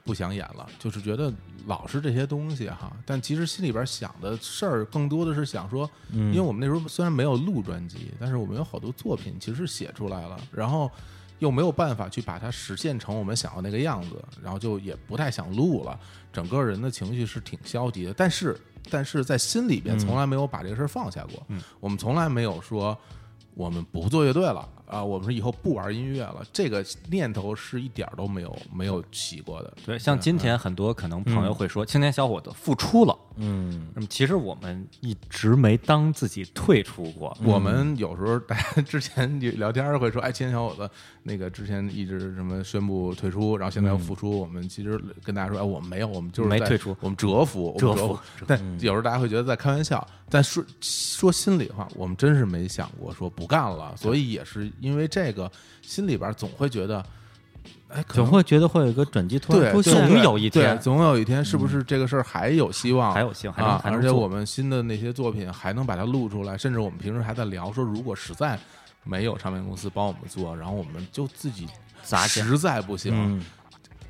[SPEAKER 2] 不想演了，就是觉得老是这些东西哈，但其实心里边想的事儿更多的是想说，因
[SPEAKER 1] 嗯
[SPEAKER 2] 为我们那时候虽然没有录专辑，但是我们有好多作品其实是写出来了，然后又没有办法去把它实现成我们想要那个样子，然后就也不太想录了，整个人的情绪是挺消极的，但是但是在心里边从来没有把这个事儿放下过，我们从来没有说我们不做乐队了啊，我们是以后不玩音乐了，这个念头是一点儿都没有没有起过的，
[SPEAKER 3] 对，像今天很多可能朋
[SPEAKER 1] 嗯
[SPEAKER 3] 友会说，青年小伙子付出了，嗯，那么其实我们一直没当自己退出过，
[SPEAKER 1] 嗯
[SPEAKER 2] 我们有时候大家之前聊天儿会说，哎，亲小伙子，那个之前一直什么宣布退出，然后现在又复出。我们其实跟大家说，哎，我们没有，我们就是
[SPEAKER 3] 没
[SPEAKER 2] 在
[SPEAKER 3] 退出嗯
[SPEAKER 2] 我们蛰伏，我们
[SPEAKER 3] 蛰
[SPEAKER 2] 蛰
[SPEAKER 3] 伏
[SPEAKER 2] 伏。但有时候大家会觉得在开玩笑，但说说心里话，我们真是没想过说不干了，所以也是因为这个，心里边儿总会觉得，哎，可
[SPEAKER 1] 总
[SPEAKER 2] 能
[SPEAKER 1] 会觉得会有一个转机突然
[SPEAKER 2] 对，
[SPEAKER 1] 出
[SPEAKER 2] 对
[SPEAKER 1] 现。
[SPEAKER 3] 总有一
[SPEAKER 2] 对
[SPEAKER 3] 天
[SPEAKER 2] 总有一天，是不是这个事儿还有希望？
[SPEAKER 3] 还有希望还能
[SPEAKER 2] 啊！
[SPEAKER 3] 还能
[SPEAKER 2] 而且
[SPEAKER 3] 做
[SPEAKER 2] 我们新的那些作品还能把它录出来，甚至我们平时还在聊说，如果实在没有唱片公司帮我们做，然后我们就自己
[SPEAKER 3] 砸钱
[SPEAKER 2] 实在不行。
[SPEAKER 1] 嗯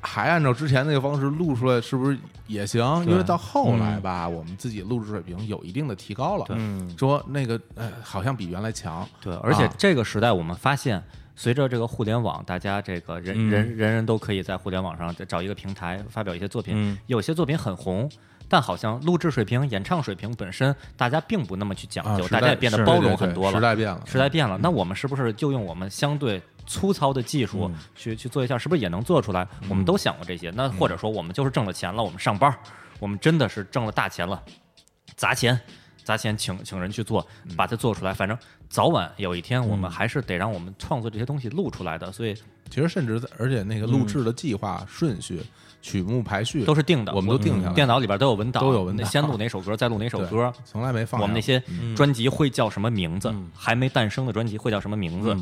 [SPEAKER 2] 还按照之前那个方式录出来，是不是也行？因为到后来吧，
[SPEAKER 3] 嗯
[SPEAKER 2] 我们自己录制水平有一定的提高了，说那个呃，好像比原来强，
[SPEAKER 3] 对，而且
[SPEAKER 2] 啊
[SPEAKER 3] 这个时代我们发现。随着这个互联网，大家这个
[SPEAKER 1] 嗯嗯
[SPEAKER 3] 人人人人都可以在互联网上找一个平台发表一些作品，有些作品很红，但好像录制水平、演唱水平本身，大家并不那么去讲
[SPEAKER 2] 啊
[SPEAKER 3] 究，
[SPEAKER 2] 时
[SPEAKER 3] 大家
[SPEAKER 2] 代
[SPEAKER 3] 也变得
[SPEAKER 1] 是
[SPEAKER 3] 包
[SPEAKER 2] 对
[SPEAKER 3] 容
[SPEAKER 2] 对
[SPEAKER 3] 很
[SPEAKER 2] 对
[SPEAKER 3] 多了。
[SPEAKER 2] 时代变了，
[SPEAKER 3] 时代变了，那我们是不是就用我们相对粗糙的技
[SPEAKER 2] 嗯
[SPEAKER 3] 术去、去做一下，是不是也能做出来？我们都想过这些。那或者说，我们就是挣了钱了，我们上班儿，我们真的是挣了大钱了，砸钱，砸钱请请人去做，
[SPEAKER 2] 嗯
[SPEAKER 3] 把它做出来。反正早晚有一天，我们还是得让我们创作这些东西录出来的，所以
[SPEAKER 2] 其实甚至在而且那个录制的计划顺序、曲目排序
[SPEAKER 3] 嗯都是定的，
[SPEAKER 2] 我们都定下来
[SPEAKER 3] 电脑里边都有文档，
[SPEAKER 2] 都有文档
[SPEAKER 3] 那先录哪首歌，再录哪首
[SPEAKER 2] 对
[SPEAKER 3] 歌。
[SPEAKER 2] 从来没放
[SPEAKER 3] 我们那
[SPEAKER 2] 上
[SPEAKER 3] 些专辑会叫什么名字？还没诞生的专辑会叫什么名
[SPEAKER 1] 嗯
[SPEAKER 3] 字？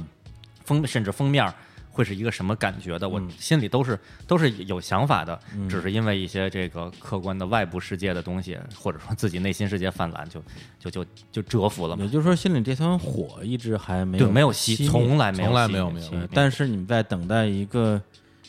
[SPEAKER 3] 封甚至封面儿会是一个什么感觉的？我心里都是都是有想法的，只是因为一些这个客观的外部世界的东西，或者说自己内心世界泛滥，就就就就折服了嘛
[SPEAKER 1] 也。就是说，心里这团火一直还没
[SPEAKER 3] 对，没有
[SPEAKER 1] 熄
[SPEAKER 3] 熄，
[SPEAKER 1] 灭
[SPEAKER 3] 从来没有，
[SPEAKER 2] 从来没有没有
[SPEAKER 3] 有。
[SPEAKER 1] 呃但是你们在等待一个，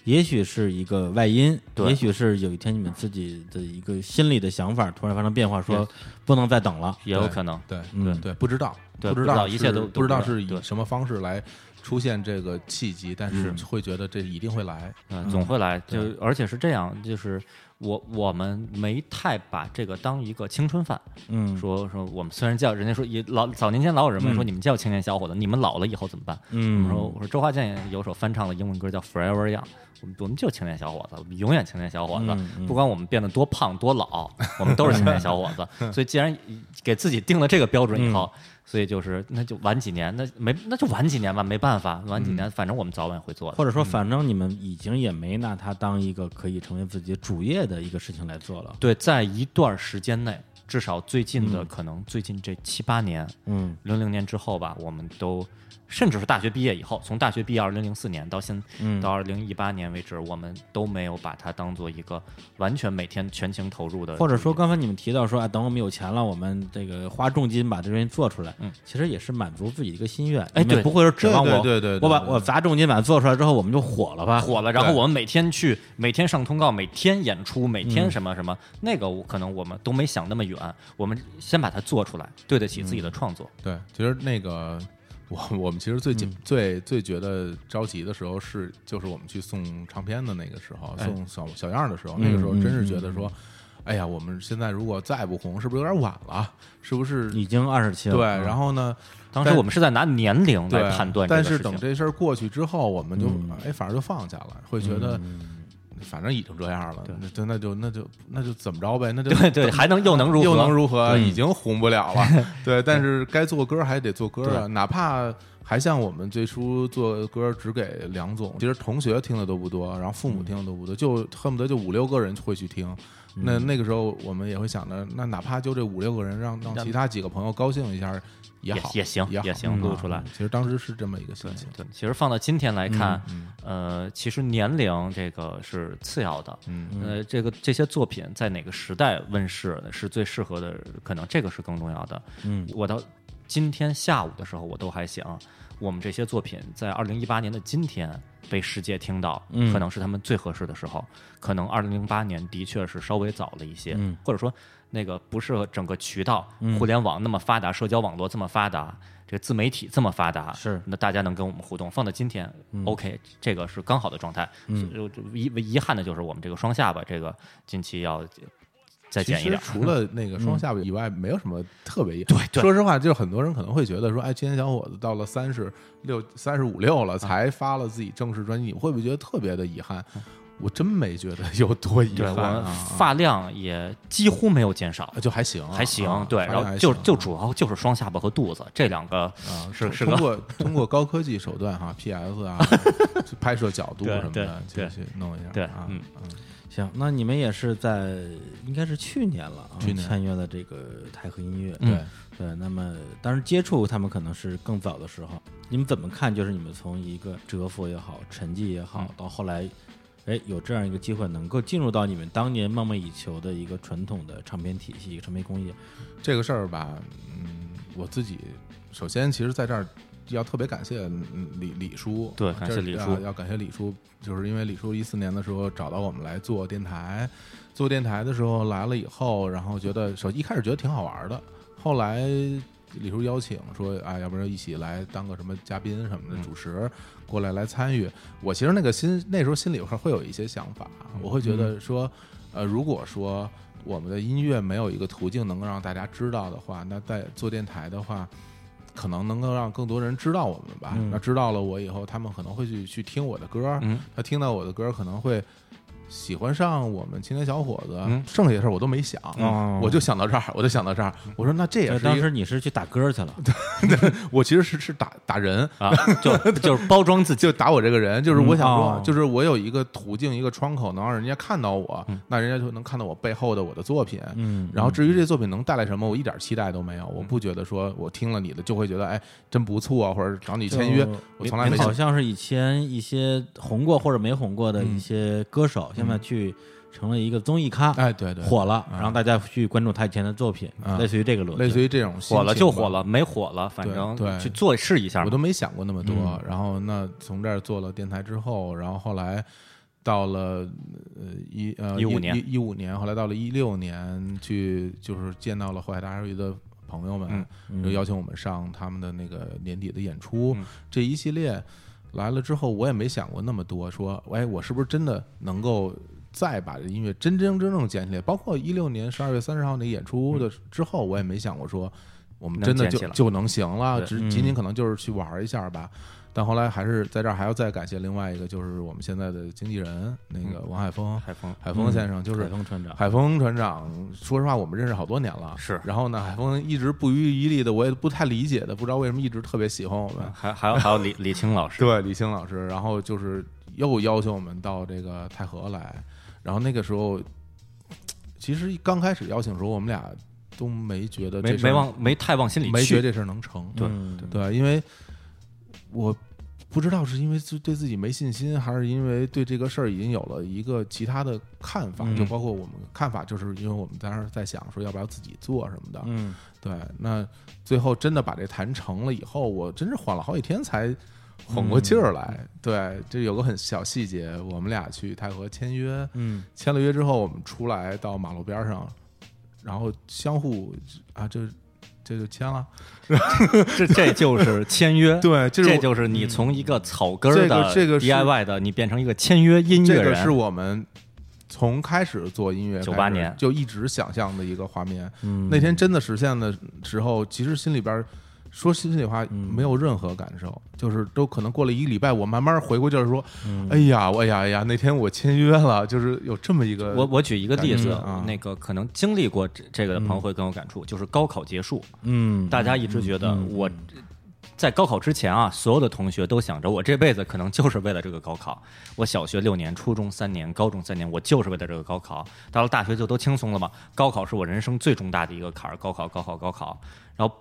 [SPEAKER 1] 也许是一个外因，
[SPEAKER 3] 对
[SPEAKER 1] 也许是有一天你们自己的一个心里的想法突然发生变化，说不能再等了。
[SPEAKER 3] 也有可能，
[SPEAKER 2] 对
[SPEAKER 1] 嗯
[SPEAKER 2] 对对，不知道，
[SPEAKER 3] 对
[SPEAKER 2] 知
[SPEAKER 3] 不知道
[SPEAKER 2] 是
[SPEAKER 3] 一切都
[SPEAKER 2] 不
[SPEAKER 3] 都
[SPEAKER 2] 知道
[SPEAKER 3] 不知道
[SPEAKER 2] 是以
[SPEAKER 3] 对
[SPEAKER 2] 什么方式来出现这个契机，但是会觉得这一定会来。
[SPEAKER 3] 嗯，总会来，就而且是这样，就是我我们没太把这个当一个青春饭，
[SPEAKER 1] 嗯，
[SPEAKER 3] 说说我们虽然叫人家说也老早年间老有人问说你们叫青年小伙子，你们老了以后怎么办？
[SPEAKER 1] 嗯
[SPEAKER 3] 我说我说周华健也有首翻唱的英文歌叫 Forever Young，我们我们就青年小伙子，我们永远青年小伙子，
[SPEAKER 1] 嗯
[SPEAKER 3] 不管我们变得多胖多老，我们都是青年小伙
[SPEAKER 1] [laughs]
[SPEAKER 3] 子。所以既然给自己定了这个标准以后，
[SPEAKER 1] 嗯
[SPEAKER 3] 所以就是那就晚几年，那没那就晚几年吧，没办法，晚几年，反正我们早晚会做
[SPEAKER 1] 嗯
[SPEAKER 3] 的。
[SPEAKER 1] 或
[SPEAKER 2] 嗯
[SPEAKER 1] 者说，反正你们已经也没拿它当一个可以成为自己主业的一个事情来做了。
[SPEAKER 3] 对，在一段时间内，至少最近的、可能最近这七八年，
[SPEAKER 1] 嗯，
[SPEAKER 3] 零零年之后吧，我们都甚至是大学毕业以后，从大学毕业二零零四年到现、
[SPEAKER 2] 嗯
[SPEAKER 3] 到二零一八年为止，我们都没有把它当做一个完全每天全情投入的，
[SPEAKER 1] 或者说，刚才你们提到说，啊，等我们有钱了，我们这个花重金把这东西做出来，嗯，其实也是满足自己的一个心愿。
[SPEAKER 3] 哎
[SPEAKER 1] 你们
[SPEAKER 3] 对
[SPEAKER 1] 不会说指望我，
[SPEAKER 2] 对对对对
[SPEAKER 1] 我
[SPEAKER 2] 对
[SPEAKER 1] 把我砸重金把它做出来之后，我们就火了吧？
[SPEAKER 3] 火了。然后我们每天去，每天上通告，每天演出，每
[SPEAKER 2] 嗯
[SPEAKER 3] 天什么什么，那个我可能我们都没想那么远，我们先把它做出来，对得起
[SPEAKER 2] 嗯
[SPEAKER 3] 自己的创作。
[SPEAKER 2] 对，其实那个我我们其实
[SPEAKER 3] 嗯
[SPEAKER 2] 最紧、最最觉得着急的时候是，就是我们去送唱片的那个时
[SPEAKER 3] 哎
[SPEAKER 2] 候，送小小样儿的时
[SPEAKER 3] 嗯
[SPEAKER 2] 候，那个时候真是觉得说，哎呀，我们现在如果再不红，是不是有点晚了？是不是？
[SPEAKER 1] 已经二十期了，嗯
[SPEAKER 2] 对，
[SPEAKER 3] 嗯
[SPEAKER 2] 然后呢？
[SPEAKER 3] 当时我们是在拿年龄
[SPEAKER 2] 对啊
[SPEAKER 3] 来判断这
[SPEAKER 2] 但
[SPEAKER 3] 个事
[SPEAKER 2] 是
[SPEAKER 3] 情，嗯
[SPEAKER 2] 等这事儿过去之后，我们就、哎，反而就放下了，会觉得。反正已经这样了，那就那就那就那就怎么着呗，那就
[SPEAKER 3] 对对，还能又能如何？嗯
[SPEAKER 2] 又能如何？已经红不了了，
[SPEAKER 3] [laughs]
[SPEAKER 2] 对。但是该做歌还得做歌啊，哪怕还像我们最初做歌只给梁总，其实同学听的都不多，然后父母听的都
[SPEAKER 3] 嗯
[SPEAKER 2] 不多，就恨不得就五六个人会去听。那那个时候我们也会想着，那哪怕就这五六个人，让让
[SPEAKER 3] 让
[SPEAKER 2] 其他几个朋友高兴一下也好，
[SPEAKER 3] 也行
[SPEAKER 2] 也好
[SPEAKER 3] 也行录
[SPEAKER 2] 嗯
[SPEAKER 3] 出来
[SPEAKER 2] 其实当时是这么一个心情，嗯
[SPEAKER 3] 对，其实放到今天来看，呃，其实年龄这个是次要的，
[SPEAKER 2] 嗯
[SPEAKER 3] 呃，这个这些作品在哪个时代问世是最适合的，可能这个是更重要的。嗯，我到今天下午的时候，我都还想，我们这些作品在二零一八年的今天被世界听到，可能是他们最合适的时候。可能二零零八年的确是稍微早了一些，或者说那个不是整个渠道、互联网那么发达，社交网络这么发达。这个自媒体这么发达，
[SPEAKER 1] 是
[SPEAKER 3] 那大家能跟我们互动，放到今天、o k 这个是刚好的状态。所以就遗遗憾的就是我们这个双下巴，这个近期要再
[SPEAKER 2] 其
[SPEAKER 3] 减一
[SPEAKER 2] 实
[SPEAKER 3] 点。嗯
[SPEAKER 2] 除
[SPEAKER 3] [laughs]
[SPEAKER 2] 了那个双下巴以外，没有什么特别。
[SPEAKER 3] 对对
[SPEAKER 2] 说实话，就是很多人可能会觉得说，哎，青年小伙子到了三十六、三十五六
[SPEAKER 3] 嗯
[SPEAKER 2] 了才发了自己正式专辑，你会不会觉得特别的遗憾？我真没觉得有多遗
[SPEAKER 3] 嗯对我
[SPEAKER 2] 憾
[SPEAKER 3] 们
[SPEAKER 2] 啊，
[SPEAKER 3] 发量也几乎没有减少
[SPEAKER 2] 啊，就还行啊，
[SPEAKER 3] 还行。
[SPEAKER 2] 啊
[SPEAKER 3] 对，
[SPEAKER 2] 发现
[SPEAKER 3] 然后
[SPEAKER 2] 还
[SPEAKER 3] 就
[SPEAKER 2] 行
[SPEAKER 3] 就主要就是双下巴和肚子这两
[SPEAKER 2] [laughs]
[SPEAKER 3] 个
[SPEAKER 2] 啊
[SPEAKER 3] 是是
[SPEAKER 2] 通
[SPEAKER 3] 个
[SPEAKER 2] 过通过高科技手段哈，PS
[SPEAKER 3] [laughs]
[SPEAKER 2] 啊，拍摄角度
[SPEAKER 3] 对
[SPEAKER 2] 什么的，
[SPEAKER 3] 对
[SPEAKER 2] 去去弄一下，
[SPEAKER 3] 对
[SPEAKER 2] 啊
[SPEAKER 3] 嗯，
[SPEAKER 2] 嗯
[SPEAKER 1] 行，那你们也是在应该是去年了啊，
[SPEAKER 2] 去年嗯
[SPEAKER 1] 签约了这个台和音乐，
[SPEAKER 3] 嗯
[SPEAKER 2] 对。
[SPEAKER 1] 对，那么当时接触他们可能是更早的时候，你们怎么看？就是你们从一个蛰伏也好，沉寂也
[SPEAKER 2] 嗯
[SPEAKER 1] 好，到后来，哎，有这样一个机会能够进入到你们当年梦寐以求的一个传统的唱片体系、一个唱片工业，
[SPEAKER 2] 这个事儿吧，嗯，我自己首先其实在这儿要特别感谢嗯李李叔，
[SPEAKER 3] 对
[SPEAKER 2] 啊
[SPEAKER 3] 感谢
[SPEAKER 2] 这是
[SPEAKER 3] 李
[SPEAKER 2] 啊
[SPEAKER 3] 叔
[SPEAKER 2] 要感谢李叔，就是因为李叔一四年的时候找到我们来做电台，做电台的时候来了以后，然后觉得首一开始觉得挺好玩的，后来。李叔邀请说啊，要不然一起来当个什么嘉宾什
[SPEAKER 3] 嗯
[SPEAKER 2] 么的主持，过来来参与。我啊
[SPEAKER 3] 嗯
[SPEAKER 2] 其实那个心那时候心里边会有一些想法，我会觉得说，呃，如果说我们的音乐没有一个途径能够让大家知道的话，那在做电台的话，可能能够让更多人知道我们吧。
[SPEAKER 1] 嗯
[SPEAKER 2] 那知道了我以后，他们可能会去去听我的歌，他听到我的歌可能会。喜欢上我们青年小伙子，剩下的事儿我都没想，
[SPEAKER 1] 嗯哦
[SPEAKER 2] 我就想到这儿，我就想到这儿。我说那这也
[SPEAKER 1] 对，
[SPEAKER 2] 是一
[SPEAKER 1] 当
[SPEAKER 2] 个，
[SPEAKER 1] 时你是去打歌去了，
[SPEAKER 2] 我其实是是打打人，
[SPEAKER 3] 啊，
[SPEAKER 2] [laughs]
[SPEAKER 3] 就就是包装自己，
[SPEAKER 2] 就打我这个人，就是我想说，
[SPEAKER 1] 哦
[SPEAKER 2] 就是我有一个途径，一个窗口，能让人家看到我，那人家就能看到我背后的我的作品。
[SPEAKER 1] 嗯
[SPEAKER 2] 然后至于这作品能带来什么，我一点期待都没有。
[SPEAKER 3] 嗯
[SPEAKER 2] 我不觉得说我听了你的就会觉得哎真不错啊，或者找你签约
[SPEAKER 3] 嗯
[SPEAKER 1] 就，
[SPEAKER 2] 我从来没
[SPEAKER 1] 您好像是以前一些红过或者没红过的一些歌手，现在去成了一个综艺咖，
[SPEAKER 2] 嗯哎对对，
[SPEAKER 1] 火了，然后大家去关注他以前的作品，
[SPEAKER 2] 啊
[SPEAKER 1] 类似于这个逻辑，
[SPEAKER 2] 类似于这种心
[SPEAKER 3] 火了
[SPEAKER 2] 情
[SPEAKER 3] 就
[SPEAKER 2] 吧
[SPEAKER 3] 火了，没火了，反
[SPEAKER 2] 对
[SPEAKER 3] 正
[SPEAKER 2] 对
[SPEAKER 3] 去做试一下
[SPEAKER 2] 我
[SPEAKER 3] 嘛
[SPEAKER 2] 都。没想过那么多。
[SPEAKER 3] 嗯
[SPEAKER 2] 然后那从这儿做了电台之后，然后后来到了呃一呃
[SPEAKER 3] 15年
[SPEAKER 2] 一五年，后来到了一六年去就是见到了淮海大鲨鱼的。朋友
[SPEAKER 3] 嗯
[SPEAKER 2] 们
[SPEAKER 1] 嗯
[SPEAKER 2] 就邀请我们上他们的那个年底的演出，
[SPEAKER 3] 嗯
[SPEAKER 2] 这一系列来了之后，我也没想过那么多，说，哎，我是不是真的能够再把这音乐真真正正捡起来？包括一六年十二月三十号那演出的之后，我也没想过说我们
[SPEAKER 3] 嗯能
[SPEAKER 2] 真的
[SPEAKER 3] 捡
[SPEAKER 2] 就
[SPEAKER 3] 起来
[SPEAKER 2] 就能行了，
[SPEAKER 3] 对嗯
[SPEAKER 2] 只仅仅可能就是去玩一下吧。但后来还是在这儿还要再感谢另外一个，就是我们现在的经纪人那个王海峰，
[SPEAKER 3] 嗯海峰
[SPEAKER 2] 海峰先生，就是
[SPEAKER 1] 海峰船长
[SPEAKER 2] 海峰船长，说实话，我们认识好多年了。
[SPEAKER 3] 是
[SPEAKER 2] 然后呢，海峰一直不遗余力的，我也不太理解的，不知道为什么一直特别喜欢我们。
[SPEAKER 3] 还还有还有李李青老师，
[SPEAKER 2] 对，李青老师，然后就是又邀请我们到这个太和来，然后那个时候，其实刚开始邀请的时候，我们俩都没觉得
[SPEAKER 3] 没
[SPEAKER 2] 这事儿
[SPEAKER 3] 没往没太往心里
[SPEAKER 2] 没觉得
[SPEAKER 3] 去，
[SPEAKER 2] 这事儿能成，
[SPEAKER 3] 对
[SPEAKER 1] 嗯
[SPEAKER 2] 对，因为我不知道是因为自对自己没信心，还是因为对这个事儿已经有了一个其他的看法，
[SPEAKER 1] 嗯
[SPEAKER 2] 就包括我们看法，就是因为我们当时在想说要不要自己做什么的，
[SPEAKER 1] 嗯，
[SPEAKER 2] 对，那最后真的把这谈成了以后，我真是缓了好几天才缓过劲儿来。对，这有个很小细节，我们俩去太和签约，
[SPEAKER 1] 嗯，
[SPEAKER 2] 签了约之后，我们出来到马路边儿上，然后相互啊，这这就签了。。
[SPEAKER 3] 这这就是签约
[SPEAKER 2] 对，这是
[SPEAKER 3] 这
[SPEAKER 2] 我嗯
[SPEAKER 3] 就是你从一个草根儿的
[SPEAKER 2] 这个这个是
[SPEAKER 3] DIY 的，你变成一个签约音乐
[SPEAKER 2] 这个是
[SPEAKER 3] 人，
[SPEAKER 2] 我们。从开始做音乐开始，
[SPEAKER 3] 98年嗯
[SPEAKER 2] 就一直想象的一个画面。
[SPEAKER 1] 嗯
[SPEAKER 2] 那天真的实现的时候，其实心里边儿说心里话，没有任何感受，
[SPEAKER 3] 嗯
[SPEAKER 2] 就是都可能过了一个礼拜，我慢慢回过劲儿说，哎呀，我哎呀哎呀，那天我签约了，就是有这么一个
[SPEAKER 3] 我我举一个例子
[SPEAKER 2] 嗯啊，嗯
[SPEAKER 3] 那个可能经历过这这个的朋友会更有感触，就是高考结束，
[SPEAKER 1] 嗯，
[SPEAKER 3] 大家一直觉得我在高考之前啊，所有的同学都想着我这辈子可能就是为了这个高考。我小学六年，初中三年，高中三年，我就是为了这个高考。到了大学就都轻松了嘛，高考是我人生最重大的一个坎儿，高考，高考，高考。然后，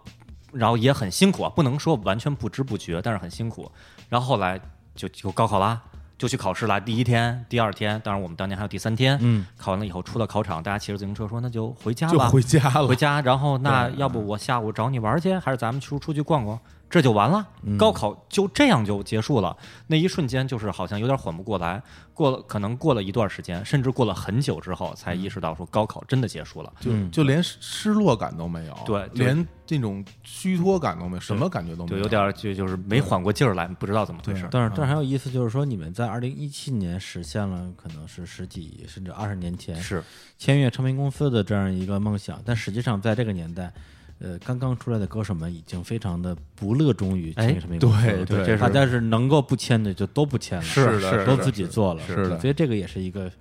[SPEAKER 3] 然后也很辛苦啊，不能说完全不知不觉，但是很辛苦。然后后来就就高考啦。就去考试啦，第一天、第二天，当然我们当年还有第三天。嗯，考完了以后出了考场，大家骑着自行车说：“那就回家吧。”
[SPEAKER 2] 就回家了，
[SPEAKER 3] 回家，然后那要不我下午找你玩去，还是咱们出出去逛逛？这就完了，高考就这样就结束了。那一瞬间就是好像有点缓不过来，过了可能过了一段时间，甚至过了很久之后，才意识到说高考真的结束了。
[SPEAKER 2] 就就连失落感都没有，
[SPEAKER 3] 嗯对就
[SPEAKER 2] 连这种虚脱感都没有，什么感觉都没
[SPEAKER 3] 就有点就就是没缓过劲儿来，不知道怎么回事儿。
[SPEAKER 1] 但是，但是很
[SPEAKER 2] 嗯
[SPEAKER 1] 有意思，就是说你们在二零一七年实现了可能是十几甚至二十年前
[SPEAKER 3] 嗯是
[SPEAKER 1] 签约唱片公司的这样一个梦想，但实际上在这个年代，呃，刚刚出来的歌手们已经非常的不乐衷于签约唱片公司了，
[SPEAKER 2] 哎对对
[SPEAKER 1] 这是大家是能够不签的就都不签了，
[SPEAKER 2] 是的是的
[SPEAKER 1] 都自己做了，
[SPEAKER 2] 是的
[SPEAKER 1] 对所以这个也是一个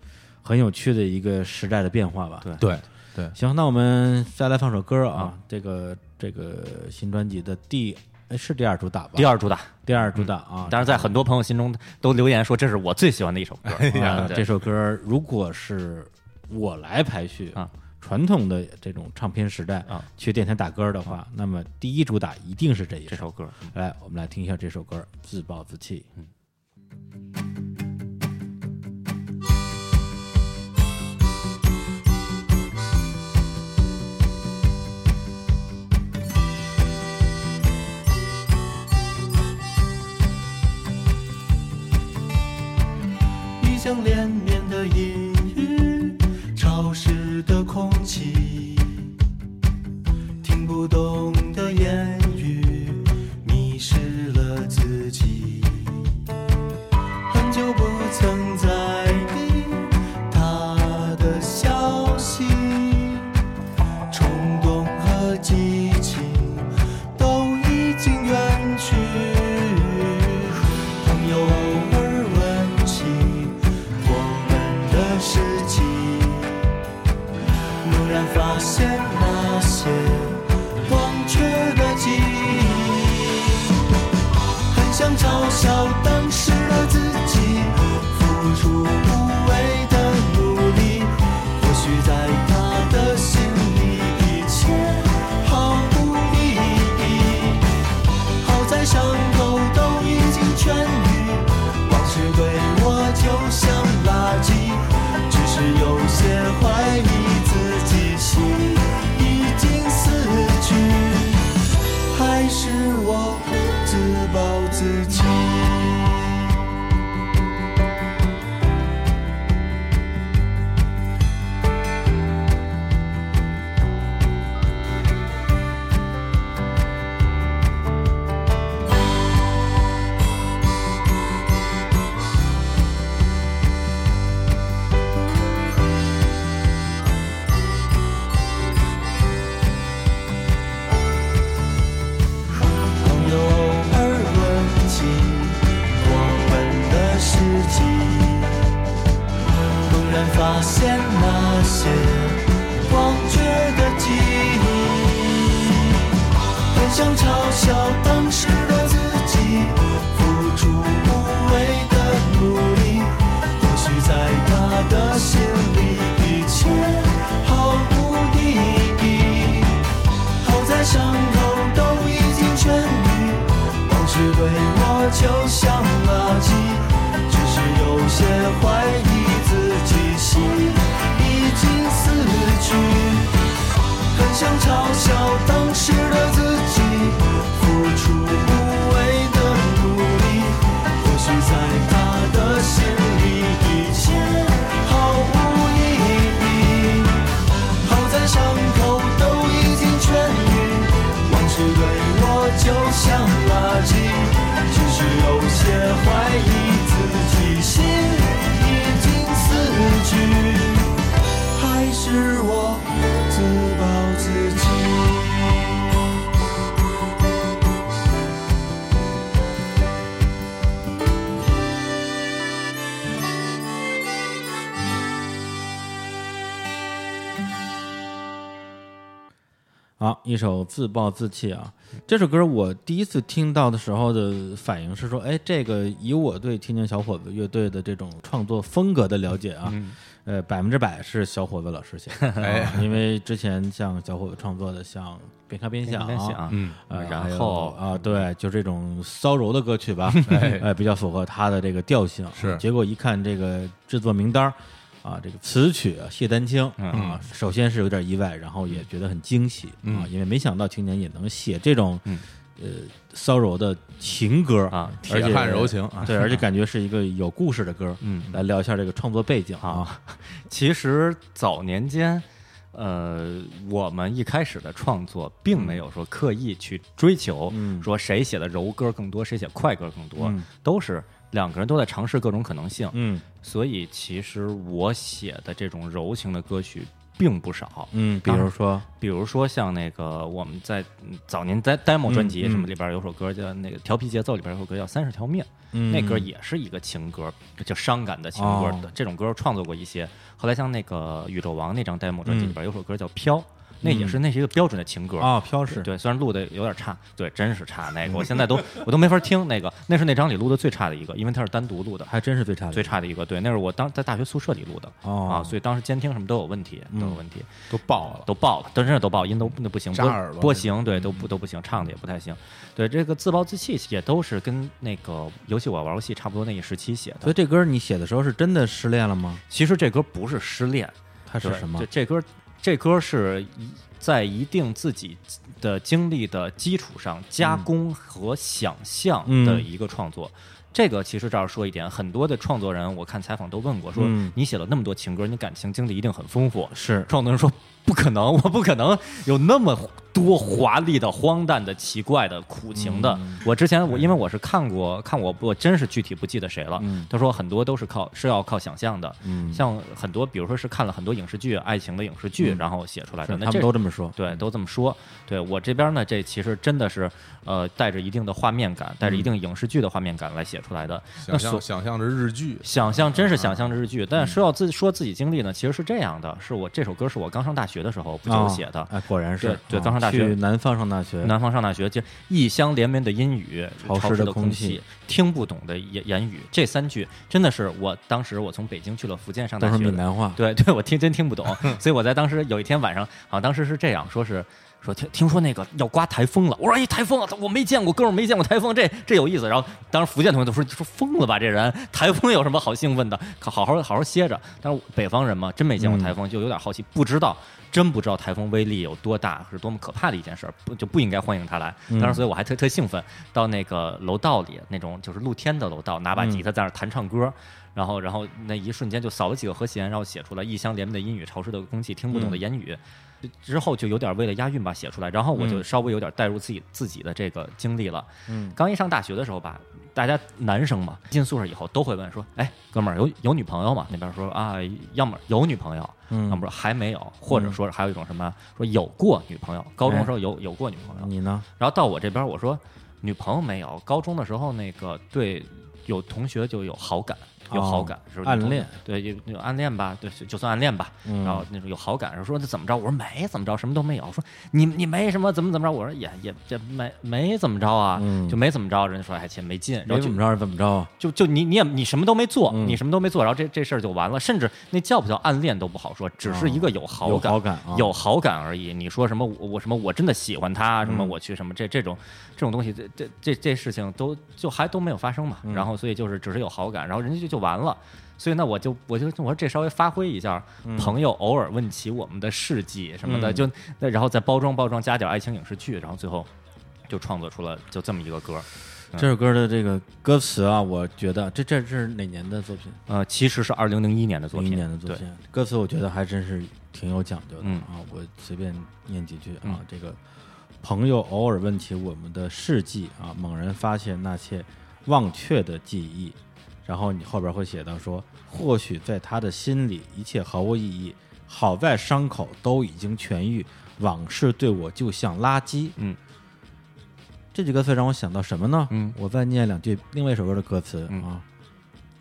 [SPEAKER 1] 很有趣的一个时代的变化吧。
[SPEAKER 3] 对
[SPEAKER 2] 对
[SPEAKER 3] [laughs]
[SPEAKER 2] 对，
[SPEAKER 1] 行，那我们再来放首歌啊，这个这个新专辑的第哎是第二主打吧？
[SPEAKER 3] 第二主打，
[SPEAKER 1] 第二主打啊，
[SPEAKER 3] 但是在很多朋友心中都留言说这是我最喜欢的一首歌。
[SPEAKER 1] 啊，
[SPEAKER 3] [laughs] 对
[SPEAKER 1] 这首歌如果是我来排序
[SPEAKER 3] 啊，
[SPEAKER 1] 传统的这种唱片时代
[SPEAKER 3] 啊，
[SPEAKER 1] 去电台打歌的话，那么第一主打一定是这一
[SPEAKER 3] 这
[SPEAKER 1] 首。
[SPEAKER 3] 首歌，
[SPEAKER 1] 来，我们来听一下这首歌《自暴自弃》。
[SPEAKER 4] 异想连绵的阴雨，潮湿的空气，听不懂的言语，迷失了自己。很久不曾在意他的消息。
[SPEAKER 5] 然发现那些忘却的记忆。很想嘲笑当时的自己，付出无谓的努力，或许在他的心里，一切毫无意义。好在伤口都已经痊愈，往事对我就像垃圾，只是有些怀疑自己心已经死去，还是我自暴自弃。朋友偶尔问起我们的事迹，猛然发现那些忘却的记忆。很想嘲笑当时的自己，付出无谓的努力，或许在他的心里，一切毫无意义。好在伤口都已经痊愈，往事对我就像垃圾，只是有些怀疑自己心已经死去。很想嘲笑当时的自己，付出无谓的努力，或许在他的心里，一切毫无意义。好在伤口都已经痊愈，往事对我就像垃圾，只是有些怀疑自己心已经死去。还是我自暴自弃。
[SPEAKER 1] 好，一首自暴自弃啊！这首歌我第一次听到的时候的反应是说，哎，这个以我对天津小伙子乐队的这种创作风格的了解啊，
[SPEAKER 3] 嗯
[SPEAKER 1] 呃，百分之百是小伙子老师写
[SPEAKER 3] [laughs] 哎
[SPEAKER 1] 的，
[SPEAKER 2] 哎
[SPEAKER 1] 啊因为之前像小伙子创作的像边看边想
[SPEAKER 3] 边
[SPEAKER 1] 啊，
[SPEAKER 3] 想，嗯，
[SPEAKER 1] 呃还
[SPEAKER 3] 然
[SPEAKER 1] 有
[SPEAKER 3] 后
[SPEAKER 1] 啊，对，就这种骚柔的歌曲吧，哎，比较符合他的这个调性。
[SPEAKER 2] 是
[SPEAKER 1] 结果一看这个制作名单儿啊，这个词曲啊谢丹青啊，首先是有点意外，然后也觉得很惊喜啊，因为没想到青年也能写这种呃骚柔的情歌
[SPEAKER 3] 啊
[SPEAKER 1] 而
[SPEAKER 2] 铁
[SPEAKER 1] 且
[SPEAKER 2] 汉柔情啊，
[SPEAKER 1] 对，而且感觉是一个有故事的歌。
[SPEAKER 3] 嗯，
[SPEAKER 1] 来聊一下这个创作背景啊，
[SPEAKER 3] 其实早年间，呃，我们一开始的创作并没有说刻意去追求，
[SPEAKER 1] 嗯
[SPEAKER 3] 说谁写的柔歌更多，谁写快歌更多，
[SPEAKER 1] 嗯
[SPEAKER 3] 都是两个人都在尝试各种可能性。
[SPEAKER 1] 嗯
[SPEAKER 3] 所以，其实我写的这种柔情的歌曲并不少。
[SPEAKER 1] 嗯，比如说
[SPEAKER 3] 比如说像那个我们在嗯早年在 demo 专辑
[SPEAKER 1] 嗯
[SPEAKER 3] 什么里边有首歌叫那个调皮节奏里边有首歌叫《三十条命》，
[SPEAKER 1] 嗯
[SPEAKER 3] 那歌也是一个情歌，叫伤感的情歌
[SPEAKER 1] 哦。
[SPEAKER 3] 这种歌创作过一些。后来像那个宇宙王那张 demo
[SPEAKER 1] 嗯
[SPEAKER 3] 专辑里边有首歌叫《飘》，那也是那是一个标准的情歌。
[SPEAKER 1] 啊，飘逝，
[SPEAKER 3] 对，虽然录的有点差，对，真是差。那个我现在都我都没法听那个，那是那张里录的最差的一个，因为它是单独录的。
[SPEAKER 1] 还真是最差的，
[SPEAKER 3] 最差的一个，对，那是我当在大学宿舍里录的、
[SPEAKER 1] 哦
[SPEAKER 3] 啊，所以当时监听什么都有问题，都有问题，
[SPEAKER 2] 都爆了。
[SPEAKER 3] 都爆了，都真是都爆，音都都不行，
[SPEAKER 2] 扎
[SPEAKER 3] 波
[SPEAKER 2] 耳朵
[SPEAKER 3] 波
[SPEAKER 2] 那
[SPEAKER 3] 形对都不都不行，唱的也不太行，对，这个自暴自弃也都是跟那个游戏我玩游戏差不多那一时期写
[SPEAKER 1] 所以
[SPEAKER 3] 的。
[SPEAKER 1] 这歌你写的时候是真的失恋了吗？
[SPEAKER 3] 其实这歌不是失恋，
[SPEAKER 1] 它是
[SPEAKER 3] 对
[SPEAKER 1] 什么
[SPEAKER 3] 这？这歌这歌是一在一定自己的经历的基础上加工和想象的一个创作。这个其实这儿说一点，很多的创作人，我看采访都问过，说
[SPEAKER 1] 嗯
[SPEAKER 3] 你写了那么多情歌，你感情经历一定很丰富。
[SPEAKER 1] 是
[SPEAKER 3] 创作人说不可能，我不可能有那么多华丽的、荒诞的、奇怪的、苦情的。我之前我因为我是看过看我我真是具体不记得谁了，他说很多都是靠是要靠想象的，像很多比如说是看了很多影视剧、爱情的影视剧，然后写出来的。
[SPEAKER 1] 是
[SPEAKER 3] 嗯那
[SPEAKER 1] 他
[SPEAKER 3] 这
[SPEAKER 1] 们都这么说。
[SPEAKER 3] 对，都这么说。对我这边呢，这其实真的是，呃，带着一定的画面感，带着一定影视剧的画面感来写出来的。那
[SPEAKER 2] 想
[SPEAKER 3] 所
[SPEAKER 2] 象想象着日剧，
[SPEAKER 1] 嗯
[SPEAKER 3] 想象真是想象着日剧，但说要自说自己经历呢，其实是这样的：是我这首歌是我刚上大学学的时候不就写的？
[SPEAKER 1] 啊，果然是
[SPEAKER 3] 对对
[SPEAKER 1] 啊
[SPEAKER 3] 当上大学
[SPEAKER 1] 去南方上大学，
[SPEAKER 3] 南方上大学，就异乡连绵的阴雨，
[SPEAKER 1] 嗯潮湿
[SPEAKER 3] 潮
[SPEAKER 1] 的
[SPEAKER 3] 湿的
[SPEAKER 1] 空
[SPEAKER 3] 空
[SPEAKER 1] 气
[SPEAKER 3] 气，听不懂的言言语，这三句真的是我当时我从北京去了福建上
[SPEAKER 1] 都
[SPEAKER 3] 大
[SPEAKER 1] 是
[SPEAKER 3] 学的
[SPEAKER 1] 闽南话，
[SPEAKER 3] 对 [laughs] 对，我听真听不懂，所以我在当时有一天晚上，好像当时是这样说是。说听听说那个要刮台风了，我说哎台风啊，我没见过，哥们儿没见过台风，这这有意思。然后当时福建同学都说说疯了吧这人，台风有什么好兴奋的？好好好好歇着。但是北方人嘛，真没见过台风，就有点好奇，不知道真不知道台风威力有多大，是多么可怕的一件事儿，不就不应该欢迎他来。当时所以我还特特兴奋，到那个楼道里那种就是露天的楼道，拿把吉他在那儿弹唱歌，然后，然后那一瞬间就扫了几个和弦，然后写出来“异乡连绵的阴雨，潮湿的空气，听不懂的言语”之后就有点为了押韵吧写出来，然后我就稍微有点带入自己自己的这个经历了。
[SPEAKER 1] 嗯，
[SPEAKER 3] 刚一上大学的时候吧，大家男生嘛，进宿舍以后都会问说：“哎，哥们儿，有有女朋友吗？”那边说啊，要么有女朋友，
[SPEAKER 1] 嗯
[SPEAKER 3] 要么说啊还没有，或者说还有一种什么说有过女朋友，高
[SPEAKER 1] 哎
[SPEAKER 3] 中的时候有有过女朋友，
[SPEAKER 1] 你呢？
[SPEAKER 3] 然后到我这边，我说女朋友没有，高中的时候那个对有同学就有好感，有好感，是不是
[SPEAKER 1] 哦暗恋？
[SPEAKER 3] 对，有有暗恋吧，对，就算暗恋吧。
[SPEAKER 1] 嗯
[SPEAKER 3] 然后那种有好感，说那怎么着？我说没怎么着，什么都没有。我说你你没什么，怎么怎么着？我说也也这没没怎么着啊，
[SPEAKER 1] 嗯
[SPEAKER 3] 就没怎么着。人家说哎，亲没劲，然后
[SPEAKER 1] 没
[SPEAKER 3] 就嗯
[SPEAKER 1] 怎么着是怎么着啊？
[SPEAKER 3] 就就你你也你什么都没做，
[SPEAKER 1] 嗯
[SPEAKER 3] 你什么都没做，然后这这事儿就完了，甚至那叫不叫暗恋都不好说，只是一个有好
[SPEAKER 1] 有
[SPEAKER 3] 感，
[SPEAKER 1] 好感啊
[SPEAKER 3] 有好感而已。你说什么我我什么我真的喜欢他，什么
[SPEAKER 1] 嗯
[SPEAKER 3] 我去什么这这种这种东西，这这这这事情都就还都没有发生嘛。
[SPEAKER 1] 嗯
[SPEAKER 3] 然后所以就是只是有好感，然后人家就就完了。所以呢，我就我就我说这稍微发挥一下，朋友偶尔问起我们的事迹什么的，
[SPEAKER 1] 嗯
[SPEAKER 3] 就那然后再包装包装，加点爱情影视剧，然后最后就创作出了就这么一个歌。
[SPEAKER 1] 这首歌的这个歌词啊，我觉得这这这是哪年的作品？
[SPEAKER 3] 呃，其实是二零零一年的作
[SPEAKER 1] 零一
[SPEAKER 3] 品，
[SPEAKER 1] 年的作
[SPEAKER 3] 对。
[SPEAKER 1] 品，歌词我觉得还真是挺有讲究的、
[SPEAKER 3] 嗯
[SPEAKER 1] 啊。我随便念几句啊，
[SPEAKER 3] 嗯
[SPEAKER 1] 这个朋友偶尔问起我们的事迹啊，猛然发现那些忘却的记忆，然后你后边会写到说，或许在他的心里一切毫无意义，好在伤口都已经痊愈，往事对我就像垃圾。
[SPEAKER 3] 嗯，
[SPEAKER 1] 这句歌词让我想到什么呢？
[SPEAKER 3] 嗯
[SPEAKER 1] 我再念两句另外一首歌的歌词、
[SPEAKER 3] 嗯
[SPEAKER 1] 啊。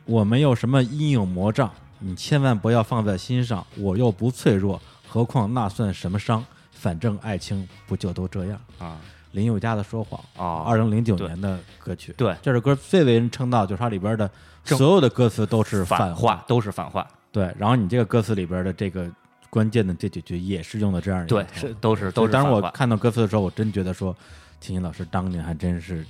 [SPEAKER 1] 我没有什么阴影魔障，你千万不要放在心上。我又不脆弱，何况那算什么伤？反正爱情不就都这样？
[SPEAKER 3] 啊，
[SPEAKER 1] 林宥嘉的《说谎》
[SPEAKER 3] 哦
[SPEAKER 1] 二零零九
[SPEAKER 3] 对
[SPEAKER 1] 年的歌曲。
[SPEAKER 3] 对
[SPEAKER 1] 这首歌最为人称道，就是它里边的所有的歌词都是
[SPEAKER 3] 反
[SPEAKER 1] 话。
[SPEAKER 3] 话都是反话，
[SPEAKER 1] 对，然后你这个歌词里边的这个关键的这几句也是用的这样一个
[SPEAKER 3] 对，
[SPEAKER 1] 词
[SPEAKER 3] 是都是都是
[SPEAKER 1] 当
[SPEAKER 3] 反
[SPEAKER 1] 时我
[SPEAKER 3] 话。
[SPEAKER 1] 看到歌词的时候，我真觉得说，秦秦老师当年还真是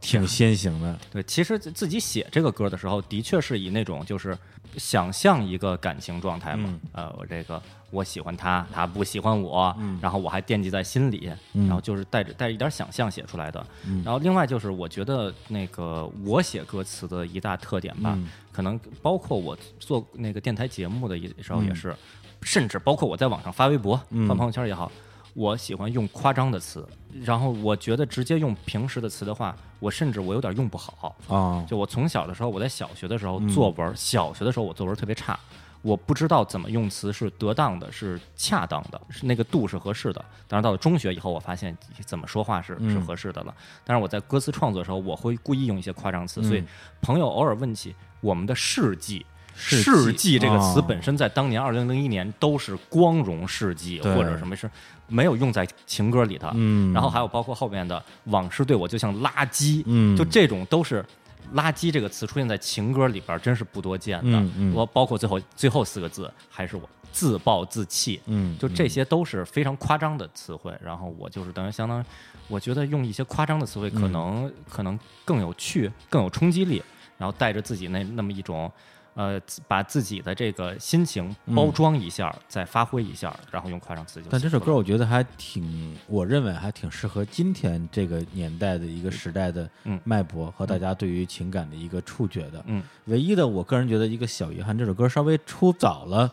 [SPEAKER 1] 挺先行的。
[SPEAKER 3] 对，其实自自己写这个歌的时候，的确是以那种就是想象一个感情状态
[SPEAKER 1] 嗯
[SPEAKER 3] 嘛，呃，我这个我喜欢他，他不喜欢我，
[SPEAKER 1] 嗯
[SPEAKER 3] 然后我还惦记在心里，然后就是带着带着一点想象写出来的。
[SPEAKER 1] 嗯
[SPEAKER 3] 然后另外就是，我觉得那个我写歌词的一大特点吧，
[SPEAKER 1] 嗯
[SPEAKER 3] 可能包括我做那个电台节目的一时候也
[SPEAKER 1] 嗯
[SPEAKER 3] 是，甚至包括我在网上发微博、发朋友圈也好。我喜欢用夸张的词，然后我觉得直接用平时的词的话，我甚至我有点用不好。
[SPEAKER 1] 啊、嗯
[SPEAKER 3] 就我从小的时候，我在小学的时候作文，小学的时候我作文特别差，我不知道怎么用词是得当的，是恰当的，是那个度是合适的。当然到了中学以后，我发现怎么说话是是合适的了。但是我在歌词创作的时候，我会故意用一些夸
[SPEAKER 1] 嗯
[SPEAKER 3] 张词，所以朋友偶尔问起我们的事迹。
[SPEAKER 1] 事迹
[SPEAKER 3] 事迹这个词
[SPEAKER 1] 哦
[SPEAKER 3] 本身在当年二零零一年都是光荣事迹
[SPEAKER 1] 对
[SPEAKER 3] 或者什么是没有用在情歌里的，
[SPEAKER 1] 嗯
[SPEAKER 3] 然后还有包括后面的往事对我就像垃圾，
[SPEAKER 1] 嗯
[SPEAKER 3] 就这种都是“垃圾”这个词出现在情歌里边，真是不多见的
[SPEAKER 1] 嗯。嗯
[SPEAKER 3] 我包括最后最后四个字，还是我自暴自弃。
[SPEAKER 1] 嗯
[SPEAKER 3] 就这些都是非常夸张的词汇。然后我就是等于相当于，我觉得用一些夸张的词汇，
[SPEAKER 1] 嗯
[SPEAKER 3] 可能、可能更有趣，更有冲击力，然后带着自己那那么一种。呃，自把自己的这个心情包装一下，再发挥一下，然后用夸张词就。
[SPEAKER 1] 嗯但这首歌，我觉得还挺，我认为还挺适合今天这个年代的一个时代的
[SPEAKER 3] 嗯
[SPEAKER 1] 脉搏和大家对于情感的一个触觉的。
[SPEAKER 3] 嗯，
[SPEAKER 1] 唯一的，我个人觉得一个小遗憾，这首歌稍微出早了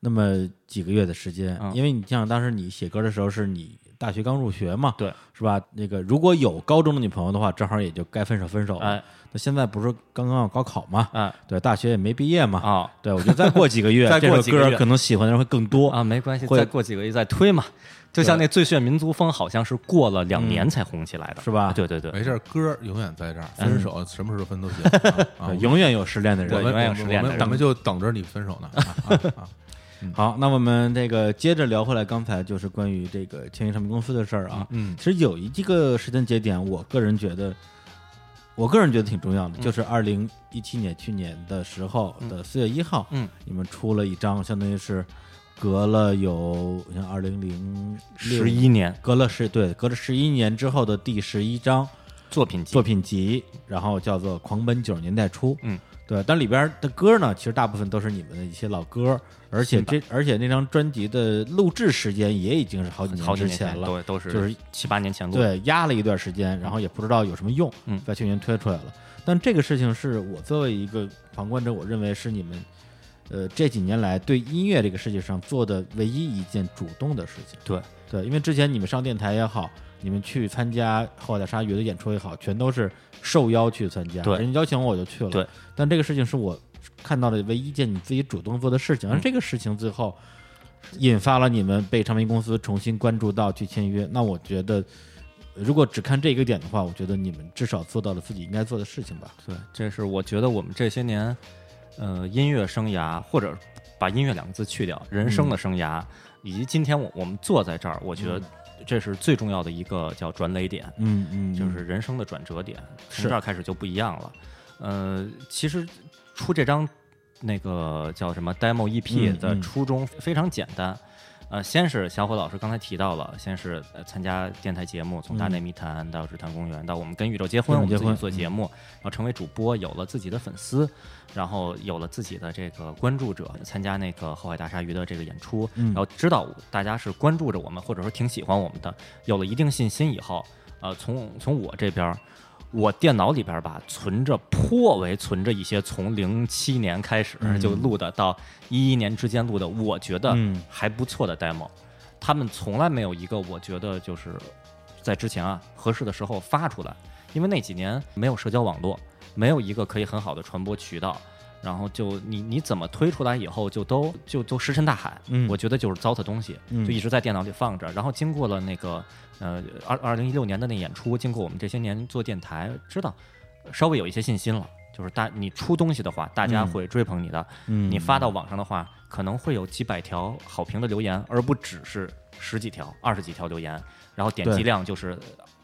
[SPEAKER 1] 那么几个月的时间，
[SPEAKER 3] 嗯
[SPEAKER 1] 因为你像当时你写歌的时候，是你大学刚入学嘛，
[SPEAKER 3] 对，
[SPEAKER 1] 是吧？那个如果有高中的女朋友的话，正好也就该分手分手了。
[SPEAKER 3] 哎
[SPEAKER 1] 那现在不是刚刚要高考嘛，
[SPEAKER 3] 啊
[SPEAKER 1] 对，大学也没毕业嘛，
[SPEAKER 3] 啊
[SPEAKER 1] 对，我觉得再过几个月，
[SPEAKER 3] [laughs] 再过
[SPEAKER 1] 这
[SPEAKER 3] 几
[SPEAKER 1] 首
[SPEAKER 3] 个
[SPEAKER 1] 歌
[SPEAKER 3] 月
[SPEAKER 1] 可能喜欢的人会更多
[SPEAKER 3] 啊，没关系，
[SPEAKER 1] 会
[SPEAKER 3] 再过几个月再推嘛。就像那《最炫民族风》，好像是过了两年才红起来的，
[SPEAKER 1] 嗯是吧哎
[SPEAKER 3] 对对对，
[SPEAKER 2] 没事儿，歌儿永远在这儿，分手什么时候分
[SPEAKER 1] [laughs]
[SPEAKER 2] 都行啊啊。
[SPEAKER 1] 嗯对永远有失恋的
[SPEAKER 2] 我
[SPEAKER 1] 人
[SPEAKER 2] 们
[SPEAKER 3] 对。永远有
[SPEAKER 2] 我
[SPEAKER 3] 失
[SPEAKER 2] 们
[SPEAKER 3] 恋的
[SPEAKER 2] 我们我们就等着你分手呢。啊啊啊
[SPEAKER 1] 好，那我们这个接着聊回来，刚才就是关于这个签约唱片公司的事儿啊。
[SPEAKER 2] 嗯
[SPEAKER 1] 其实有一个时间节点，我个人觉得，我个人觉得挺重要的，就是二零一七年去年的时候的四月一号，
[SPEAKER 3] 嗯嗯，
[SPEAKER 1] 你们出了一张，相当于是隔了有像二零零
[SPEAKER 3] 十一年
[SPEAKER 1] 隔了十对，隔了十一年之后的第十一章
[SPEAKER 3] 作品集
[SPEAKER 1] 作品集，然后叫做《狂奔九十年代初》。
[SPEAKER 3] 嗯，
[SPEAKER 1] 对，但里边的歌呢，其实大部分都是你们的一些老歌，而且这而且那张专辑的录制时间也已经是好几
[SPEAKER 3] 好几
[SPEAKER 1] 之
[SPEAKER 3] 年前
[SPEAKER 1] 了，
[SPEAKER 3] 对，都是
[SPEAKER 1] 就是
[SPEAKER 3] 七八年前录的。
[SPEAKER 1] 对，压了一段时间，然后也不知道有什么用，
[SPEAKER 3] 嗯
[SPEAKER 1] 在去年推出来了。但这个事情是我作为一个旁观者，我认为是你们，呃，这几年来对音乐这个世界上做的唯一一件主动的事情。
[SPEAKER 3] 对
[SPEAKER 1] 对，因为之前你们上电台也好，你们去参加后海大鲨鱼的演出也好，全都是受邀去参加，
[SPEAKER 3] 对
[SPEAKER 1] 人家邀请我我就去了。
[SPEAKER 3] 对，
[SPEAKER 1] 但这个事情是我看到的唯一一件你自己主动做的事
[SPEAKER 3] 嗯
[SPEAKER 1] 情，而这个事情最后引发了你们被唱片公司重新关注到去签约。那我觉得，呃如果只看这个点的话，我觉得你们至少做到了自己应该做的事情吧。
[SPEAKER 3] 对，这是我觉得我们这些年，呃，音乐生涯或者把音乐两个字去掉，人生
[SPEAKER 1] 嗯
[SPEAKER 3] 的生涯，以及今天我我们坐在这儿，我觉得这是最重要的一个叫转垒点，
[SPEAKER 1] 嗯嗯
[SPEAKER 3] 就是人生的转折点，
[SPEAKER 1] 是
[SPEAKER 3] 从这儿开始就不一样了。呃，其实出这张那个叫什么 demo
[SPEAKER 1] 嗯
[SPEAKER 3] EP 的
[SPEAKER 1] 嗯
[SPEAKER 3] 初衷非常简单。呃，先是小伙老师刚才提到了，先是呃参加电台节目，从《大内密谈》到《日坛公园》，到我们跟宇宙结婚，
[SPEAKER 1] 跟
[SPEAKER 3] 我
[SPEAKER 1] 嗯宇宙
[SPEAKER 3] 们
[SPEAKER 1] 结
[SPEAKER 3] 自
[SPEAKER 1] 婚嗯
[SPEAKER 3] 己做节目，然后成为主播，有了自己的粉丝，然后有了自己的这个关注者，参加那个后海大鲨鱼的这个演出，
[SPEAKER 1] 嗯
[SPEAKER 3] 然后知道大家是关注着我们，或者说挺喜欢我们的，有了一定信心以后，呃，从从我这边儿，我电脑里边儿吧存着颇为存着一些从零七年开始就录的到一一年之间录的，我觉得
[SPEAKER 1] 嗯
[SPEAKER 3] 还不错的 demo，、他们从来没有一个我觉得就是在之前啊合适的时候发出来，因为那几年没有社交网络，没有一个可以很好的传播渠道。然后就你你怎么推出来以后就都就都石沉大海，
[SPEAKER 1] 嗯
[SPEAKER 3] 我觉得就是糟蹋东西，
[SPEAKER 1] 嗯
[SPEAKER 3] 就一直在电脑里放着。然后经过了那个呃二二零一六年的那演出，经过我们这些年做电台，知道稍微有一些信心了。就是大你出东西的话，大家会追捧你的；
[SPEAKER 1] 嗯
[SPEAKER 3] 你发到网上的话，可能会有几百条好评的留言，而不只是十几条、二十几条留言。然后点
[SPEAKER 1] 对
[SPEAKER 3] 击量就是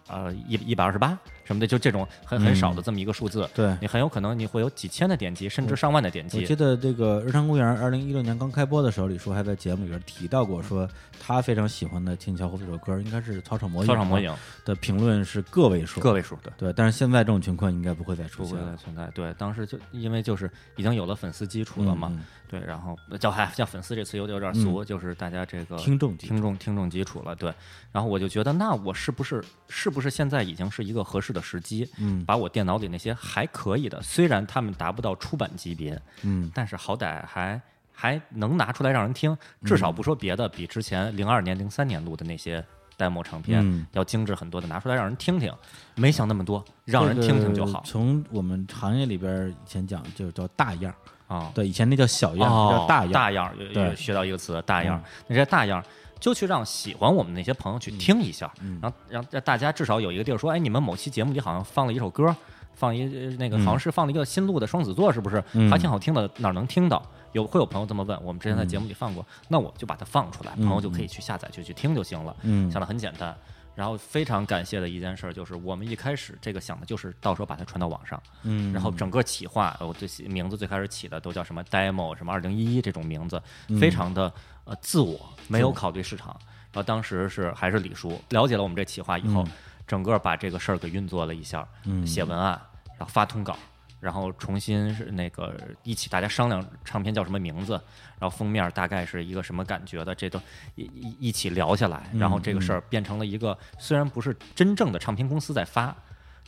[SPEAKER 3] 呃一一百二十八什么的，就这种很很
[SPEAKER 1] 嗯
[SPEAKER 3] 少的这么一个数字。
[SPEAKER 1] 对
[SPEAKER 3] 你很有可能你会有几千的点击，甚至上万的点
[SPEAKER 1] 我
[SPEAKER 3] 击
[SPEAKER 1] 记。得这个日常公园二零一六年刚开播的时候，李叔还在节目里边提到过，说他非常喜欢的《青桥湖》这首歌，应该是《操场魔影》。
[SPEAKER 3] 操场魔影
[SPEAKER 1] 的评论是个位数，
[SPEAKER 3] 个位数，对。
[SPEAKER 1] 对，但是现在这种情况应该不会再出
[SPEAKER 3] 不
[SPEAKER 1] 现
[SPEAKER 3] 会再
[SPEAKER 1] 了。嗯
[SPEAKER 3] 存在。对，当时就因为就是已经有了粉丝基础了嘛，
[SPEAKER 1] 嗯
[SPEAKER 3] 对，然后叫嗨叫粉丝这词有点有点俗，就是大家这个
[SPEAKER 1] 听众基础
[SPEAKER 3] 听众听众基础了，对。然后我就觉得，那我是不是是不是现在已经是一个合适的时机？
[SPEAKER 1] 嗯
[SPEAKER 3] 把我电脑里那些还可以的，虽然他们达不到出版级别，
[SPEAKER 1] 嗯，
[SPEAKER 3] 但是好歹还。还能拿出来让人听，至少不说别的，比之前零二年、零三年录的那些 demo 唱片、
[SPEAKER 1] 嗯
[SPEAKER 3] 要精致很多的，拿出来让人听听。没想那么多，让人听听就好
[SPEAKER 1] 这个从我们行业里边以前讲，就叫大样儿，
[SPEAKER 3] 啊。
[SPEAKER 1] 对，以前那叫小样儿，
[SPEAKER 3] 哦
[SPEAKER 1] 叫，大样儿。
[SPEAKER 3] 大样儿，也
[SPEAKER 1] 对
[SPEAKER 3] 也学到一个词，大样儿
[SPEAKER 1] 嗯。
[SPEAKER 3] 那这大样儿，就去让喜欢我们那些朋友去听一下，
[SPEAKER 1] 嗯
[SPEAKER 3] 然后让让大家至少有一个地儿说，哎，你们某期节目里好像放了一首歌，放一呃那个
[SPEAKER 1] 嗯
[SPEAKER 3] 好像是放了一个新录的双子座，是不是？还挺好听的，哪儿能听到？有会有朋友这么问，我们之前在
[SPEAKER 1] 嗯
[SPEAKER 3] 节目里放过，那我就把它放出来，朋友就可以去下载去去听就行了。
[SPEAKER 1] 嗯
[SPEAKER 3] 想的很简单。然后非常感谢的一件事儿就是，我们一开始这个想的就是到时候把它传到网上，
[SPEAKER 1] 嗯
[SPEAKER 3] 然后整个企划，我最起名字最开始起的都叫什么 demo 什么二零一一这种名字，非常的呃自我，没有考虑市场。然后当时是还是李叔了解了我们这企划以后，整个把这个事儿给运作了一下，写文案，然后发通稿。然后重新是那个一起大家商量唱片叫什么名字，然后封面大概是一个什么感觉的，这都一一一起聊下来，然后这个事儿变成了一个虽然不是真正的唱片公司在发，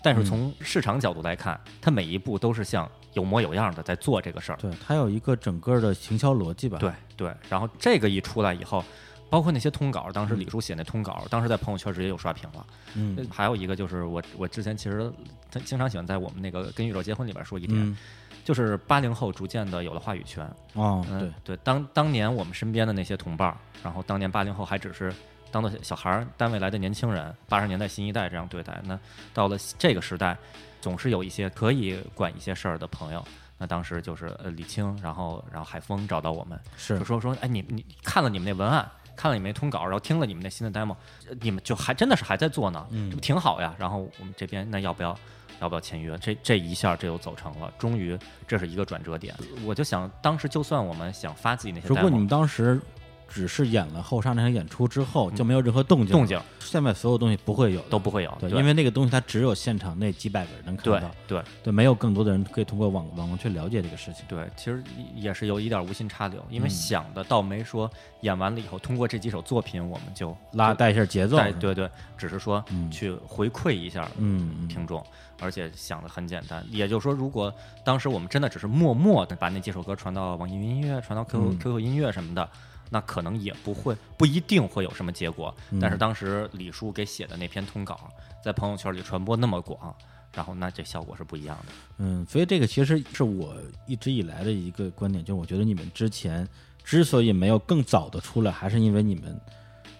[SPEAKER 3] 但是从市场角度来看，它每一步都是像有模有样的在做这个事儿。
[SPEAKER 1] 对，它有一个整个的行销逻辑吧。
[SPEAKER 3] 对，对，然后这个一出来以后，包括那些通稿，当时李叔写那通稿，当时在朋友圈直接就刷屏了。
[SPEAKER 1] 嗯，
[SPEAKER 3] 呃还有一个就是我我之前其实他经常喜欢在我们那个《跟宇宙结婚》里边说一点，
[SPEAKER 1] 嗯
[SPEAKER 3] 就是八零后逐渐的有了话语权。
[SPEAKER 1] 哦，
[SPEAKER 3] 嗯，
[SPEAKER 1] 对，
[SPEAKER 3] 对，当当年我们身边的那些同伴儿，然后当年八零后还只是当做小孩儿，单位来的年轻人，八十年代新一代这样对待。那到了这个时代，总是有一些可以管一些事儿的朋友。那当时就是呃李青，然后然后海峰找到我们，
[SPEAKER 1] 是
[SPEAKER 3] 就说说哎你你看了你们那文案，看了你们那通稿，然后听了你们那新的 demo，呃你们就还真的是还在做呢，
[SPEAKER 1] 嗯
[SPEAKER 3] 这不挺好呀？然后我们这边那要不要要不要签约？这这一下这又走成了，终于这是一个转折点。我就想当时就算我们想发自己那些
[SPEAKER 1] 如
[SPEAKER 3] demo，
[SPEAKER 1] 果你们当时只是演了后沙那场演出之后，就没有任何动静，
[SPEAKER 3] 嗯动静
[SPEAKER 1] 下面所有东西不会有的
[SPEAKER 3] 都不会有，
[SPEAKER 1] 对，
[SPEAKER 3] 对
[SPEAKER 1] 因为那个东西它只有现场那几百个人能看
[SPEAKER 3] 对
[SPEAKER 1] 到，
[SPEAKER 3] 对
[SPEAKER 1] 对，没有更多的人可以通过网网络去了解这个事情。
[SPEAKER 3] 对，其实也是有一点无心插柳，
[SPEAKER 1] 嗯
[SPEAKER 3] 因为想的倒没说演完了以后，通过这几首作品我们就
[SPEAKER 1] 拉
[SPEAKER 3] 就
[SPEAKER 1] 带一下节奏，
[SPEAKER 3] 对对对，只是说
[SPEAKER 1] 嗯
[SPEAKER 3] 去回馈一下
[SPEAKER 1] 嗯嗯
[SPEAKER 3] 听众，而且想的很简单。也就是说，如果当时我们真的只是默默的把那几首歌传到网易云音乐、传到
[SPEAKER 1] 嗯
[SPEAKER 3] QQ、QQ 音乐什么的，那可能也不会不一定会有什么结果。
[SPEAKER 1] 嗯
[SPEAKER 3] 但是当时李叔给写的那篇通稿，在朋友圈里传播那么广，然后那这效果是不一样的。
[SPEAKER 1] 嗯，所以这个其实是我一直以来的一个观点，就是我觉得你们之前之所以没有更早的出来，还是因为你们，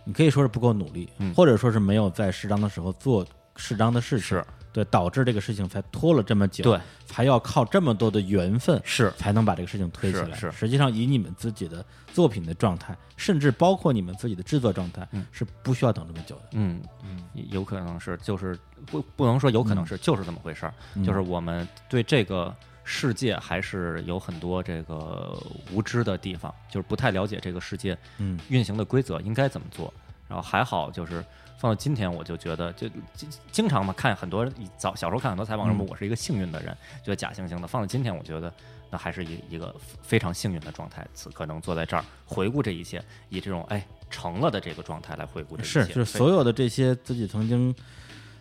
[SPEAKER 1] 你可以说是不够努力，
[SPEAKER 3] 嗯
[SPEAKER 1] 或者说是没有在适当的时候做适当的事情，
[SPEAKER 3] 是
[SPEAKER 1] 对，导致这个事情才拖了这么久，
[SPEAKER 3] 对，
[SPEAKER 1] 还要靠这么多的缘分。
[SPEAKER 3] 是
[SPEAKER 1] 才能把这个事情推起
[SPEAKER 3] 是
[SPEAKER 1] 来。
[SPEAKER 3] 是
[SPEAKER 1] 实际上以你们自己的作品的状态，甚至包括你们自己的制作状态，
[SPEAKER 3] 嗯
[SPEAKER 1] 是不需要等这么久的。
[SPEAKER 3] 嗯嗯，有可能是，就是不不能说有
[SPEAKER 1] 嗯
[SPEAKER 3] 可能是，就是这么回事儿。就是我们对这个世界还是有很多这个无知的地方，就是不太了解这个世界
[SPEAKER 1] 嗯
[SPEAKER 3] 运行的规则应该怎么做。然后还好，就是放到今天，我就觉得就经经常嘛看很多以早小时候看很多采访什么，我是一个幸运的人，觉得假惺惺的。放到今天，我觉得那还是一一个非常幸运的状态。此刻能坐在这儿回顾这一切，以这种哎成了的这个状态来回顾这一切，
[SPEAKER 1] 是，就是
[SPEAKER 3] 非
[SPEAKER 1] 所有的这些自己曾经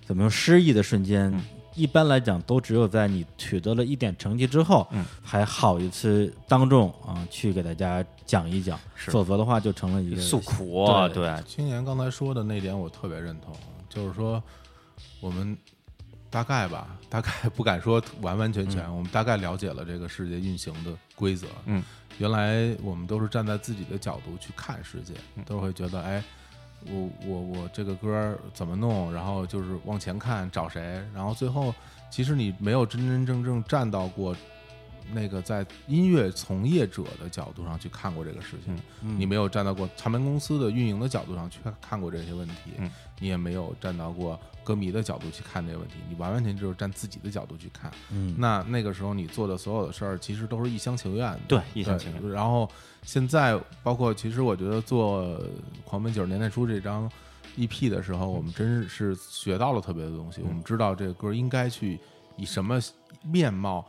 [SPEAKER 1] 怎么说失意的瞬间，
[SPEAKER 3] 嗯
[SPEAKER 1] 一般来讲都只有在你取得了一点成绩之后，
[SPEAKER 3] 嗯
[SPEAKER 1] 还好一次当众啊、去给大家讲一讲，
[SPEAKER 3] 是
[SPEAKER 1] 否则的话就成了一个
[SPEAKER 3] 诉苦，啊
[SPEAKER 1] 对
[SPEAKER 3] 对，
[SPEAKER 2] 青年刚才说的那点我特别认同，就是说我们大概吧，大概不敢说完完全全，我们大概了解了这个世界运行的规则。
[SPEAKER 3] 嗯，
[SPEAKER 2] 原来我们都是站在自己的角度去看世界，都会觉得哎。我我我这个歌儿怎么弄？然后就是往前看找谁，然后最后其实你没有真真正正站到过那个在音乐从业者的角度上去看过这个事情，
[SPEAKER 3] 嗯
[SPEAKER 2] 你没有站到过唱片公司的运营的角度上去看过这些问题，
[SPEAKER 3] 嗯
[SPEAKER 2] 你也没有站到过歌迷的角度去看这个问题，你完完全就是站自己的角度去看。
[SPEAKER 1] 嗯
[SPEAKER 2] 那那个时候你做的所有的事儿，其实都是一厢情愿的。
[SPEAKER 3] 对一厢情愿
[SPEAKER 2] 对然后现在，包括其实我觉得做《狂奔九十年代初》这张 EP 的时候，我们真是学到了特别多东西。我
[SPEAKER 3] 嗯
[SPEAKER 2] 们知道这个歌应该去以什么面貌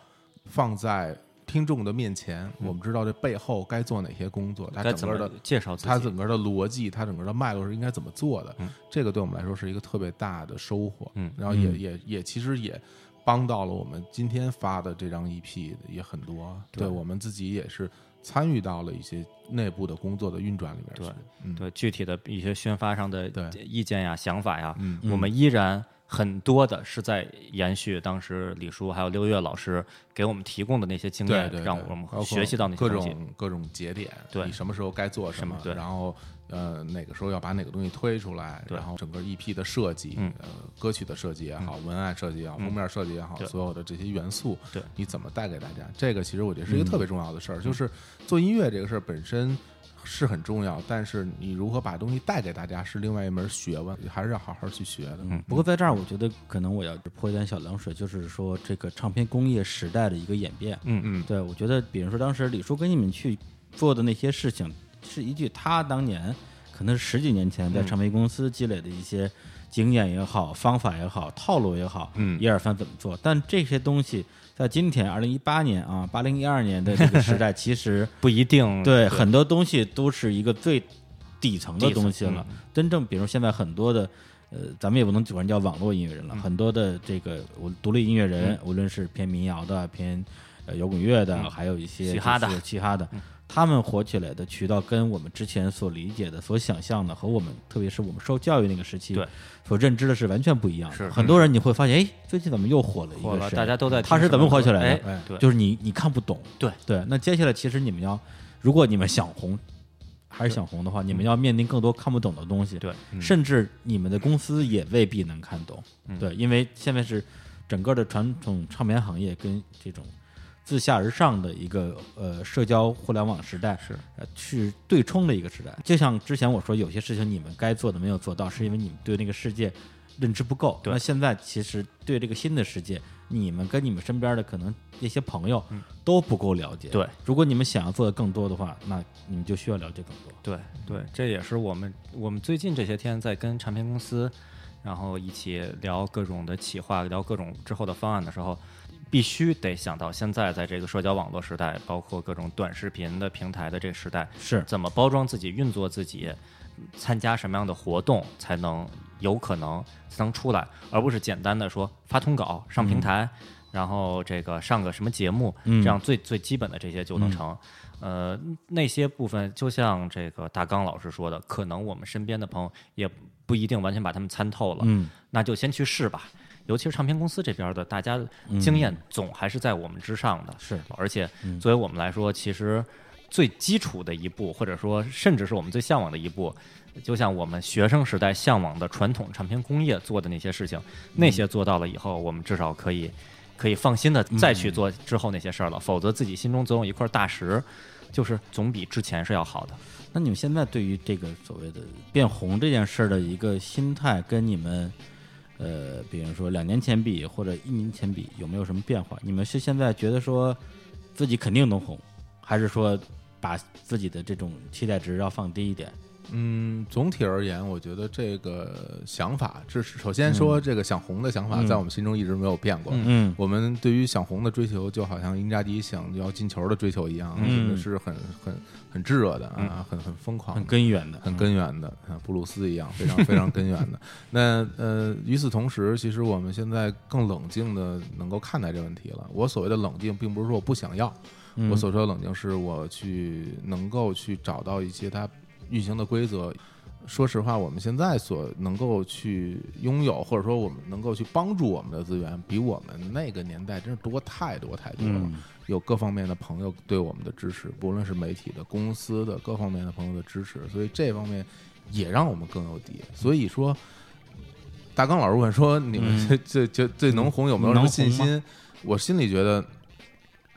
[SPEAKER 2] 放在听众的面前，我们知道这背后该做哪些工作，它
[SPEAKER 3] 嗯该
[SPEAKER 2] 整
[SPEAKER 3] 怎
[SPEAKER 2] 个
[SPEAKER 3] 么
[SPEAKER 2] 的。
[SPEAKER 3] 介绍自己？
[SPEAKER 2] 它整个的逻辑，它整个的脉络是应该怎么做的，这个对我们来说是一个特别大的收获。
[SPEAKER 3] 嗯
[SPEAKER 2] 然后也也也其实也帮到了我们今天发的这张 EP 也很多，
[SPEAKER 3] 对
[SPEAKER 2] 对我们自己也是参与到了一些内部的工作的运转里边去。
[SPEAKER 3] 对
[SPEAKER 2] 嗯，
[SPEAKER 3] 对具体的一些宣发上的
[SPEAKER 2] 对
[SPEAKER 3] 意见呀、想法呀，
[SPEAKER 2] 嗯
[SPEAKER 3] 我们依然很多的是在延续当时李叔还有六月老师给我们提供的那些经
[SPEAKER 2] 对
[SPEAKER 3] 验
[SPEAKER 2] 对，对
[SPEAKER 3] 让我们
[SPEAKER 2] 包括
[SPEAKER 3] 学习到那些
[SPEAKER 2] 各
[SPEAKER 3] 东西。
[SPEAKER 2] 种各种节点，
[SPEAKER 3] 对
[SPEAKER 2] 你什么时候该做
[SPEAKER 3] 什么对
[SPEAKER 2] 然后呃哪个时候要把哪个东西推出来，
[SPEAKER 3] 对
[SPEAKER 2] 然后整个 EP 的设计，
[SPEAKER 3] 嗯
[SPEAKER 2] 呃歌曲的设计也好，文案设计也好，封面设计也好，
[SPEAKER 3] 对
[SPEAKER 2] 所有的这些元素，
[SPEAKER 3] 对嗯
[SPEAKER 2] 你怎么带给大家？这个其实我觉得是一个特别重要的事儿，就是做音乐这个事儿本身。是很重要，但是你如何把东西带给大家是另外一门学问，还是要好好去学的。嗯，
[SPEAKER 1] 不过在这儿，我觉得可能我要泼一点小冷水，就是说这个唱片工业时代的一个演变。
[SPEAKER 3] 嗯
[SPEAKER 2] 嗯
[SPEAKER 1] 对，我觉得比如说当时李叔跟你们去做的那些事情，是依据他当年可能是十几年
[SPEAKER 2] 嗯
[SPEAKER 1] 前在唱片公司积累的一些经验也好、方法也好、套路也好，
[SPEAKER 2] 嗯
[SPEAKER 1] 一二三怎么做。但这些东西在今天二零一八年啊，八零一二年的这个时
[SPEAKER 2] [laughs]
[SPEAKER 1] 代，其实。
[SPEAKER 3] 不一定
[SPEAKER 1] 对，很多东西都是一个最底层的
[SPEAKER 3] 底层嗯
[SPEAKER 1] 东西了。真正，比如现在很多的，呃，咱们也不能管人叫网络音乐人了，
[SPEAKER 3] 嗯
[SPEAKER 1] 很多的这个我独立音乐人，无论是偏民谣的、偏呃摇滚乐的，还有一些
[SPEAKER 3] 嘻哈嗯的嗯
[SPEAKER 1] 就是嘻哈的。他们火起来的渠道跟我们之前所理解的、所想象的，和我们特别是我们受教育那个时期
[SPEAKER 3] 对
[SPEAKER 1] 所认知的是完全不一样的。
[SPEAKER 3] 是
[SPEAKER 1] 很多人你会发现，哎，最近怎么又火了一
[SPEAKER 3] 火
[SPEAKER 1] 个
[SPEAKER 3] 了，
[SPEAKER 1] 谁？
[SPEAKER 3] 大家都在
[SPEAKER 1] 他
[SPEAKER 3] 听
[SPEAKER 1] 是
[SPEAKER 3] 什
[SPEAKER 1] 怎么火
[SPEAKER 3] 歌
[SPEAKER 1] 起来的？
[SPEAKER 3] 哎，对，
[SPEAKER 1] 就是你你看不懂。
[SPEAKER 3] 对
[SPEAKER 1] 对，那接下来其实你们要，如果你们想红，还是想红的话，你们要面临更多看不懂的东西。
[SPEAKER 3] 嗯对，
[SPEAKER 1] 甚至你们的公司也未必能看懂。对，因为现在是整个的传统唱片行业跟这种。自下而上的一个呃社交互联网时代，
[SPEAKER 2] 是
[SPEAKER 1] 呃去对冲的一个时代。就像之前我说，有些事情你们该做的没有做到，是因为你们对那个世界认知不够。
[SPEAKER 3] 对
[SPEAKER 1] 那现在其实对这个新的世界，你们跟你们身边的可能这些朋友都不够了解。
[SPEAKER 3] 对，
[SPEAKER 1] 如果你们想要做的更多的话，那你们就需要了解更多。
[SPEAKER 3] 对对，这也是我们我们最近这些天在跟唱片公司，然后一起聊各种的企划，聊各种之后的方案的时候，必须得想到现在在这个社交网络时代，包括各种短视频的平台的这个时代，
[SPEAKER 1] 是
[SPEAKER 3] 怎么包装自己、运作自己，参加什么样的活动才能有可能才能出来，而不是简单的说发通稿上平台，然后这个上个什么节目，
[SPEAKER 1] 嗯
[SPEAKER 3] 这样最最基本的这些就能成。呃，那些部分就像这个大刚老师说的，可能我们身边的朋友也不一定完全把他们参透了，
[SPEAKER 1] 嗯，
[SPEAKER 3] 那就先去试吧。尤其是唱片公司这边的，大家经验总还是在我们之上的。
[SPEAKER 1] 是，
[SPEAKER 3] 而且作为我们来说，其实最基础的一步，或者说甚至是我们最向往的一步，就像我们学生时代向往的传统唱片工业做的那些事情，那些做到了以后，我们至少可以可以放心的再去做之后那些事儿了。否则自己心中总有一块大石，就是总比之前是要好的。
[SPEAKER 1] 那你们现在对于这个所谓的变红这件事儿的一个心态，跟你们呃，比如说两年前比或者一年前比，有没有什么变化？你们是现在觉得说自己肯定能红，还是说把自己的这种期待值要放低一点？
[SPEAKER 2] 嗯，总体而言，我觉得这个想法，这是首先说这个想红的想法，
[SPEAKER 1] 嗯
[SPEAKER 2] 在我们心中一直没有变过。
[SPEAKER 1] 嗯
[SPEAKER 2] 我们对于想红的追求，就好像因扎迪想要进球的追求一样，
[SPEAKER 1] 嗯
[SPEAKER 2] 真的是很很很炙热的啊，很很疯狂的
[SPEAKER 1] 很根源的，
[SPEAKER 2] 很根源的，啊，布鲁斯一样，非常非常根源的。那呃，与此同时，其实我们现在更冷静的能够看待这问题了。我所谓的冷静，并不是说我不想要，我所说的冷静是我去能够去找到一些它运行的规则。说实话，我们现在所能够去拥有，或者说我们能够去帮助我们的资源，比我们那个年代真是多太多太多了。
[SPEAKER 1] 嗯
[SPEAKER 2] 有各方面的朋友对我们的支持，不论是媒体的、公司的各方面的朋友的支持，所以这方面也让我们更有底。所以说，大刚老师问说你们这这这这能红有没有什么信
[SPEAKER 1] 能
[SPEAKER 2] 心？我心里觉得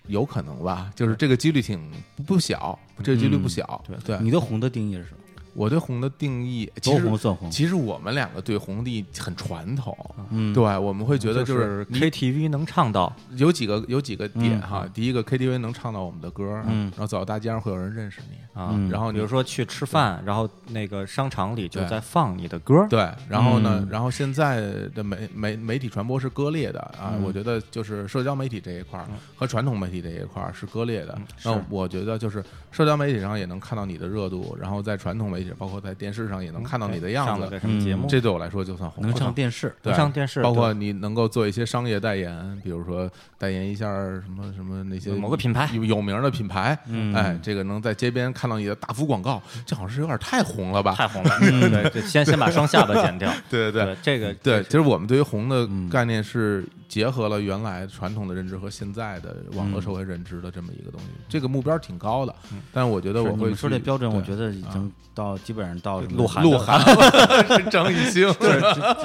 [SPEAKER 2] 有可能吧，就是这个几率挺不不小，这个几率不小。对
[SPEAKER 1] 你对红的定义是什么？
[SPEAKER 2] 我对红的定义，其
[SPEAKER 1] 多
[SPEAKER 2] 实
[SPEAKER 1] 红算红？
[SPEAKER 2] 其实我们两个对红的很传统，
[SPEAKER 1] 嗯，
[SPEAKER 2] 对，我们会觉得就是你
[SPEAKER 3] KTV 能唱到，
[SPEAKER 2] 有几个有几个点
[SPEAKER 1] 嗯
[SPEAKER 2] 哈，第一个 KTV 能唱到我们的歌，
[SPEAKER 1] 嗯
[SPEAKER 2] 然后走到大街上会有人认识你，
[SPEAKER 3] 啊，
[SPEAKER 1] 嗯
[SPEAKER 2] 然后
[SPEAKER 3] 比
[SPEAKER 2] 你
[SPEAKER 3] 如说去吃饭，然后那个商场里就
[SPEAKER 2] 对
[SPEAKER 3] 在放你的歌，
[SPEAKER 2] 对，然后呢，
[SPEAKER 1] 嗯
[SPEAKER 2] 然后现在的媒媒媒体传播是割裂的啊，我觉得就是社交媒体这一块儿和传统媒体这一块儿是割裂的。那我觉得就是社交媒体上也能看到你的热度，然后在传统媒体，包括在电视上也能看到你的样
[SPEAKER 3] 上了
[SPEAKER 2] 子
[SPEAKER 3] 个，什么节目，
[SPEAKER 2] 这对我来说就算红了。
[SPEAKER 1] 能上电视，
[SPEAKER 2] 对，
[SPEAKER 3] 上电视
[SPEAKER 2] 包括
[SPEAKER 3] 对
[SPEAKER 2] 你能够做一些商业代言，比如说代言一下儿什么什么那些
[SPEAKER 3] 某个品牌
[SPEAKER 2] 有有名儿的品牌，
[SPEAKER 1] 嗯
[SPEAKER 2] 哎，这个能在街边看到你的大幅广告，这好像是有点太红了吧？
[SPEAKER 3] 太红 [laughs] 了，嗯对，就先先把双下巴剪掉。
[SPEAKER 2] 对对嗯对
[SPEAKER 3] 对，这个
[SPEAKER 2] 对，其实我们对于红的概念是结合了原来传统的认知和现在的网络社会认知的这么一个东西，这个目标挺高的，但我觉得
[SPEAKER 1] 是
[SPEAKER 2] 我
[SPEAKER 1] 你
[SPEAKER 2] 会
[SPEAKER 1] 们说这标准，我觉
[SPEAKER 2] 得
[SPEAKER 1] 得已经到基本上到什么
[SPEAKER 3] 鹿晗
[SPEAKER 2] 鹿晗了是张艺兴。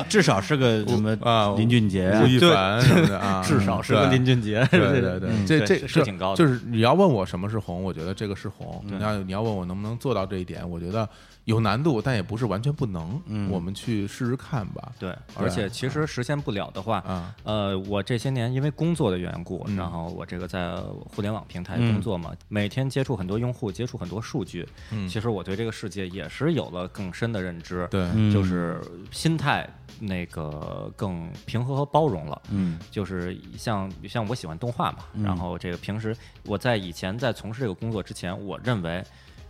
[SPEAKER 1] 至少是个什么
[SPEAKER 2] 啊
[SPEAKER 1] 林俊杰啊
[SPEAKER 2] 吴亦凡什么的啊，
[SPEAKER 3] 至少是个
[SPEAKER 2] 对
[SPEAKER 3] 林俊杰， [laughs] 是不
[SPEAKER 2] 对
[SPEAKER 3] 是
[SPEAKER 2] 对对，
[SPEAKER 1] 嗯
[SPEAKER 2] 这
[SPEAKER 3] 对
[SPEAKER 2] 这
[SPEAKER 3] 是
[SPEAKER 2] 这
[SPEAKER 3] 是挺高的
[SPEAKER 2] 就是你要问我什么是红，我觉得这个是红。你要你要问我能不能做到这一点，我觉得有难度，但也不是完全不能。我们去试试看吧。
[SPEAKER 3] 嗯对，而且其实实现不了的话，
[SPEAKER 2] 啊
[SPEAKER 3] 呃，我这些年因为工作的缘故，然后我这个在互联网平台工作嘛，每天接触很多用户，接触很多数据，其实我对这个世界也是有了更深的认知，
[SPEAKER 2] 对，
[SPEAKER 3] 就是心态那个更平和和包容了。
[SPEAKER 1] 嗯
[SPEAKER 3] 就是像像我喜欢动画嘛，然后这个平时我在以前在从事这个工作之前，我认为，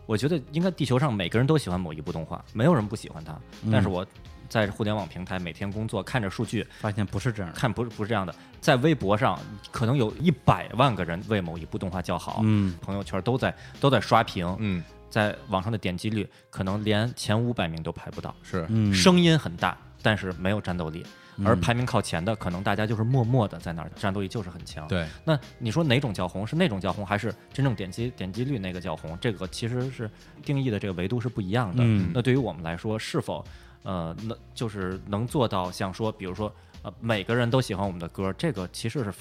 [SPEAKER 3] 我觉得应该地球上每个人都喜欢某一部动画，没有人不喜欢它。但是我在互联网平台每天工作，看着数据，
[SPEAKER 1] 发现不是这样的。
[SPEAKER 3] 看不是不是这样的，在微博上可能有一百万个人为某一部动画叫好，
[SPEAKER 1] 嗯
[SPEAKER 3] 朋友圈都在都在刷屏，
[SPEAKER 2] 嗯，
[SPEAKER 3] 在网上的点击率可能连前五百名都排不到，
[SPEAKER 2] 是
[SPEAKER 1] 嗯，
[SPEAKER 3] 声音很大，但是没有战斗力。而排名靠前的，可能大家就是默默的在那儿，战斗力就是很强。
[SPEAKER 2] 对，
[SPEAKER 3] 那你说哪种叫红？是那种叫红，还是真正点击点击率那个叫红？这个其实是定义的这个维度是不一样的。
[SPEAKER 1] 嗯
[SPEAKER 3] 那对于我们来说，是否呃，能就是能做到像说，比如说呃，每个人都喜欢我们的歌，这个其实是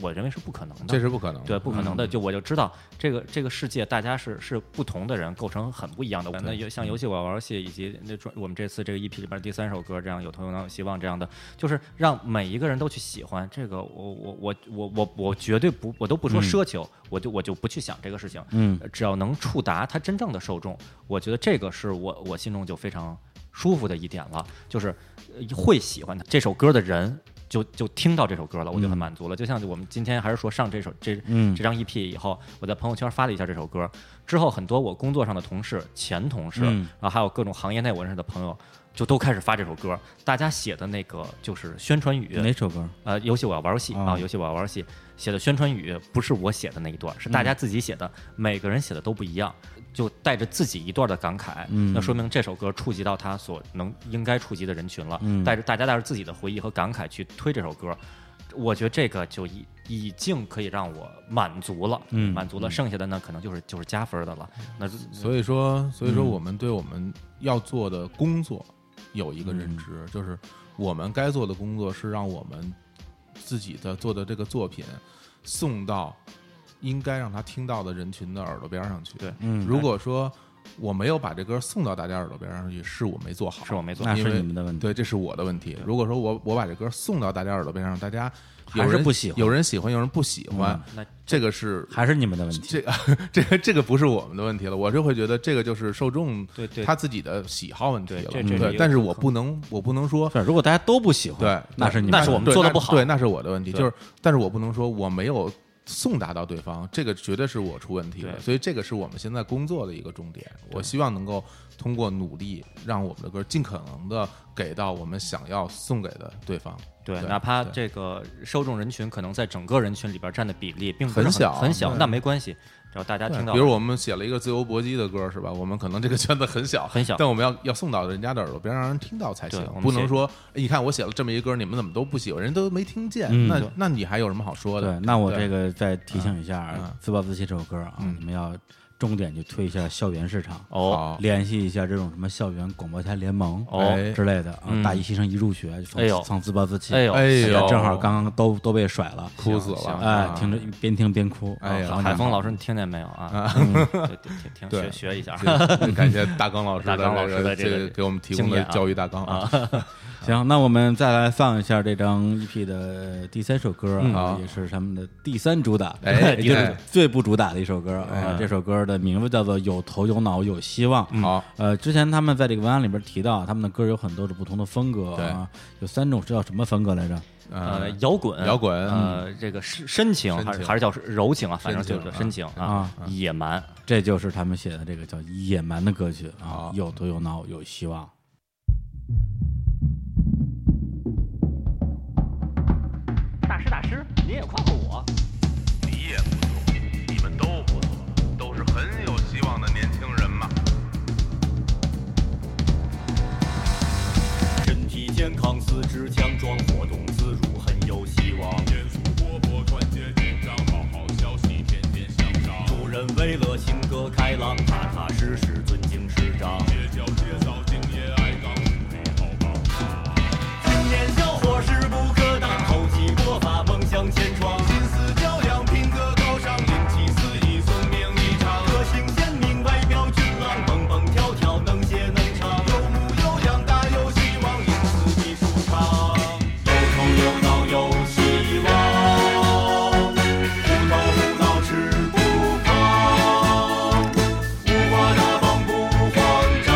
[SPEAKER 3] 我认为是不可能的。
[SPEAKER 2] 这是不可能的。
[SPEAKER 3] 对，不可能的。就我就知道这个这个世界，大家是是不同的人构成很不一样的。那有像游戏我玩游戏，以及那专我们这次这个 EP 里边第三首歌，这样有头有脑有希望这样的，就是让每一个人都去喜欢这个。我我我我我我绝对不，我都不说奢求，我就我就不去想这个事情。
[SPEAKER 1] 嗯，
[SPEAKER 3] 只要能触达他真正的受众，我觉得这个是我我心中就非常舒服的一点了，就是呃会喜欢这首歌的人。就就听到这首歌了，我就很满足了。就像我们今天还是说上这首这
[SPEAKER 1] 嗯
[SPEAKER 3] 这张 EP 以后，我在朋友圈发了一下这首歌，之后很多我工作上的同事、前同事，
[SPEAKER 1] 嗯
[SPEAKER 3] 然后还有各种行业内我认识的朋友，就都开始发这首歌。大家写的那个就是宣传语，
[SPEAKER 1] 哪首歌？
[SPEAKER 3] 呃，游戏我要玩游戏
[SPEAKER 1] 啊
[SPEAKER 3] 啊，游戏我要玩游戏写的宣传语不是我写的那一段，是大
[SPEAKER 2] 嗯
[SPEAKER 3] 家自己写的，每个人写的都不一样，就带着自己一段的感慨，
[SPEAKER 1] 嗯
[SPEAKER 3] 那说明这首歌触及到他所能应该触及的人群了，
[SPEAKER 1] 嗯
[SPEAKER 3] 带着大家带着自己的回忆和感慨去推这首歌，我觉得这个就已已经可以让我满足了，
[SPEAKER 1] 嗯
[SPEAKER 3] 满足了，剩下的呢可能就是就是加分的了，那就
[SPEAKER 2] 所以说，所
[SPEAKER 3] 嗯
[SPEAKER 2] 以说我们对我们要做的工作有一个
[SPEAKER 3] 嗯
[SPEAKER 2] 认知，就是我们该做的工作是让我们自己的做的这个作品送到应该让他听到的人群的耳朵边上去。
[SPEAKER 3] 对
[SPEAKER 1] 嗯
[SPEAKER 2] 如果说我没有把这歌送到大家耳朵边上去，是我没做好，
[SPEAKER 3] 是我没做
[SPEAKER 1] 那
[SPEAKER 3] 好，
[SPEAKER 2] 因
[SPEAKER 1] 是
[SPEAKER 2] 为
[SPEAKER 1] 你们的问题。
[SPEAKER 2] 对，这是我的问题。如果说我我把这歌送到大家耳朵边上，大家有
[SPEAKER 1] 还是
[SPEAKER 2] 人
[SPEAKER 1] 不喜欢
[SPEAKER 2] 有人喜欢，有人不喜欢，
[SPEAKER 3] 嗯那
[SPEAKER 2] 这个是
[SPEAKER 1] 还是你们的问题。
[SPEAKER 2] 这个这个 [laughs] 这个不是我们的问题了，我就会觉得这个就是受众
[SPEAKER 3] 对对
[SPEAKER 2] 他自己的喜好问题了，嗯
[SPEAKER 3] 对这这是一个
[SPEAKER 2] 但是我不能我不能说。
[SPEAKER 1] 对，如果大家都不喜欢，
[SPEAKER 2] 对，
[SPEAKER 1] 那是你们
[SPEAKER 3] 那是我们
[SPEAKER 2] 对
[SPEAKER 3] 做得
[SPEAKER 2] 啊那
[SPEAKER 3] 不好
[SPEAKER 2] 对，那是我的问题。
[SPEAKER 3] 对
[SPEAKER 2] 就是，但是我不能说我没有送达到对方，这个绝对是我出问题了。
[SPEAKER 3] 对
[SPEAKER 2] 所以这个是我们现在工作的一个重点。我希望能够通过努力，让我们的歌尽可能的给到我们想要送给的对方。
[SPEAKER 3] 对，
[SPEAKER 2] 对
[SPEAKER 3] 哪怕
[SPEAKER 2] 对
[SPEAKER 3] 这个受众人群可能在整个人群里边占的比例并不是
[SPEAKER 2] 很
[SPEAKER 3] 很
[SPEAKER 2] 小
[SPEAKER 3] 很小，
[SPEAKER 2] 对
[SPEAKER 3] 那没关系，只要大家
[SPEAKER 2] 对
[SPEAKER 3] 听到，
[SPEAKER 2] 比如我们写了一个自由搏击的歌，是吧？我们可能这个圈子很小，
[SPEAKER 3] 很小
[SPEAKER 2] 但我们要要送到人家的耳朵边，让人听到才行
[SPEAKER 3] 对我，们
[SPEAKER 2] 不能
[SPEAKER 3] 写
[SPEAKER 2] 说哎你看我写了这么一歌，你们怎么都不喜欢，人都没听见，
[SPEAKER 1] 嗯
[SPEAKER 2] 那
[SPEAKER 1] 对
[SPEAKER 2] 那你还有什么好说的
[SPEAKER 1] 对，？那我
[SPEAKER 2] 对
[SPEAKER 1] 这个再提醒一下
[SPEAKER 2] 嗯嗯
[SPEAKER 1] 《自暴自弃》这首歌啊，你们要重点去推一下校园市场，
[SPEAKER 3] 哦
[SPEAKER 2] 好
[SPEAKER 1] 联系一下这种什么校园广播台联盟
[SPEAKER 3] 哦
[SPEAKER 2] 哎
[SPEAKER 1] 之类的啊。
[SPEAKER 3] 嗯
[SPEAKER 1] 大一新生一入学就放
[SPEAKER 3] 哎呦
[SPEAKER 1] 放自暴自弃，
[SPEAKER 3] 哎呦
[SPEAKER 2] 哎
[SPEAKER 1] 大家
[SPEAKER 2] 呦，
[SPEAKER 1] 正好刚刚都都被甩了，
[SPEAKER 2] 哭死
[SPEAKER 3] 行
[SPEAKER 2] 了，
[SPEAKER 1] 哎，
[SPEAKER 2] 啊
[SPEAKER 1] 听着边听边哭，啊
[SPEAKER 2] 哎呀
[SPEAKER 1] 好
[SPEAKER 3] 海峰
[SPEAKER 1] 老
[SPEAKER 3] 老师，你听见没有啊？嗯对听听
[SPEAKER 2] 对
[SPEAKER 3] 学学一下，啊
[SPEAKER 2] 感谢大刚老师
[SPEAKER 3] 大刚老师
[SPEAKER 2] 的
[SPEAKER 3] 的
[SPEAKER 2] 这个
[SPEAKER 3] 这个
[SPEAKER 2] 这个给我们提供
[SPEAKER 3] 经
[SPEAKER 2] 的
[SPEAKER 3] 验啊
[SPEAKER 2] 教育大纲啊，
[SPEAKER 1] 行，那我们再来放一下这张 EP 的第三首歌
[SPEAKER 2] 嗯好
[SPEAKER 1] 啊，也是他们的第三主打，
[SPEAKER 2] 哎
[SPEAKER 1] [laughs] 也就
[SPEAKER 2] 哎
[SPEAKER 1] 是最不主打的一首歌啊。这首歌的名字叫做《有头有脑有希望》。
[SPEAKER 2] 好，
[SPEAKER 1] 呃，之前他们在这个文案里边提到，他们的歌有很多种不同的风格啊，有三种是叫什么风格来着？
[SPEAKER 3] 呃，
[SPEAKER 2] 嗯
[SPEAKER 3] 摇滚，
[SPEAKER 2] 摇滚
[SPEAKER 3] 呃，这个深深情
[SPEAKER 2] 深
[SPEAKER 3] 还是
[SPEAKER 2] 情
[SPEAKER 3] 还是叫柔情啊，反正
[SPEAKER 2] 深情
[SPEAKER 3] 就是
[SPEAKER 2] 啊
[SPEAKER 3] 深情啊，野蛮，
[SPEAKER 1] 这就是他们写的这个叫《野蛮》的歌曲啊
[SPEAKER 2] 好，
[SPEAKER 1] 有头有脑有希望。
[SPEAKER 3] 大师大师，您也夸夸我，
[SPEAKER 6] 你也不错，你们都不错，都是很有希望的年轻人嘛。
[SPEAKER 4] 身体健康，四肢强壮，活动自如，很有希望。严肃活泼，团结紧张，好好消息，天天向上。助人为乐，性格开朗，踏踏实实，尊敬师长。结交结嫂，敬业爱岗，努力好棒。青年小伙势不可挡，厚积薄发，梦想千窗。心思较量，品格高尚，灵气四溢，聪明异常。个性鲜明，外表俊朗，蹦蹦跳跳，能写能唱。有模有样，大有希望，因此艺舒畅。有头有脑有希望，无头无脑吃不胖，不怕大风不慌张。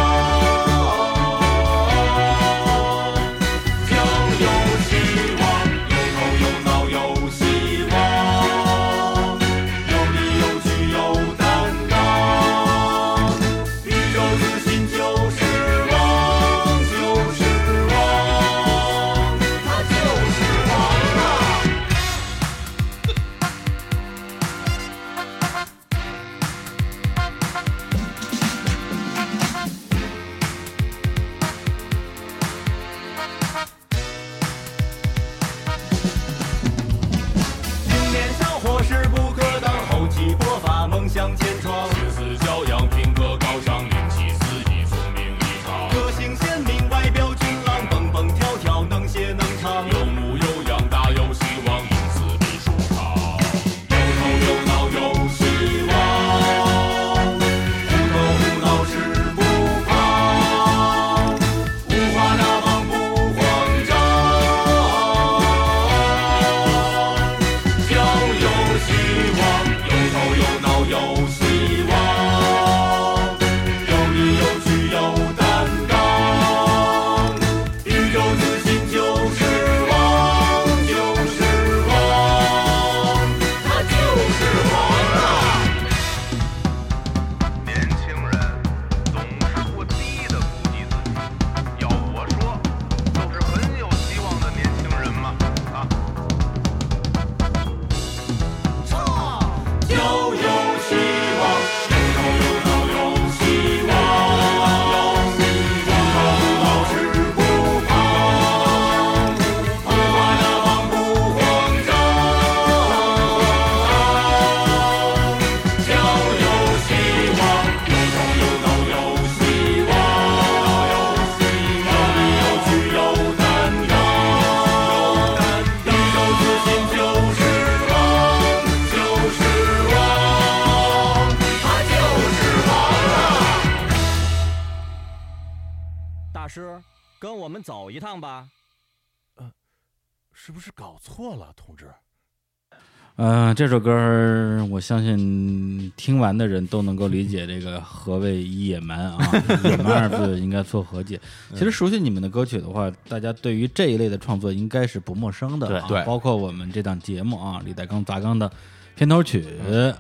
[SPEAKER 4] 啊
[SPEAKER 7] 大师，跟我们走一趟吧。
[SPEAKER 8] 是不是搞错了，同志？
[SPEAKER 1] 嗯、这首歌儿我相信听完的人都能够理解这个何谓野蛮
[SPEAKER 3] [laughs]
[SPEAKER 1] 啊，野蛮二字应该做和解。
[SPEAKER 3] 嗯
[SPEAKER 1] 其实熟悉你们的歌曲的话，大家对于这一类的创作应该是不陌生的、啊，
[SPEAKER 2] 对对
[SPEAKER 1] 包括我们这档节目啊，李代刚砸缸的。片头曲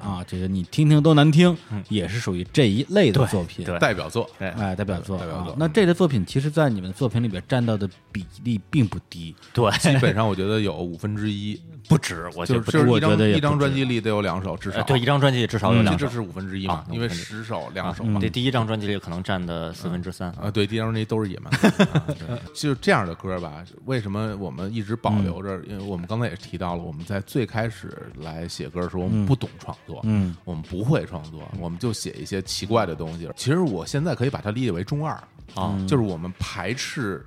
[SPEAKER 1] 啊，
[SPEAKER 3] 嗯
[SPEAKER 1] 这个你听听都难听，也是属于这一类的作品。
[SPEAKER 3] 对
[SPEAKER 2] 呃代表作，
[SPEAKER 3] 对
[SPEAKER 1] 哎，代表作，
[SPEAKER 2] 代表作
[SPEAKER 1] 啊那这类作品，其实，在你们作品里边占到的比例并不低。
[SPEAKER 3] 对， [laughs]
[SPEAKER 2] 基本上我觉得有五分之一，
[SPEAKER 3] 不止，我觉
[SPEAKER 2] 就是
[SPEAKER 3] 得不
[SPEAKER 2] 就
[SPEAKER 3] 止
[SPEAKER 2] 是
[SPEAKER 1] 我
[SPEAKER 2] 一
[SPEAKER 1] 觉得
[SPEAKER 2] 张
[SPEAKER 1] 也
[SPEAKER 2] 一张
[SPEAKER 1] 不止
[SPEAKER 2] 专辑里得有两首，至少嗯
[SPEAKER 3] 呃对，一张专辑至少有两
[SPEAKER 2] 这
[SPEAKER 3] 首。
[SPEAKER 2] 是五分之一嘛
[SPEAKER 3] 啊，
[SPEAKER 2] 因为
[SPEAKER 3] 五分之
[SPEAKER 2] 十首两首嘛
[SPEAKER 3] 嗯，这第一张专辑里可能占的四分之三。
[SPEAKER 2] 啊，对，第一张专辑都是野蛮，
[SPEAKER 3] [laughs]
[SPEAKER 2] 啊对就是这样的歌吧。为什么我们一直
[SPEAKER 3] 嗯
[SPEAKER 2] 保留着？因为我们刚才也提到了，我们在最开始来写歌的时候，我们不懂创作，
[SPEAKER 1] 嗯，
[SPEAKER 2] 我们不会创作，
[SPEAKER 3] 嗯
[SPEAKER 2] 我们就写一些奇怪的东西。其实我现在可以把它理解为中二
[SPEAKER 3] 啊，
[SPEAKER 2] 就是我们排斥。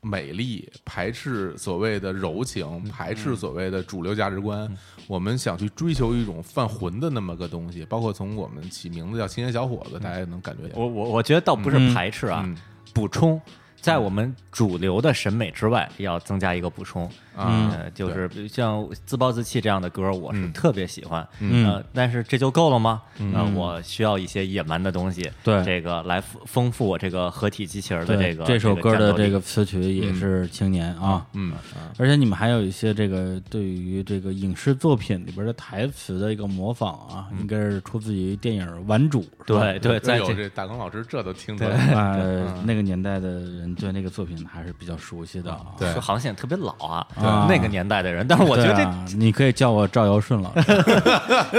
[SPEAKER 2] 美丽排斥所谓的柔情，
[SPEAKER 3] 嗯
[SPEAKER 2] 排斥所谓的主流价值观，我们想去追求一种犯浑的那么个东西。包括从我们起名字叫青年小伙
[SPEAKER 3] 嗯
[SPEAKER 2] 子，大家也能感觉
[SPEAKER 3] 我我我觉得倒不是排斥啊，
[SPEAKER 2] 嗯
[SPEAKER 3] 补充，在我们主流的审美之外，要增加一个补充。
[SPEAKER 2] 啊，
[SPEAKER 3] 呃，就是比如像自暴自弃这样的歌，我是
[SPEAKER 2] 嗯
[SPEAKER 3] 特别喜欢。
[SPEAKER 2] 嗯
[SPEAKER 3] 呃，但是这就够了吗？嗯、呃，我需要一些野蛮的东西，
[SPEAKER 1] 对
[SPEAKER 3] 这个来丰丰富我这个合体机器人的
[SPEAKER 1] 对
[SPEAKER 3] 这个
[SPEAKER 1] 首歌的这
[SPEAKER 3] 这
[SPEAKER 1] 个词曲也是青年啊，
[SPEAKER 2] 嗯，
[SPEAKER 1] 而且你们还有一些这个对于这个影视作品里边的台词的一个模仿啊，应该是出自于电影《顽主》是吧。
[SPEAKER 3] 嗯哎 [laughs] 对对，在
[SPEAKER 2] 有
[SPEAKER 3] 这
[SPEAKER 2] 哎这大刚老师这都听出来了，
[SPEAKER 3] 嗯
[SPEAKER 1] 呃，那个年代的人对那个作品还是比较熟悉的啊。
[SPEAKER 2] 对
[SPEAKER 3] 说好像显得特别老啊，
[SPEAKER 1] 啊
[SPEAKER 3] 那个年代的人，但是我觉得
[SPEAKER 1] 对
[SPEAKER 3] 这
[SPEAKER 1] 啊你可以叫我赵尧顺老师。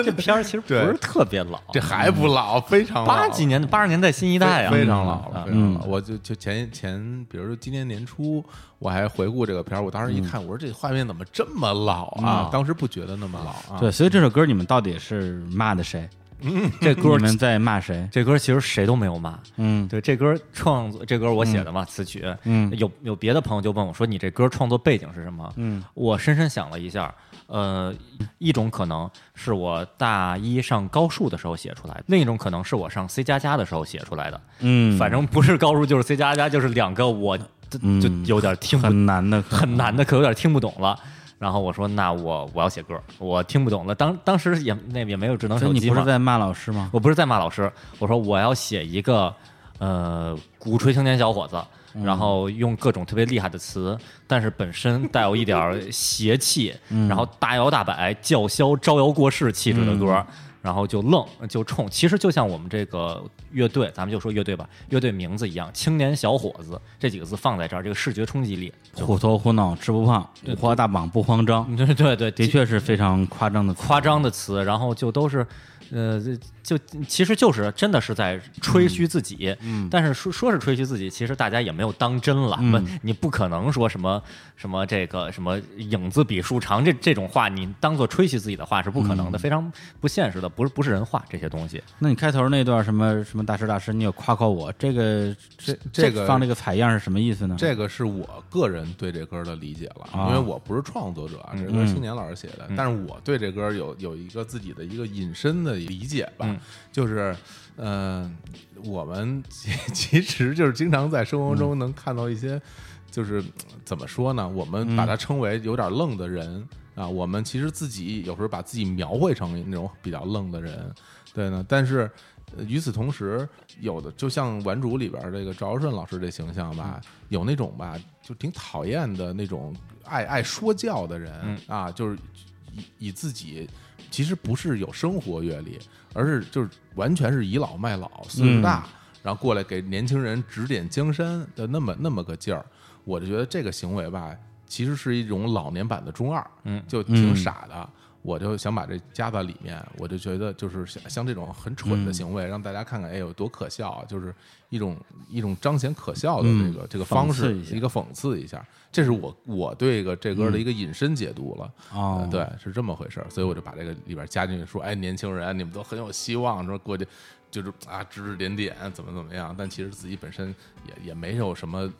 [SPEAKER 3] 这片儿其实不
[SPEAKER 2] 对
[SPEAKER 3] 是特别老，
[SPEAKER 2] 这还不老，非常老
[SPEAKER 3] 嗯八几年的八十年代新一
[SPEAKER 2] 非
[SPEAKER 3] 代啊，
[SPEAKER 2] 非常老
[SPEAKER 3] 啊
[SPEAKER 2] 了，非常老了。我就就前前，比如说今年年初，我还回顾这个片儿，我当时
[SPEAKER 3] 嗯
[SPEAKER 2] 一看，我说这画面怎么这么老啊？当时不觉得那么老啊。
[SPEAKER 1] 对，所以这首歌你们到底是骂的谁？
[SPEAKER 3] 这
[SPEAKER 1] 你
[SPEAKER 3] 歌
[SPEAKER 1] 们在骂谁？
[SPEAKER 3] 这歌其实谁都没有骂，
[SPEAKER 1] 嗯
[SPEAKER 3] 对，这歌创作，这歌我写的嘛，词曲，嗯，有有别的朋友就问我说，你这歌创作背景是什么？嗯，我深深想了一下，呃，一种可能是我大一上高数的时候写出来的，另一种可能是我上 C 加加的时候写出来的，
[SPEAKER 1] 嗯，
[SPEAKER 3] 反正不是高数就是 C 加加，就是两个我就
[SPEAKER 1] 嗯
[SPEAKER 3] 就有点听不
[SPEAKER 1] 很难的，
[SPEAKER 3] 很难的，可有点听不懂了。然后我说，那我我要写歌，我听不懂了。当当时也那也没有智能
[SPEAKER 1] 所以
[SPEAKER 3] 手
[SPEAKER 1] 你
[SPEAKER 3] 机
[SPEAKER 1] 不
[SPEAKER 3] 嘛
[SPEAKER 1] 是，在骂老师吗？
[SPEAKER 3] 我不是在骂老师，我说我要写一个呃鼓吹青年小伙子，然后用各种特别厉害的词，但是本身带有一点儿 [laughs] 邪气，然后大摇大摆、叫嚣、招摇过市气质的歌。然后就愣就冲，其实就像我们这个乐队，咱们就说乐队吧，乐队名字一样，“青年小伙子”这几个字放在这儿，这个视觉冲击力， [laughs]
[SPEAKER 1] 虎头虎脑吃不胖，五花大绑不慌张，
[SPEAKER 3] 嗯对对对，
[SPEAKER 1] 的确是非常夸张的词
[SPEAKER 3] 夸张的词，然后就都是，呃，就其实就是真的是在吹嘘自己，嗯，但是说说是吹嘘自己，其实大家也没有当真了，不你不可能说什么什么这个什么影子比树长这这种话，你当做吹嘘自己的话是不可能的，非常不现实的，不是不是人话这些东西，
[SPEAKER 1] 那你开头那段什么什么大师大师，你有夸夸我这个这
[SPEAKER 2] 这个
[SPEAKER 1] 放这个采样是什么意思呢？
[SPEAKER 2] 这个是我个人对这歌的理解了，因为我不是创作者，啊这歌是青年老师写的，但是我对这歌有有一个自己的一个引申的理解吧，就是，嗯、我们其其实就是经常在生活中能看到一些，就是怎么说呢，我们把它称为有点愣的人。啊，我们其实自己有时候把自己描绘成那种比较愣的人，对呢。但是呃与此同时，有的就像《顽主》里边儿这个赵尧舜老师这形象吧，有那种吧，就挺讨厌的那种爱爱说教的人、啊，就是以以自己其实不是有生活阅历，而是就是完全是倚老卖老，岁数大，然后过来给年轻人指点江山的那么那么个劲儿。我就觉得这个行为吧，其实是一种老年版的中二，嗯，就挺傻的。我就想把这加在里面，我就觉得就是像像这种很蠢
[SPEAKER 1] 嗯
[SPEAKER 2] 的行为，让大家看看，哎，有多可笑啊，就是一种一种彰显可笑的这个、这个方
[SPEAKER 1] 嗯讽
[SPEAKER 2] 式，
[SPEAKER 1] 刺一下嗯
[SPEAKER 2] 个讽刺一下。这是我我对个这歌的一个引申解读了。
[SPEAKER 1] 哦
[SPEAKER 2] 呃，对，是这么回事儿，所以我就把这个里边加进去，说，哎，年轻人，你们都很有希望，说过去就是啊指指点点，怎么怎么样，但其实自己本身也也没有什么嗯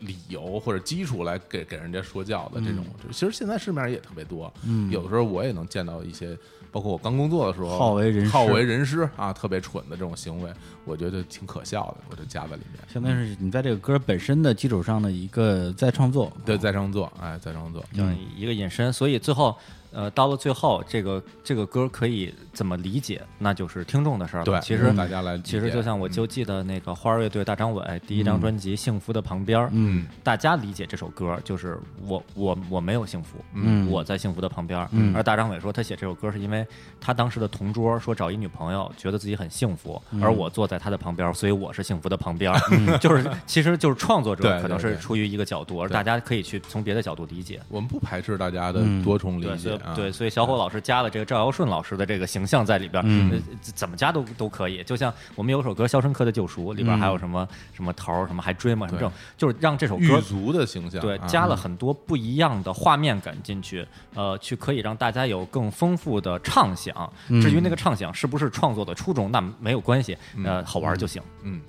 [SPEAKER 2] 理由或者基础来给给人家说教的这种，
[SPEAKER 3] 嗯
[SPEAKER 2] 其实现在市面上也特别多。嗯，有的时候我也能见到一些，包括我刚工作的时候，
[SPEAKER 1] 好为人师
[SPEAKER 2] 好为人师啊，特别蠢的这种行为，我觉得挺可笑的，我就加在里面。
[SPEAKER 1] 相当于是你在这个歌本身的基础上的一个再创作。
[SPEAKER 2] 对，
[SPEAKER 3] 哦
[SPEAKER 2] 在上做，哎，在上做，
[SPEAKER 3] 就是一个引申。所以最后，呃，到了最后，这个这个歌可以怎么理解，那就是听众的事儿了。
[SPEAKER 2] 对，
[SPEAKER 3] 其实
[SPEAKER 2] 大家来理解，
[SPEAKER 3] 其实就像我就记得那个花儿乐队大张伟第一张专辑《幸福的旁边》，
[SPEAKER 2] 嗯，
[SPEAKER 3] 大家理解这首歌就是我我我没有幸福，
[SPEAKER 1] 嗯
[SPEAKER 3] 我在幸福的旁边。
[SPEAKER 1] 嗯
[SPEAKER 3] 而大张伟说他写这首歌是因为他当时的同桌说找一女朋友，觉得自己很幸福，
[SPEAKER 2] 嗯
[SPEAKER 3] 而我坐在他的旁边，所以我是幸福的旁边。 [laughs] 就是其实就是创作
[SPEAKER 2] 对嗯
[SPEAKER 3] 者
[SPEAKER 2] [laughs] 对
[SPEAKER 3] 可能
[SPEAKER 2] 对
[SPEAKER 3] 是出于一个角度，而
[SPEAKER 2] 对
[SPEAKER 3] 大家可以去从别的角度理解。
[SPEAKER 2] 我们不排斥大家的
[SPEAKER 1] 嗯
[SPEAKER 2] 多重理
[SPEAKER 3] 对，所
[SPEAKER 2] 解
[SPEAKER 3] 以
[SPEAKER 2] 啊。
[SPEAKER 3] 对，所以小伙老师加了这个赵尧舜老师的这个形象在里边，
[SPEAKER 1] 嗯
[SPEAKER 3] 呃怎么加都都可以。就像我们有首歌《肖申克的救赎》，里边
[SPEAKER 2] 嗯
[SPEAKER 3] 还有什么、什么桃儿，什么还追嘛，什么这种，就是让这首
[SPEAKER 2] 狱
[SPEAKER 3] 歌。
[SPEAKER 2] 卒的形象，
[SPEAKER 3] 对，
[SPEAKER 2] 啊
[SPEAKER 3] 加了很多不一样的画面感进去，呃，去可以让大家有更丰富的畅想。至
[SPEAKER 2] 嗯
[SPEAKER 3] 于那个畅想是不是创作的初衷，那没有关系，呃，好玩就行。
[SPEAKER 2] 嗯，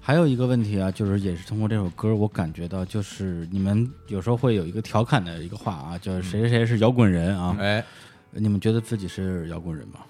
[SPEAKER 1] 还有一个问题啊，就是也是通过这首歌，我感觉到就是你们有时候会有一个调侃的一个话啊，就是谁谁谁是摇滚人啊，
[SPEAKER 2] 哎，
[SPEAKER 1] 你们觉得自己是摇滚人吗？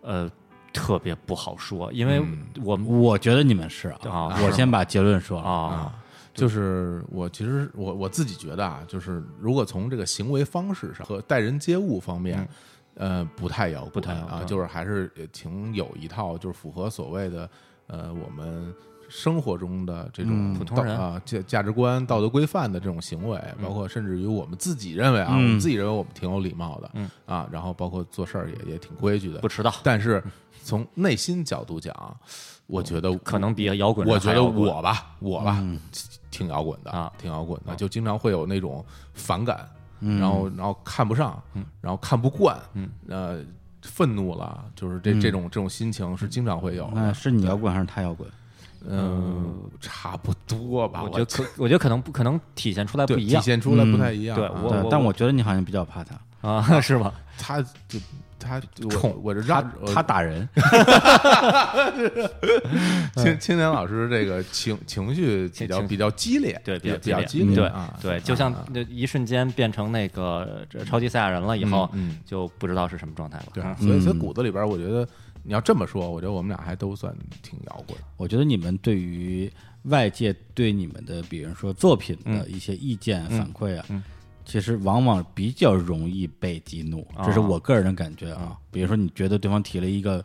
[SPEAKER 3] 呃，特别不好说，因为
[SPEAKER 2] 嗯
[SPEAKER 3] 我们
[SPEAKER 1] 我觉得你们是啊
[SPEAKER 3] 啊，
[SPEAKER 1] 我先把结论说
[SPEAKER 2] 嗯
[SPEAKER 1] 了，
[SPEAKER 3] [laughs] 啊，
[SPEAKER 2] 就是我其实我我自己觉得啊，就是如果从这个行为方式上和待人接物方面，呃，不太摇滚，
[SPEAKER 3] 嗯不太摇嗯滚
[SPEAKER 2] 啊，就是还是呃挺有一套，就是符合所谓的呃我们。生活中的这种
[SPEAKER 1] 嗯
[SPEAKER 3] 普通
[SPEAKER 2] 道
[SPEAKER 3] 人嗯
[SPEAKER 2] 啊价价值观、道德规范的这种行为，包括甚至于我们自己认为啊，我
[SPEAKER 1] 嗯
[SPEAKER 2] 们自己认为我们挺有礼貌的，
[SPEAKER 3] 嗯
[SPEAKER 2] 啊，然后包括做事儿也也挺规矩的
[SPEAKER 3] 不，迟到，
[SPEAKER 2] 但是从内心角度讲，我觉得
[SPEAKER 3] 可能比摇滚人
[SPEAKER 2] 我觉
[SPEAKER 3] 还
[SPEAKER 2] 得
[SPEAKER 3] 摇滚嗯
[SPEAKER 2] 我吧，我吧，挺摇滚的
[SPEAKER 3] 啊
[SPEAKER 2] 挺摇滚的，
[SPEAKER 3] 啊
[SPEAKER 2] 就经常会有那种反感，然后然后看不上，然后看不惯，
[SPEAKER 3] 嗯
[SPEAKER 2] 呃，愤怒了，就是这这种这种心情是经常会有
[SPEAKER 1] 那
[SPEAKER 2] 的，
[SPEAKER 1] 是你摇滚还是他摇滚？
[SPEAKER 2] 嗯，差不多吧，
[SPEAKER 3] 我
[SPEAKER 2] 我
[SPEAKER 3] 觉得可，我觉得可能不可能体现出来不
[SPEAKER 2] 对
[SPEAKER 3] 一
[SPEAKER 2] 体
[SPEAKER 3] 样
[SPEAKER 2] 现出来不
[SPEAKER 1] 嗯
[SPEAKER 2] 太一样
[SPEAKER 3] 对
[SPEAKER 2] 啊，
[SPEAKER 3] 我
[SPEAKER 1] 对，但我觉得你好像比较怕他，
[SPEAKER 3] 啊，是吧？
[SPEAKER 2] 他就他我
[SPEAKER 3] 冲
[SPEAKER 2] 我这
[SPEAKER 1] 他
[SPEAKER 2] 让
[SPEAKER 1] 他打人，
[SPEAKER 2] 青青年老师这个 [laughs] 情嗯情绪比较
[SPEAKER 3] 情
[SPEAKER 2] 比较激烈，
[SPEAKER 3] 对，
[SPEAKER 2] 比
[SPEAKER 3] 较
[SPEAKER 2] 较激
[SPEAKER 3] 烈，
[SPEAKER 2] 烈，
[SPEAKER 3] 对
[SPEAKER 2] 啊，
[SPEAKER 3] 对，就像那一瞬间变成那个这超级赛亚人了以后
[SPEAKER 2] 嗯嗯，
[SPEAKER 3] 就不知道是什么状态了。
[SPEAKER 2] 对
[SPEAKER 3] 嗯，
[SPEAKER 2] 所以所以
[SPEAKER 1] 嗯
[SPEAKER 2] 骨子里边，我觉得你要这么说，我觉得我们俩还都算挺摇滚。
[SPEAKER 1] 我觉得你们对于外界对你们的，比如说作品的
[SPEAKER 3] 嗯
[SPEAKER 1] 一些意见反馈啊，其实往往比较容易被激怒，
[SPEAKER 3] 啊嗯
[SPEAKER 1] 这是我个人的感觉啊。比如说，你觉得对方提了一个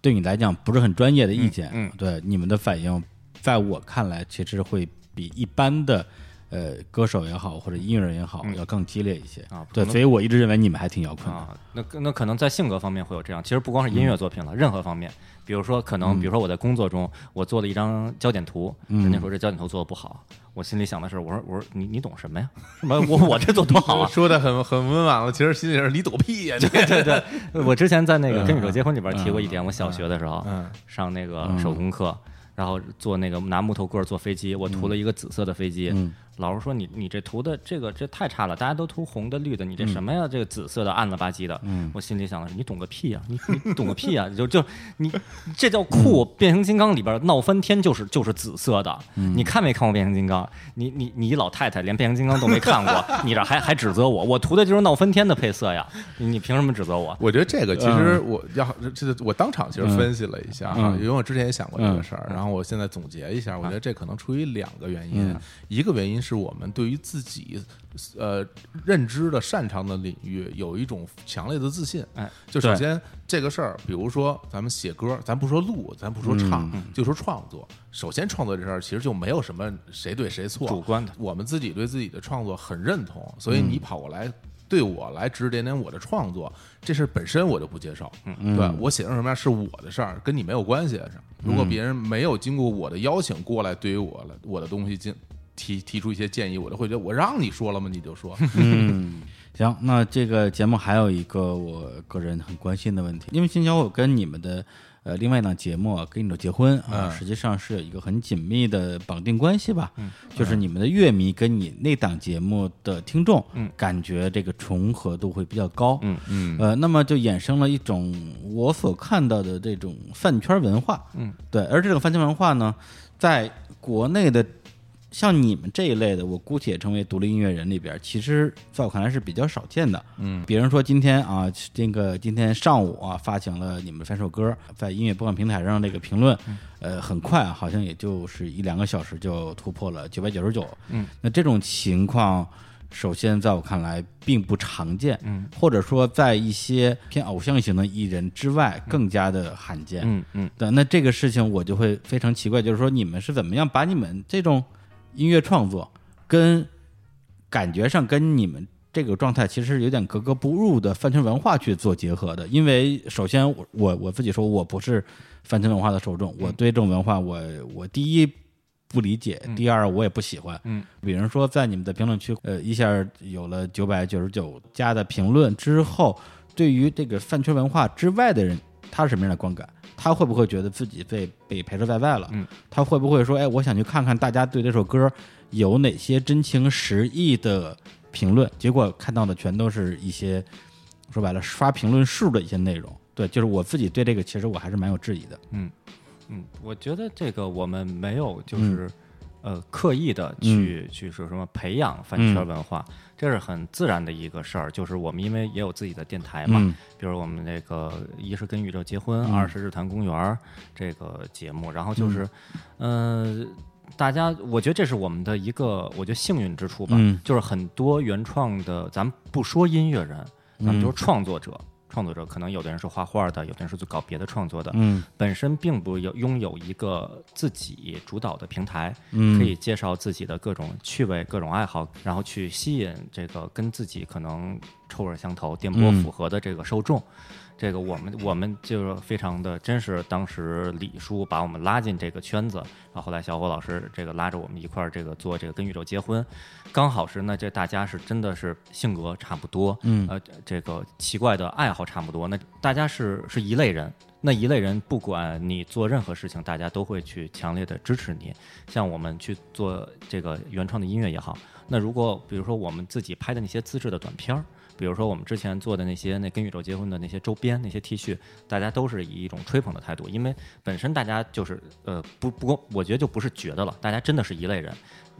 [SPEAKER 1] 对你来讲不是很专业的意见，
[SPEAKER 3] 嗯
[SPEAKER 1] 对你们的反应，在我看来，其实会比一般的。呃，歌手也好，或者音乐人也好，要更激烈一些
[SPEAKER 3] 嗯啊
[SPEAKER 1] 对，
[SPEAKER 3] 可能
[SPEAKER 1] 所以我一直认为你们还挺摇滚
[SPEAKER 2] 嗯
[SPEAKER 1] 的。
[SPEAKER 3] 啊，那那可能在性格方面会有这样，其实不光是音乐作品了，任何方面，比如说可能，
[SPEAKER 2] 嗯
[SPEAKER 3] 比如说我在工作中，我做了一张焦点图，人家说这焦点图做的不好，我心里想的是，我说我说你你懂什么呀？ [laughs] 什么我我这做多好啊？
[SPEAKER 2] [laughs] 说的很很温婉了，其实心里是你躲屁呀、你
[SPEAKER 3] 对对，我之前在那个《跟宇宙结婚》里边提过一点，我小学的时候
[SPEAKER 2] 嗯
[SPEAKER 3] 上那个手工课，然后做那个拿木头棍儿做飞机，我涂了一个紫色的飞机。老师说你你这涂的这个这太差了，大家都涂红的绿的，你这什么呀？这个紫色的暗了吧唧的。我心里想的是你懂个屁啊呀、你你 [laughs] 你懂个屁呀、就就你这叫酷！变形金刚里边闹翻天就是就是紫色的，你看没看过变形金刚？你你你一老太太连变形金刚都没看过，你这还还指责我？我涂的就是闹翻天的配色呀！你你凭什么指责我？
[SPEAKER 2] 我觉得这个其实
[SPEAKER 3] 嗯
[SPEAKER 2] 我要这我当场其实分析了一下哈，
[SPEAKER 1] 嗯
[SPEAKER 2] 因为我之前也想过这
[SPEAKER 3] 嗯
[SPEAKER 2] 个事儿，然后我现在总结一下，我觉得这可能出于两个原因，
[SPEAKER 3] 嗯
[SPEAKER 2] 一个原因是我们对于自己呃认知的擅长的领域有一种强烈的自信，
[SPEAKER 3] 哎，
[SPEAKER 2] 就首先这个事儿，比如说咱们写歌，咱不说录，咱不说唱，
[SPEAKER 3] 嗯
[SPEAKER 2] 就说创作，首先创作这事儿其实就没有什么谁对谁错，
[SPEAKER 3] 主观的
[SPEAKER 2] 我们自己对自己的创作很认同，所以你跑过来对我来指指点点我的创作，这事儿本身我就不接受。嗯，对我写成什么样是我的事儿，跟你没有关系。啊是如果别人没有经过我的邀请过来，对于我了我的东西进。提提出一些建议，我就会觉得我让你说了吗？你就说，
[SPEAKER 1] 行，那这个节目还有一个我个人很关心的问题，因为金小我跟你们的呃另外一档节目啊《跟你的结婚》啊，
[SPEAKER 2] 嗯
[SPEAKER 1] 实际上是有一个很紧密的绑定关系吧，就是你们的乐迷跟你那档节目的听众，
[SPEAKER 3] 嗯
[SPEAKER 1] 感觉这个重合度会比较高，
[SPEAKER 3] 嗯
[SPEAKER 2] 嗯
[SPEAKER 1] 呃，那么就衍生了一种我所看到的这种饭圈文化，
[SPEAKER 3] 嗯，
[SPEAKER 1] 对，而这种饭圈文化呢，在国内的像你们这一类的，我姑且称为独立音乐人里边，其实在我看来是比较少见的。嗯，比如说今天啊，这个今天上午啊，发行了你们三首歌，在音乐播放平台上这个评论，呃，很快啊好像也就是一两个小时就突破了九百九十九。嗯，那这种情况。首先，在我看来并不常见，嗯，或者说在一些偏偶像型的艺人之外更加的罕见，
[SPEAKER 3] 嗯嗯，
[SPEAKER 1] 对，那这个事情我就会非常奇怪，就是说你们是怎么样把你们这种音乐创作跟感觉上跟你们这个状态其实有点格格不入的饭圈文化去做结合的？因为首先我我我自己说我不是饭圈文化的受众，我对这种文化我我第一不理解，第二我也不喜欢。
[SPEAKER 3] 嗯，
[SPEAKER 1] 比如说在你们的评论区，呃，一下有了九百九十九加的评论之后，对于这个饭圈文化之外的人，他是什么样的观感？他会不会觉得自己被被排斥在外了？
[SPEAKER 3] 嗯，
[SPEAKER 1] 他会不会说，哎，我想去看看大家对这首歌有哪些真情实意的评论？结果看到的全都是一些说白了刷评论数的一些内容。对，就是我自己对这个，其实我还是蛮有质疑的。
[SPEAKER 3] 嗯，我觉得这个我们没有就是、呃刻意的去、去说什么培养饭圈文化，这是很自然的一个事儿。就是我们因为也有自己的电台嘛，
[SPEAKER 1] 嗯
[SPEAKER 3] 比如我们那个一是跟宇宙结婚，二是日坛公园儿这个节目，然后就是嗯。呃大家，我觉得这是我们的一个，我觉得幸运之处吧，
[SPEAKER 1] 嗯
[SPEAKER 3] 就是很多原创的，咱们不说音乐人，
[SPEAKER 1] 嗯
[SPEAKER 3] 咱们就是创作者，创作者可能有的人是画画的，有的人是做搞别的创作的，
[SPEAKER 1] 嗯
[SPEAKER 3] 本身并不有拥有一个自己主导的平台，
[SPEAKER 1] 嗯
[SPEAKER 3] 可以介绍自己的各种趣味、各种爱好，然后去吸引这个跟自己可能臭味相投、电波
[SPEAKER 1] 嗯
[SPEAKER 3] 符合的这个受众。这个我们我们就是非常的，真是当时李叔把我们拉进这个圈子，然后后来小伙老师这个拉着我们一块儿这个做这个跟宇宙结婚，刚好是那这大家是真的是性格差不多，
[SPEAKER 1] 嗯
[SPEAKER 3] 呃，这这个奇怪的爱好差不多，那大家是是一类人。那一类人，不管你做任何事情，大家都会去强烈的支持你。像我们去做这个原创的音乐也好，那如果比如说我们自己拍的那些自制的短片儿，比如说我们之前做的那些那跟宇宙结婚的那些周边、那些 T 恤，大家都是以一种吹捧的态度，因为本身大家就是呃不不过我觉得就不是觉得了，大家真的是一类人。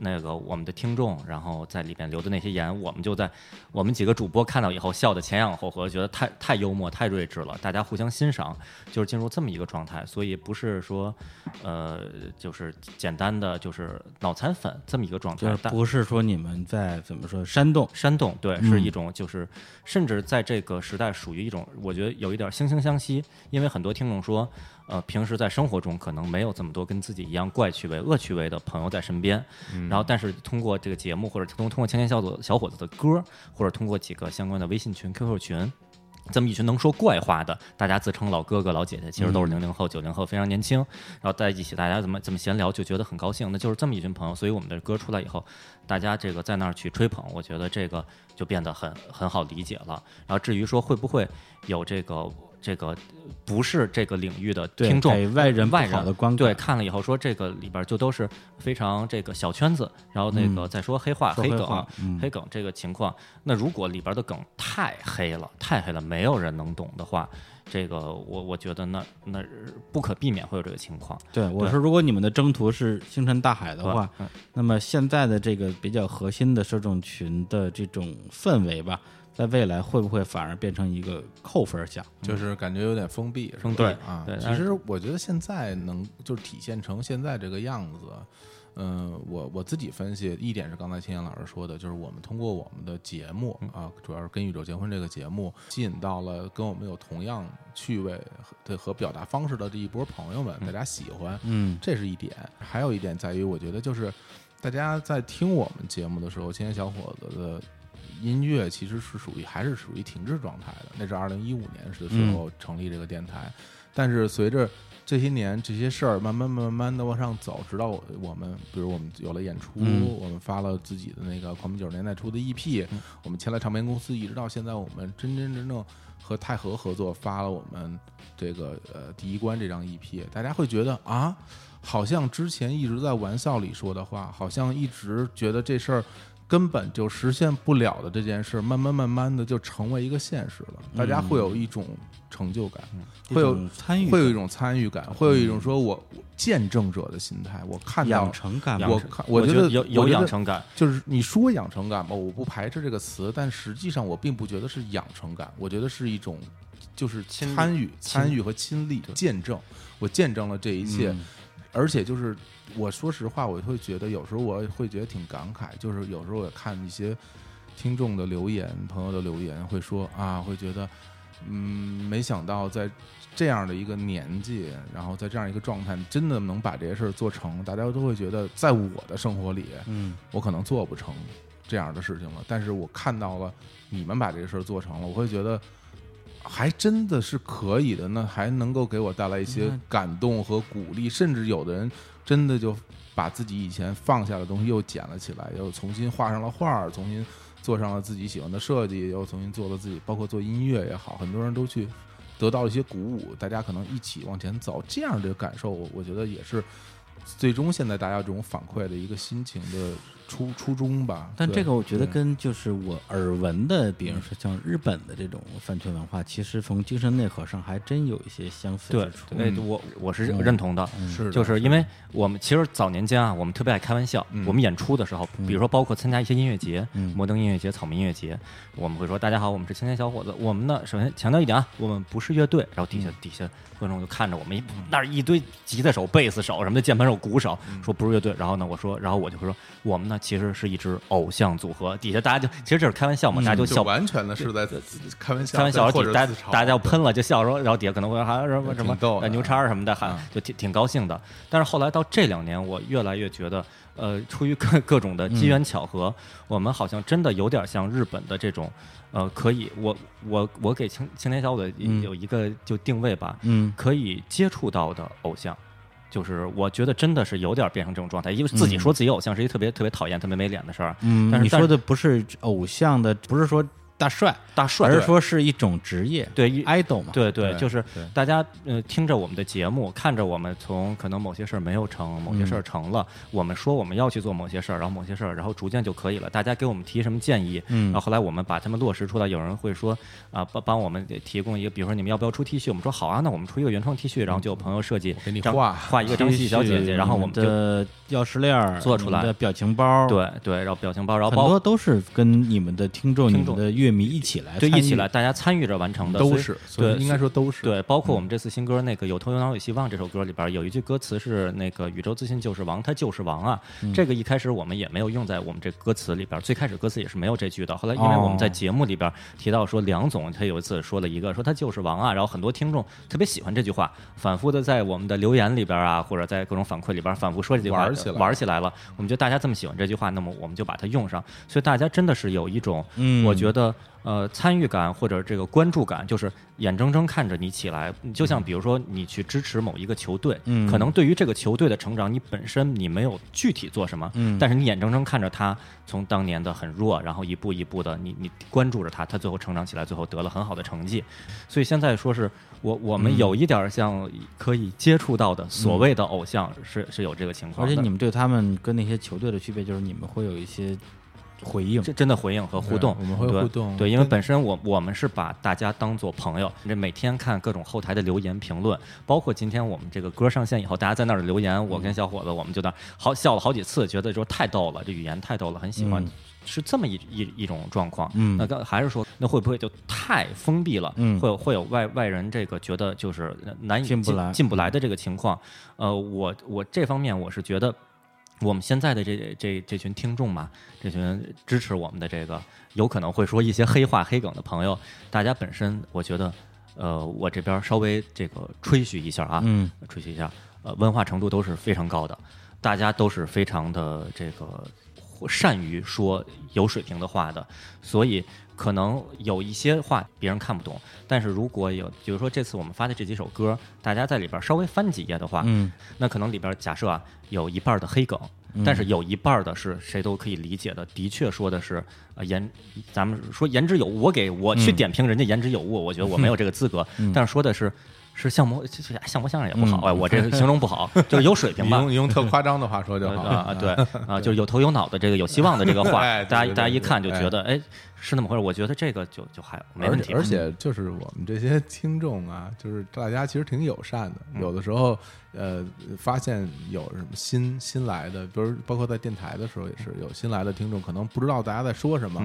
[SPEAKER 3] 那个我们的听众，然后在里边留的那些言，我们就在我们几个主播看到以后笑得前仰后合，觉得太太幽默、太睿智了，大家互相欣赏，就是进入这么一个状态，所以不是说，呃，就是简单的就是脑残粉这么一个状
[SPEAKER 1] 就
[SPEAKER 3] 态
[SPEAKER 1] 是，
[SPEAKER 3] 但
[SPEAKER 1] 不是说你们在怎么说煽动？
[SPEAKER 3] 煽动，对，
[SPEAKER 1] 嗯
[SPEAKER 3] 是一种就是，甚至在这个时代属于一种，我觉得有一点惺惺相惜，因为很多听众说，呃，平时在生活中可能没有这么多跟自己一样怪趣味、恶趣味的朋友在身边，然后但是通过这个节目或者通通过青年小组小伙子的歌，或者通过几个相关的微信群、QQ 群。这么一群能说怪话的，大家自称老哥哥、老姐姐，其实都是
[SPEAKER 1] 嗯
[SPEAKER 3] 零零后、九零后，非常年轻。然后在一起，大家怎么怎么闲聊，就觉得很高兴。那就是这么一群朋友，所以我们的歌出来以后，大家这个在那儿去吹捧，我觉得这个就变得很很好理解了。然后至于说会不会有这个这个不是这个领域的
[SPEAKER 1] 对
[SPEAKER 3] 听众
[SPEAKER 1] 给外人不
[SPEAKER 3] 外
[SPEAKER 1] 好的
[SPEAKER 3] 人
[SPEAKER 1] 观感
[SPEAKER 3] 对看了以后说这个里边就都是非常这个小圈子，然后那
[SPEAKER 2] 嗯
[SPEAKER 3] 个再说黑话、
[SPEAKER 1] 说
[SPEAKER 3] 黑
[SPEAKER 1] 黑
[SPEAKER 3] 梗、
[SPEAKER 1] 话嗯
[SPEAKER 3] 黑梗这个情况，那如果里边的梗太黑了，太黑了，没有人能懂的话。这个我我觉得那那不可避免会有这个情况，
[SPEAKER 1] 对，我
[SPEAKER 3] 对
[SPEAKER 1] 说，如果你们的征途是星辰大海的
[SPEAKER 3] 对吧
[SPEAKER 1] 话，
[SPEAKER 3] 嗯
[SPEAKER 1] 那么现在的这个比较核心的受众群的这种氛围吧，在未来会不会反而变成一个扣分项？
[SPEAKER 2] 就是感觉有点封闭，是吧
[SPEAKER 3] 封闭
[SPEAKER 2] 啊。
[SPEAKER 3] 对
[SPEAKER 2] 其
[SPEAKER 3] 但是
[SPEAKER 2] 实我觉得现在能就是体现成现在这个样子，嗯、我我自己分析一点是刚才青年老师说的，就是我们通过我们的节目
[SPEAKER 3] 嗯
[SPEAKER 2] 啊，主要是跟宇宙结婚这个节目，吸引到了跟我们有同样趣味和对和表达方式的这一波朋友们，大家喜欢，
[SPEAKER 1] 嗯
[SPEAKER 2] 这是一点。还有一点在于，我觉得就是大家在听我们节目的时候，青年小伙子的音乐其实是属于还是属于停滞状态的。那是二零一五年时的时
[SPEAKER 1] 嗯
[SPEAKER 2] 候成立这个电台，但是随着这些年这些事儿慢慢慢慢的往上走，直到我们比如我们有了演出，
[SPEAKER 1] 嗯
[SPEAKER 2] 我们发了自己的那个《狂奔九十年代》出的 EP，、我们签了唱片公司，一直到现在我们真真正正和泰和合作发了我们这个呃第一关这张 EP，大家会觉得啊，好像之前一直在玩笑里说的话，好像一直觉得这事儿根本就实现不了的这件事，慢慢慢慢的就成为一个现实了。大家会有一种成就感，会有
[SPEAKER 1] 一种参与感，
[SPEAKER 2] 会有一种参与感，会有一种说我我见证者的心态。我看到
[SPEAKER 1] 养，成感吧，
[SPEAKER 2] 我看我
[SPEAKER 3] 我
[SPEAKER 2] 觉
[SPEAKER 3] 得
[SPEAKER 2] 得
[SPEAKER 3] 有
[SPEAKER 2] 我
[SPEAKER 3] 有
[SPEAKER 2] 觉得
[SPEAKER 3] 养成感，
[SPEAKER 2] 就是你说养成感吧，我不排斥这个词，但实际上我并不觉得是养成感，我觉得是一种就是
[SPEAKER 3] 亲历
[SPEAKER 2] 参与、参与和亲历见证。我见证了这一切，
[SPEAKER 3] 嗯
[SPEAKER 2] 而且就是我说实话，我会觉得有时候我会觉得挺感慨，就是有时候我看一些听众的留言、朋友的留言，会说啊，会觉得嗯，没想到在这样的一个年纪，然后在这样一个状态，真的能把这些事儿做成，大家都会觉得，在我的生活里，
[SPEAKER 1] 嗯，
[SPEAKER 2] 我可能做不成这样的事情了。但是我看到了你们把这个事儿做成了，我会觉得还真的是可以的，那还能够给我带来一些感动和鼓励，甚至有的人真的就把自己以前放下的东西又捡了起来，又重新画上了画儿，重新做上了自己喜欢的设计，又重新做了自己，包括做音乐也好，很多人都去得到了一些鼓舞，大家可能一起往前走，这样的感受，我我觉得也是最终现在大家这种反馈的一个心情的初初衷吧。
[SPEAKER 1] 但
[SPEAKER 2] 对
[SPEAKER 1] 这个我觉得
[SPEAKER 2] 对
[SPEAKER 1] 跟就是我耳闻的，比如说像日本的这种饭圈文化，其实从精神内核上还真有一些相似之处。嗯
[SPEAKER 3] 哎，我我是认同的，
[SPEAKER 2] 嗯是的嗯
[SPEAKER 3] 就是因为我们其实早年间啊，我们特别爱开玩笑。我们演出的时候，比如说包括参加一些音乐节，
[SPEAKER 1] 嗯
[SPEAKER 3] 摩登音乐节、草莓音乐节，我们会说：“大家好，我们是青年小伙子。”我们呢，首先强调一点啊，我们不是乐队。然后底下底下观众就看着我们一那儿一堆吉他手、贝斯手什么的，键盘手、鼓手，说不是乐队。然后呢，我说，然后我就会说，我们呢其实是一支偶像组合。底下大家就其实这是开玩笑嘛，大家就
[SPEAKER 2] 嗯就
[SPEAKER 3] 笑
[SPEAKER 2] 完全的是在自开玩笑，
[SPEAKER 3] 开玩笑，然
[SPEAKER 2] 或
[SPEAKER 3] 后
[SPEAKER 2] 者
[SPEAKER 3] 底大
[SPEAKER 2] 自嘲
[SPEAKER 3] 大家就喷了，就笑说，然后底下可能会还什么什么
[SPEAKER 2] 挺逗的
[SPEAKER 3] 呃牛叉儿什么的，还
[SPEAKER 2] 嗯
[SPEAKER 3] 就挺挺高兴的。但是后来到这两年，我越来越觉得，呃，出于各各种的
[SPEAKER 2] 嗯
[SPEAKER 3] 机缘巧合，我们好像真的有点像日本的这种，呃，可以，我我我给青青年小伙子
[SPEAKER 2] 嗯
[SPEAKER 3] 有一个就定位吧，
[SPEAKER 1] 嗯
[SPEAKER 3] 可以接触到的偶像。就是我觉得真的是有点变成这种状态，因为自
[SPEAKER 2] 嗯
[SPEAKER 3] 己说自己偶像是一个特别特别讨厌、特别没脸的事儿。
[SPEAKER 1] 嗯，
[SPEAKER 3] 但是
[SPEAKER 1] 你
[SPEAKER 3] 但
[SPEAKER 1] 说
[SPEAKER 3] 是
[SPEAKER 1] 的不是偶像的，不是说大帅，
[SPEAKER 3] 大帅
[SPEAKER 1] 而是
[SPEAKER 3] 对
[SPEAKER 1] 说是一种职业，
[SPEAKER 3] 对一
[SPEAKER 1] ，idol 嘛，
[SPEAKER 3] 对对，就是
[SPEAKER 2] 对
[SPEAKER 3] 大家呃听着我们的节目，看着我们从可能某些事儿没有成，某些事儿成了，我们说我们要去做某些事儿，然后某些事儿，然后逐渐就可以了。大家给我们提什么建议，
[SPEAKER 1] 嗯
[SPEAKER 3] 然后后来我们把它们落实出来。有人会说啊，帮帮我们提供一个，比如说你们要不要出 T 恤？我们说好啊，那我们出一个原创 T 恤，然后就有朋友设计，
[SPEAKER 2] 给你
[SPEAKER 3] 张
[SPEAKER 2] 画
[SPEAKER 3] 画一个张希小姐姐，然后我们
[SPEAKER 1] 你
[SPEAKER 3] 就。
[SPEAKER 1] 的钥匙链儿
[SPEAKER 3] 做出来
[SPEAKER 1] 你们的表情包，，
[SPEAKER 3] 对对，然后表情包，然后
[SPEAKER 1] 很
[SPEAKER 3] 包
[SPEAKER 1] 多都是跟你们的听众、
[SPEAKER 3] 听
[SPEAKER 1] 你
[SPEAKER 3] 众
[SPEAKER 1] 们的乐迷一起来
[SPEAKER 3] 对
[SPEAKER 1] 参与，
[SPEAKER 3] 一起来，大家参与着完成的，
[SPEAKER 2] 都
[SPEAKER 3] 所以
[SPEAKER 2] 是，所以
[SPEAKER 3] 对，
[SPEAKER 2] 应该说都是。嗯
[SPEAKER 3] 对，包括我们这次新歌那个《有头有脑有希望》这首歌里边有一句歌词是那个“宇宙自信就是王，他就是王啊”。
[SPEAKER 2] 嗯
[SPEAKER 3] 这个一开始我们也没有用在我们这歌词里边，最开始歌词也是没有这句的。后来因为我
[SPEAKER 2] 哦
[SPEAKER 3] 们在节目里边提到说，梁总他有一次说了一个说他就是王啊，然后很多听众特别喜欢这句话，反复的在我们的留言里边啊，或者在各种反馈里边反复说这句话，
[SPEAKER 2] 玩起来了
[SPEAKER 3] 玩起来了。我们觉得大家这么喜欢这句话，那么我们就把它用上。所以大家真的是有一种，
[SPEAKER 1] 嗯
[SPEAKER 3] 我觉得呃参与感或者这个关注感，就是眼睁睁看着你起来。你就像比如说你去支持某一个球队，
[SPEAKER 1] 嗯
[SPEAKER 3] 可能对于这个球队的成长，你本身你没有具体做什么，
[SPEAKER 1] 嗯
[SPEAKER 3] 但是你眼睁睁看着他从当年的很弱，然后一步一步的你你关注着他，他最后成长起来，最后得了很好的成绩。所以现在说是我我
[SPEAKER 1] 嗯
[SPEAKER 3] 们有一点儿像可以接触到的所谓的偶像是、是有这个情况
[SPEAKER 1] 而
[SPEAKER 3] 的，
[SPEAKER 1] 且你们对他们跟那些球队的区别，就是你们会有一些回应，
[SPEAKER 3] 这真的回应和互动，
[SPEAKER 2] 对我们会
[SPEAKER 3] 对
[SPEAKER 2] 互
[SPEAKER 1] 嗯
[SPEAKER 2] 动
[SPEAKER 3] 对，因为本身我我们是把大家当做朋友，这每天看各种后台的留言评论，包括今天我们这个歌上线以后，大家在那儿留言，我
[SPEAKER 1] 嗯
[SPEAKER 3] 跟小伙子我们就那好笑了好几次，觉得说太逗了，这语言太逗了，很喜欢。
[SPEAKER 1] 嗯
[SPEAKER 3] 是这么一一一种状况，
[SPEAKER 1] 嗯
[SPEAKER 3] 那刚还是说，那会不会就太封闭了？
[SPEAKER 1] 嗯
[SPEAKER 3] 会有会有外外人这个觉得就是难以
[SPEAKER 1] 进不来
[SPEAKER 3] 进不来的这个情况。呃，我我这方面我是觉得，我们现在的这这这群听众嘛，这群支持我们的这个有可能会说一些黑话黑梗的朋友，大家本身我觉得，呃，我这边稍微这个吹嘘一下啊，
[SPEAKER 1] 嗯，
[SPEAKER 3] 吹嘘一下，呃，文化程度都是非常高的，大家都是非常的这个善于说有水平的话的，所以可能有一些话别人看不懂，但是如果有，比如说这次我们发的这几首歌，大家在里边稍微翻几页的话，
[SPEAKER 1] 嗯，
[SPEAKER 3] 那可能里边假设啊有一半的黑梗，
[SPEAKER 2] 嗯
[SPEAKER 3] 但
[SPEAKER 1] 嗯
[SPEAKER 3] 是有一半的是谁都可以理解的，的确说的是呃言，咱
[SPEAKER 2] 嗯
[SPEAKER 3] 们说言之有物，我给我去点评人家言之有物，我觉得我没有这个资格，但是说的是。是相模，这这相模相声也不好哎，
[SPEAKER 1] 嗯
[SPEAKER 3] 我
[SPEAKER 2] [laughs]
[SPEAKER 3] 这形容不好，就是有水平
[SPEAKER 2] 你 [laughs]
[SPEAKER 3] 吧
[SPEAKER 2] 用。你用特夸张的话说就
[SPEAKER 3] 呃
[SPEAKER 2] 好
[SPEAKER 3] 啊啊，对啊，就是有头有脑的这个有希望的这个话，
[SPEAKER 2] [laughs] 哎对
[SPEAKER 3] 大家
[SPEAKER 2] 对
[SPEAKER 3] 大家
[SPEAKER 2] 对
[SPEAKER 3] 一
[SPEAKER 2] 对
[SPEAKER 3] 看就
[SPEAKER 2] 哎
[SPEAKER 3] 觉得，哎，是那么回事。我觉得这个就就还没
[SPEAKER 2] 而
[SPEAKER 3] 问
[SPEAKER 2] 且
[SPEAKER 3] 题。
[SPEAKER 2] 而且就是我们这些听众啊，就是大家其实挺友善的，有的时候呃发现有什么新新来的，比如包括在电台的时候也是有新来的听众，可能不知道大家在说什么，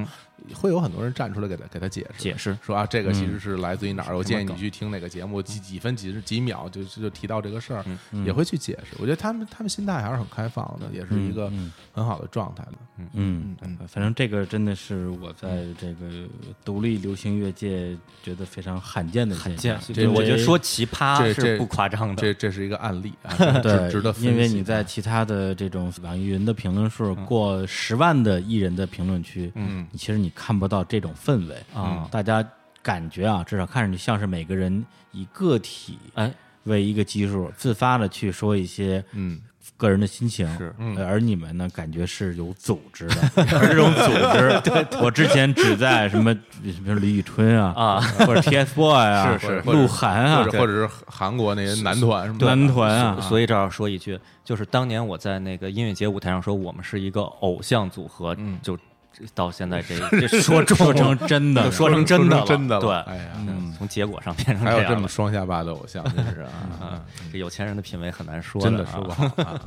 [SPEAKER 2] 会有很多人站出来给他给他解释
[SPEAKER 3] 解释
[SPEAKER 2] 说啊这个其实是来自于哪儿，我建议你
[SPEAKER 3] 梗
[SPEAKER 2] 去听哪个节目几几分几几秒就就提到这个事儿，也会去解释。我觉得他们他们心态还是很开放的，也是一个很好的状态的。
[SPEAKER 1] 嗯，反正这个真的是我在这个独立流行乐界觉得非常罕见的现象。
[SPEAKER 3] 对，我觉得说奇葩
[SPEAKER 2] 这
[SPEAKER 3] 是
[SPEAKER 2] 这
[SPEAKER 3] 不夸张的。
[SPEAKER 2] 这这是一个案例啊，
[SPEAKER 1] 对，
[SPEAKER 2] [laughs] 值值得分析
[SPEAKER 1] 因为你在其他的这种网易云的评论数过十万的艺人的评论区，嗯，其实你看不到这种氛围啊，大家感觉啊，至少看上去像是每个人以个体
[SPEAKER 3] 哎，
[SPEAKER 1] 为一个基数，自发的去说一些
[SPEAKER 2] 嗯。
[SPEAKER 1] 个人的心情
[SPEAKER 3] 是
[SPEAKER 1] 呃而你们呢，感觉是有组织的，而这种组织，我之前只在什么什么李宇春啊
[SPEAKER 3] 啊，
[SPEAKER 1] 或者 TFBOY 啊，
[SPEAKER 2] 是是
[SPEAKER 1] 或者鹿晗啊
[SPEAKER 2] 或，者或者是韩国那些男团什么的，
[SPEAKER 1] 男团啊，
[SPEAKER 3] 所以这儿说一句，就是当年我在那个音乐节舞台上说我们是一个偶像组合，就到现在这这说中
[SPEAKER 1] 说成真的
[SPEAKER 3] 就
[SPEAKER 1] 了，
[SPEAKER 3] 说成真的了，
[SPEAKER 2] 真的了
[SPEAKER 3] 对，
[SPEAKER 2] 哎呀
[SPEAKER 3] 嗯，从结果上变成
[SPEAKER 2] 还有
[SPEAKER 3] 样
[SPEAKER 2] 这
[SPEAKER 3] 了
[SPEAKER 2] 么。双下巴的偶像，
[SPEAKER 3] [laughs]
[SPEAKER 2] 真是啊，
[SPEAKER 3] 啊，这有钱人的品味很难说
[SPEAKER 2] 真的
[SPEAKER 3] 啊
[SPEAKER 2] 说不好啊。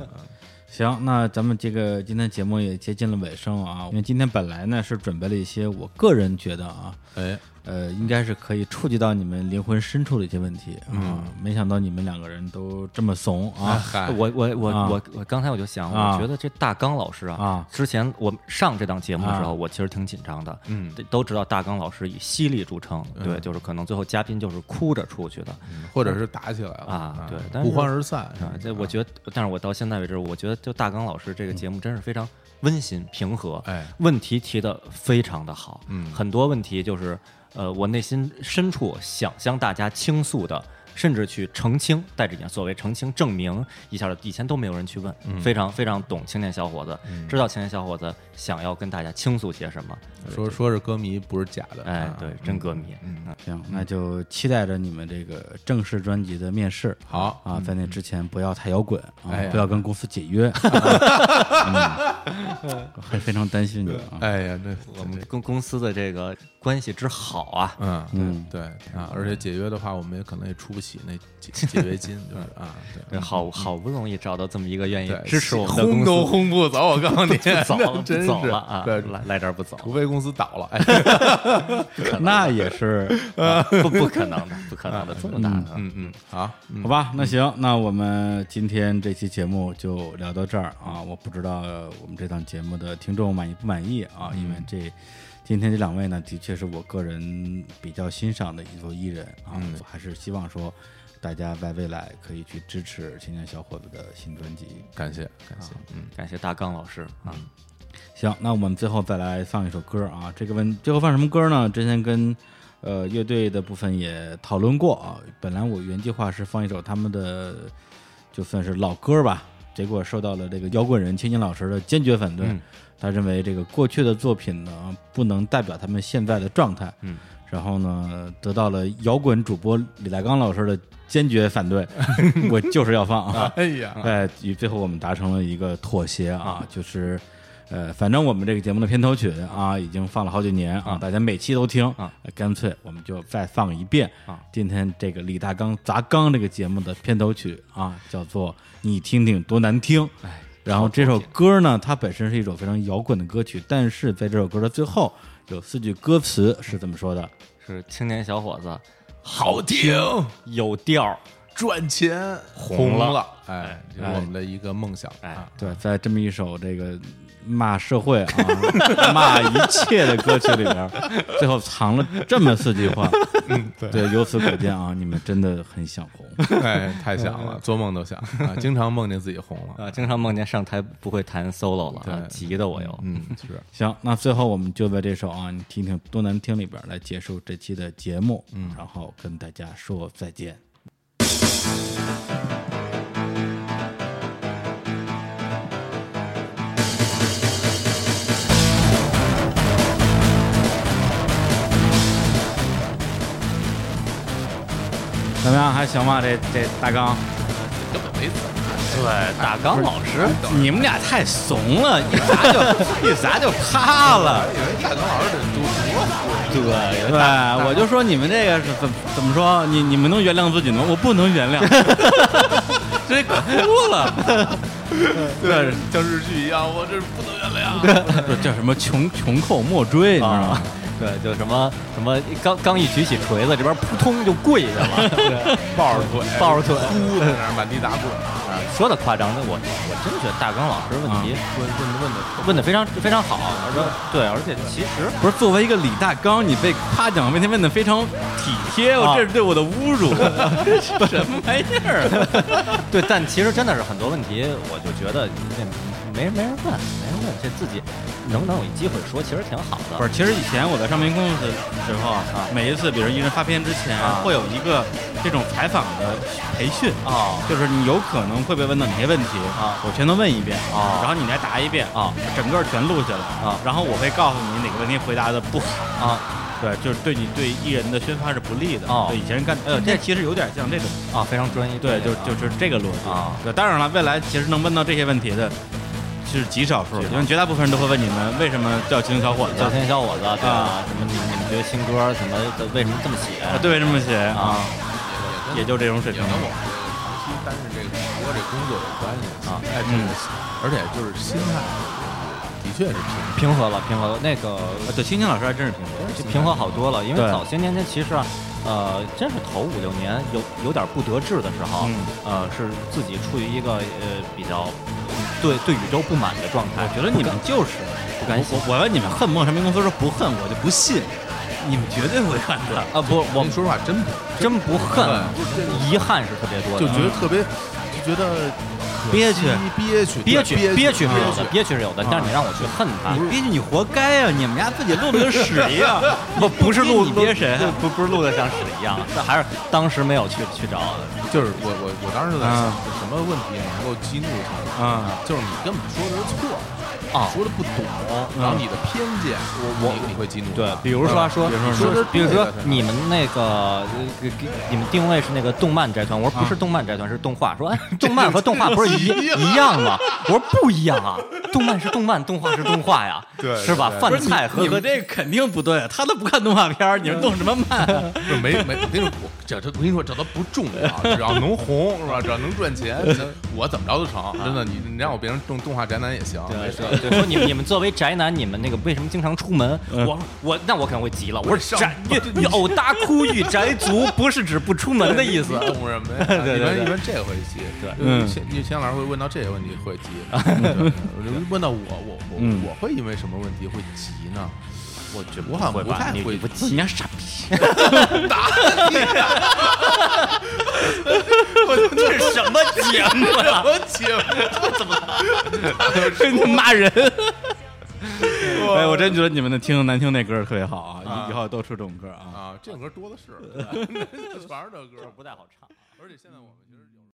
[SPEAKER 1] 行，那咱们这个今天节目也接近了尾声啊，因为今天本来呢是准备了一些我个人觉得啊，
[SPEAKER 2] 哎，
[SPEAKER 1] 呃，应该是可以触及到你们灵魂深处的一些问题啊，
[SPEAKER 2] 嗯
[SPEAKER 1] 没想到你们两个人都这么怂啊，
[SPEAKER 2] 嗨，
[SPEAKER 3] [laughs] 我我我
[SPEAKER 1] 啊
[SPEAKER 3] 我我刚才我就想，
[SPEAKER 1] 啊
[SPEAKER 3] 我觉得这大刚老师啊
[SPEAKER 1] 啊，
[SPEAKER 3] 之前我上这档节目的时候，
[SPEAKER 1] 啊
[SPEAKER 3] 我其实挺紧张的。
[SPEAKER 2] 嗯
[SPEAKER 3] 都都知道大刚老师以犀利著称，对，就是可能最后嘉宾就是哭着出去的
[SPEAKER 2] 或者是打起来了
[SPEAKER 3] 啊对但是
[SPEAKER 2] 不欢而散
[SPEAKER 3] 啊。这我觉得，但是我到现在为止，我觉得就大刚老师这个节目真是非常温馨平和，
[SPEAKER 2] 嗯哎
[SPEAKER 3] 问题提的非常的好，
[SPEAKER 2] 嗯
[SPEAKER 3] 很多问题就是呃，我内心深处想向大家倾诉的。甚至去澄清，带着一点所谓澄清、证明一下的，以前都没有人去问，
[SPEAKER 2] 嗯
[SPEAKER 3] 非常非常懂青年小伙子，知道青年小伙子想要跟大家倾诉些什么。
[SPEAKER 2] 说说是歌迷不是假的，
[SPEAKER 3] 哎
[SPEAKER 2] 啊，嗯
[SPEAKER 3] 对，真歌迷，啊
[SPEAKER 1] 行，那就期待着你们这个正式专辑的面试。
[SPEAKER 2] 好嗯
[SPEAKER 1] 啊，在那之前不要太摇滚啊
[SPEAKER 2] 哎，呀
[SPEAKER 1] 不要跟公司解
[SPEAKER 2] [laughs]
[SPEAKER 1] 约。嗯 [laughs] 我还非常担心你啊。
[SPEAKER 2] 哎呀，这
[SPEAKER 3] 我们跟公司的这个关系之好啊，
[SPEAKER 2] 嗯，对对啊，而且解约的话，我们也可能也出不起那
[SPEAKER 3] [laughs]
[SPEAKER 2] 解解约金，就是啊，对。
[SPEAKER 3] 嗯好好不容易找到这么一个愿意
[SPEAKER 2] 对
[SPEAKER 3] 支持我们的
[SPEAKER 2] 轰
[SPEAKER 3] 公
[SPEAKER 2] 都
[SPEAKER 3] 司，
[SPEAKER 2] 轰不走，我告诉你，
[SPEAKER 3] [laughs] 不走了，
[SPEAKER 2] 真
[SPEAKER 3] 不
[SPEAKER 2] 是
[SPEAKER 3] 走了啊，
[SPEAKER 2] 对，
[SPEAKER 3] 来来这儿
[SPEAKER 2] [laughs]
[SPEAKER 3] 不走，
[SPEAKER 2] 除非公司倒了，哎，
[SPEAKER 3] [laughs]
[SPEAKER 1] 那也是，
[SPEAKER 3] 不不可能的，不可能的，这么大的，
[SPEAKER 2] 嗯嗯，好，嗯
[SPEAKER 1] 好吧？那行，那我们今天这期节目就聊到这儿啊。我不知道我们这档节目的听众满意不满意啊，因为这。今天这两位呢，的确是我个人比较欣赏的一组艺人啊，我还是希望说，大家在未来可以去支持青年小伙子的新专辑。
[SPEAKER 2] 感谢感谢，嗯，
[SPEAKER 3] 感谢大刚老师啊，
[SPEAKER 1] 行，那我们最后再来放一首歌啊。这个问最后放什么歌呢？之前跟呃乐队的部分也讨论过啊。本来我原计划是放一首他们的就算是老歌吧，结果受到了这个摇滚人青年老师的坚决反对。他认为这个过去的作品呢不能代表他们现在的状态。嗯。然后呢，得到了摇滚主播李大刚老师的坚决反对，我就是要放啊！
[SPEAKER 2] 哎呀，
[SPEAKER 1] 哎，与最后我们达成了一个妥协啊，就是。呃，反正我们这个节目的片头曲啊，已经放了好几年啊，大家每期都听哎
[SPEAKER 3] 啊，
[SPEAKER 1] 干脆我们就再放一遍
[SPEAKER 3] 啊。
[SPEAKER 1] 今天这个李大刚砸缸这个节目的片头曲啊，叫做《你听听多难听》。然后这首歌呢，它本身是一首非常摇滚的歌曲，但是在这首歌的最后有四句歌词是这么说的
[SPEAKER 3] 是青年小伙子，
[SPEAKER 2] 好听，
[SPEAKER 3] 有调儿，
[SPEAKER 2] 赚钱
[SPEAKER 3] 红了
[SPEAKER 2] 了，哎，这是我们的一个梦想，
[SPEAKER 3] 哎
[SPEAKER 2] 啊
[SPEAKER 1] 对，在这么一首这个骂社会啊、 [laughs] 骂一切的歌曲里边儿，最后藏了这么四句话。嗯，对，由此可见啊，你们真的很想红。
[SPEAKER 2] [laughs] 哎，太想了，做梦都想啊，经常梦见自己红了。
[SPEAKER 3] 啊，经常梦见上台不会弹 solo 了，啊
[SPEAKER 2] 对
[SPEAKER 3] 急的我又，
[SPEAKER 2] 嗯，是，
[SPEAKER 1] 行，那最后我们就在这首啊，你听听多难听里边儿来结束这期的节目，嗯，然后跟大家说再见。那怎么样？还行吧？这这大纲，
[SPEAKER 2] 根本没怎么
[SPEAKER 3] 对，大刚老师，
[SPEAKER 1] 你们俩太怂了，一砸就一砸就趴了。
[SPEAKER 2] 以为大刚老师得读书了，
[SPEAKER 1] 对，对，我就说你们这个是怎怎么说？你你们能原谅自己吗？我不能原谅，直接哭了。
[SPEAKER 2] 对，像日剧一样，我这不能原谅。
[SPEAKER 1] [laughs] 这叫什么穷穷寇莫追，你
[SPEAKER 2] 嗯
[SPEAKER 1] 知道吗
[SPEAKER 3] 啊？ [laughs] 对，就什么什么刚刚一举起锤子，这边扑通就跪下
[SPEAKER 2] [laughs]
[SPEAKER 3] 了，对
[SPEAKER 2] 抱着腿，
[SPEAKER 3] 抱着腿
[SPEAKER 2] 哭 [laughs] 在那儿满地打滚。
[SPEAKER 3] 啊，说的夸张，那我我真觉得大刚老师问题
[SPEAKER 2] 问问问的，
[SPEAKER 3] 问的非常非常好，而
[SPEAKER 1] 嗯
[SPEAKER 3] 且对，而且其实
[SPEAKER 1] 不是，作为一个李大刚，你被夸奖问题问的非常体贴，
[SPEAKER 3] 啊
[SPEAKER 1] 这是对我的侮 [laughs] 辱，什么玩意儿？啊
[SPEAKER 3] 对，但其实真的是很多问题，我就觉得这没没人问，没人问，这自己能不能有一机会说，其实挺好
[SPEAKER 1] [laughs]
[SPEAKER 3] 的。
[SPEAKER 1] 不是，其实以前我在上民公司的时候啊，每一次，比如一人发片之前，
[SPEAKER 3] 啊
[SPEAKER 1] 会有一个这种采访的培训
[SPEAKER 3] 哦
[SPEAKER 1] 就是你有可能会被问到哪些问题
[SPEAKER 3] 啊
[SPEAKER 1] 我全都问一遍
[SPEAKER 3] 哦
[SPEAKER 1] 然后你来答一遍
[SPEAKER 3] 啊，
[SPEAKER 1] 整个全录下来
[SPEAKER 3] 啊
[SPEAKER 1] 然后我会告诉你哪个问题回答的不好，
[SPEAKER 3] 啊
[SPEAKER 1] 对，就是对你对艺人的宣发是不利的。
[SPEAKER 3] 哦
[SPEAKER 1] 对，以前人干，呃，这其实有点像这种，
[SPEAKER 3] 啊，非常专业。
[SPEAKER 1] 对，就
[SPEAKER 3] 啊
[SPEAKER 1] 就就是这个逻辑
[SPEAKER 3] 啊
[SPEAKER 1] 对，当然了，未来其实能问到这些问题的是极少数，
[SPEAKER 3] 极少数
[SPEAKER 1] 因为绝大部分人都会问你们为什么叫青小伙子
[SPEAKER 3] 小，天小伙子，对吧？什么你你们觉得新歌什么的为什么这么写？
[SPEAKER 1] 啊，对，这么写啊
[SPEAKER 3] 啊，
[SPEAKER 1] 也就这种水
[SPEAKER 2] 也
[SPEAKER 1] 平啊
[SPEAKER 2] 跟。我们长期担任这个主播这工作有关系
[SPEAKER 3] 啊
[SPEAKER 2] 哎，这个而且就是心态，的确是平衡。
[SPEAKER 3] 平和了，平和了。那个
[SPEAKER 1] 啊对，青青老师还真是评论，
[SPEAKER 3] 就平和好多了，因为
[SPEAKER 1] 对
[SPEAKER 3] 早些年间其实啊，呃，真是头五六年有有点不得志的时候，
[SPEAKER 1] 嗯
[SPEAKER 3] 呃，是自己处于一个呃比较对对宇宙不满的状态。
[SPEAKER 1] 我觉得你们就是
[SPEAKER 3] 不敢想
[SPEAKER 1] 我我问你们恨不恨什么公司说不恨，我就不信，你们绝对会恨的。
[SPEAKER 3] 啊，不，
[SPEAKER 2] 我
[SPEAKER 3] 我
[SPEAKER 2] 跟你说实话，真不
[SPEAKER 3] 真不恨
[SPEAKER 2] 对就这个，
[SPEAKER 3] 遗憾是特别多的，嗯
[SPEAKER 2] 就觉得特别，就觉得可惜
[SPEAKER 1] 憋屈
[SPEAKER 2] 憋屈，
[SPEAKER 3] 憋
[SPEAKER 2] 屈，
[SPEAKER 3] 屈，憋屈
[SPEAKER 2] 屈啊
[SPEAKER 3] 是有的，
[SPEAKER 2] 屈。
[SPEAKER 3] 憋屈是有的，但是你让我去恨他，
[SPEAKER 1] 毕啊竟你活该呀、你们家自己录的跟屎一样。
[SPEAKER 3] [laughs] 不不是录
[SPEAKER 1] 你憋谁啊
[SPEAKER 3] 对不不是录的像屎一样，但还是当时没有去去找，
[SPEAKER 2] 就是我我我当时就在
[SPEAKER 1] 啊
[SPEAKER 2] 想，这什么问题能够激怒他？
[SPEAKER 1] 啊，
[SPEAKER 2] 就是你根本说的是错的，
[SPEAKER 3] 啊
[SPEAKER 2] 说的不懂，然后你的偏见，我我你会激怒他
[SPEAKER 3] 对，比如说说
[SPEAKER 2] 啊比如
[SPEAKER 3] 你
[SPEAKER 2] 说
[SPEAKER 3] 说，比如
[SPEAKER 2] 对
[SPEAKER 3] 说
[SPEAKER 2] 的
[SPEAKER 3] 你们那个呃给给你们定位是那个动漫宅团，我
[SPEAKER 2] 啊
[SPEAKER 3] 说不是动漫宅团，是动画。说哎，动
[SPEAKER 2] [laughs]
[SPEAKER 3] 漫和动画不是一一样吗？我说不一样啊，动漫是动漫，动画是动画呀，
[SPEAKER 2] [laughs] 对
[SPEAKER 3] 是吧？
[SPEAKER 2] 对
[SPEAKER 3] 饭菜和
[SPEAKER 1] 你们这肯定不对，他都不看动画片儿，你们动什么慢啊？
[SPEAKER 2] 就没没，那种我这这我跟你说，这都不重
[SPEAKER 3] [laughs]
[SPEAKER 2] 要，只要能红是吧？只要能赚钱，我怎么着都成。真的，你你让我变成动动画宅男也行，没
[SPEAKER 3] 啊对
[SPEAKER 2] 事。
[SPEAKER 3] 对，说你们你们作为宅男，你们那个为什么经常出门？
[SPEAKER 2] 嗯
[SPEAKER 3] 我我那我可能会急了，我说宅越越偶大哭与宅族，不是指不出门的意思。
[SPEAKER 2] 你懂什么呀？
[SPEAKER 3] [laughs] 对
[SPEAKER 2] 一
[SPEAKER 3] 对
[SPEAKER 2] 般
[SPEAKER 3] 对
[SPEAKER 2] 一般这会急，
[SPEAKER 3] 对
[SPEAKER 2] 嗯，钱钱老师会问到这些问题
[SPEAKER 3] [laughs]
[SPEAKER 2] 会急，对我就问到我我
[SPEAKER 1] 嗯
[SPEAKER 2] 我我会因为什么问题会急呢？
[SPEAKER 3] 我觉
[SPEAKER 2] 我好像不太
[SPEAKER 3] 你
[SPEAKER 2] 会
[SPEAKER 3] 不
[SPEAKER 2] 急
[SPEAKER 1] 你家傻逼！
[SPEAKER 3] 这是什么节目啊？
[SPEAKER 2] 我急，
[SPEAKER 1] 真的骂人。
[SPEAKER 3] 啊
[SPEAKER 1] 哎，我真觉得你们的听难听那歌儿特别好啊，以以后多出这种歌儿啊。
[SPEAKER 3] [laughs]
[SPEAKER 2] 啊，这种歌多的是，全是这歌，
[SPEAKER 3] 不太好唱。
[SPEAKER 2] 而且现在我们其实有。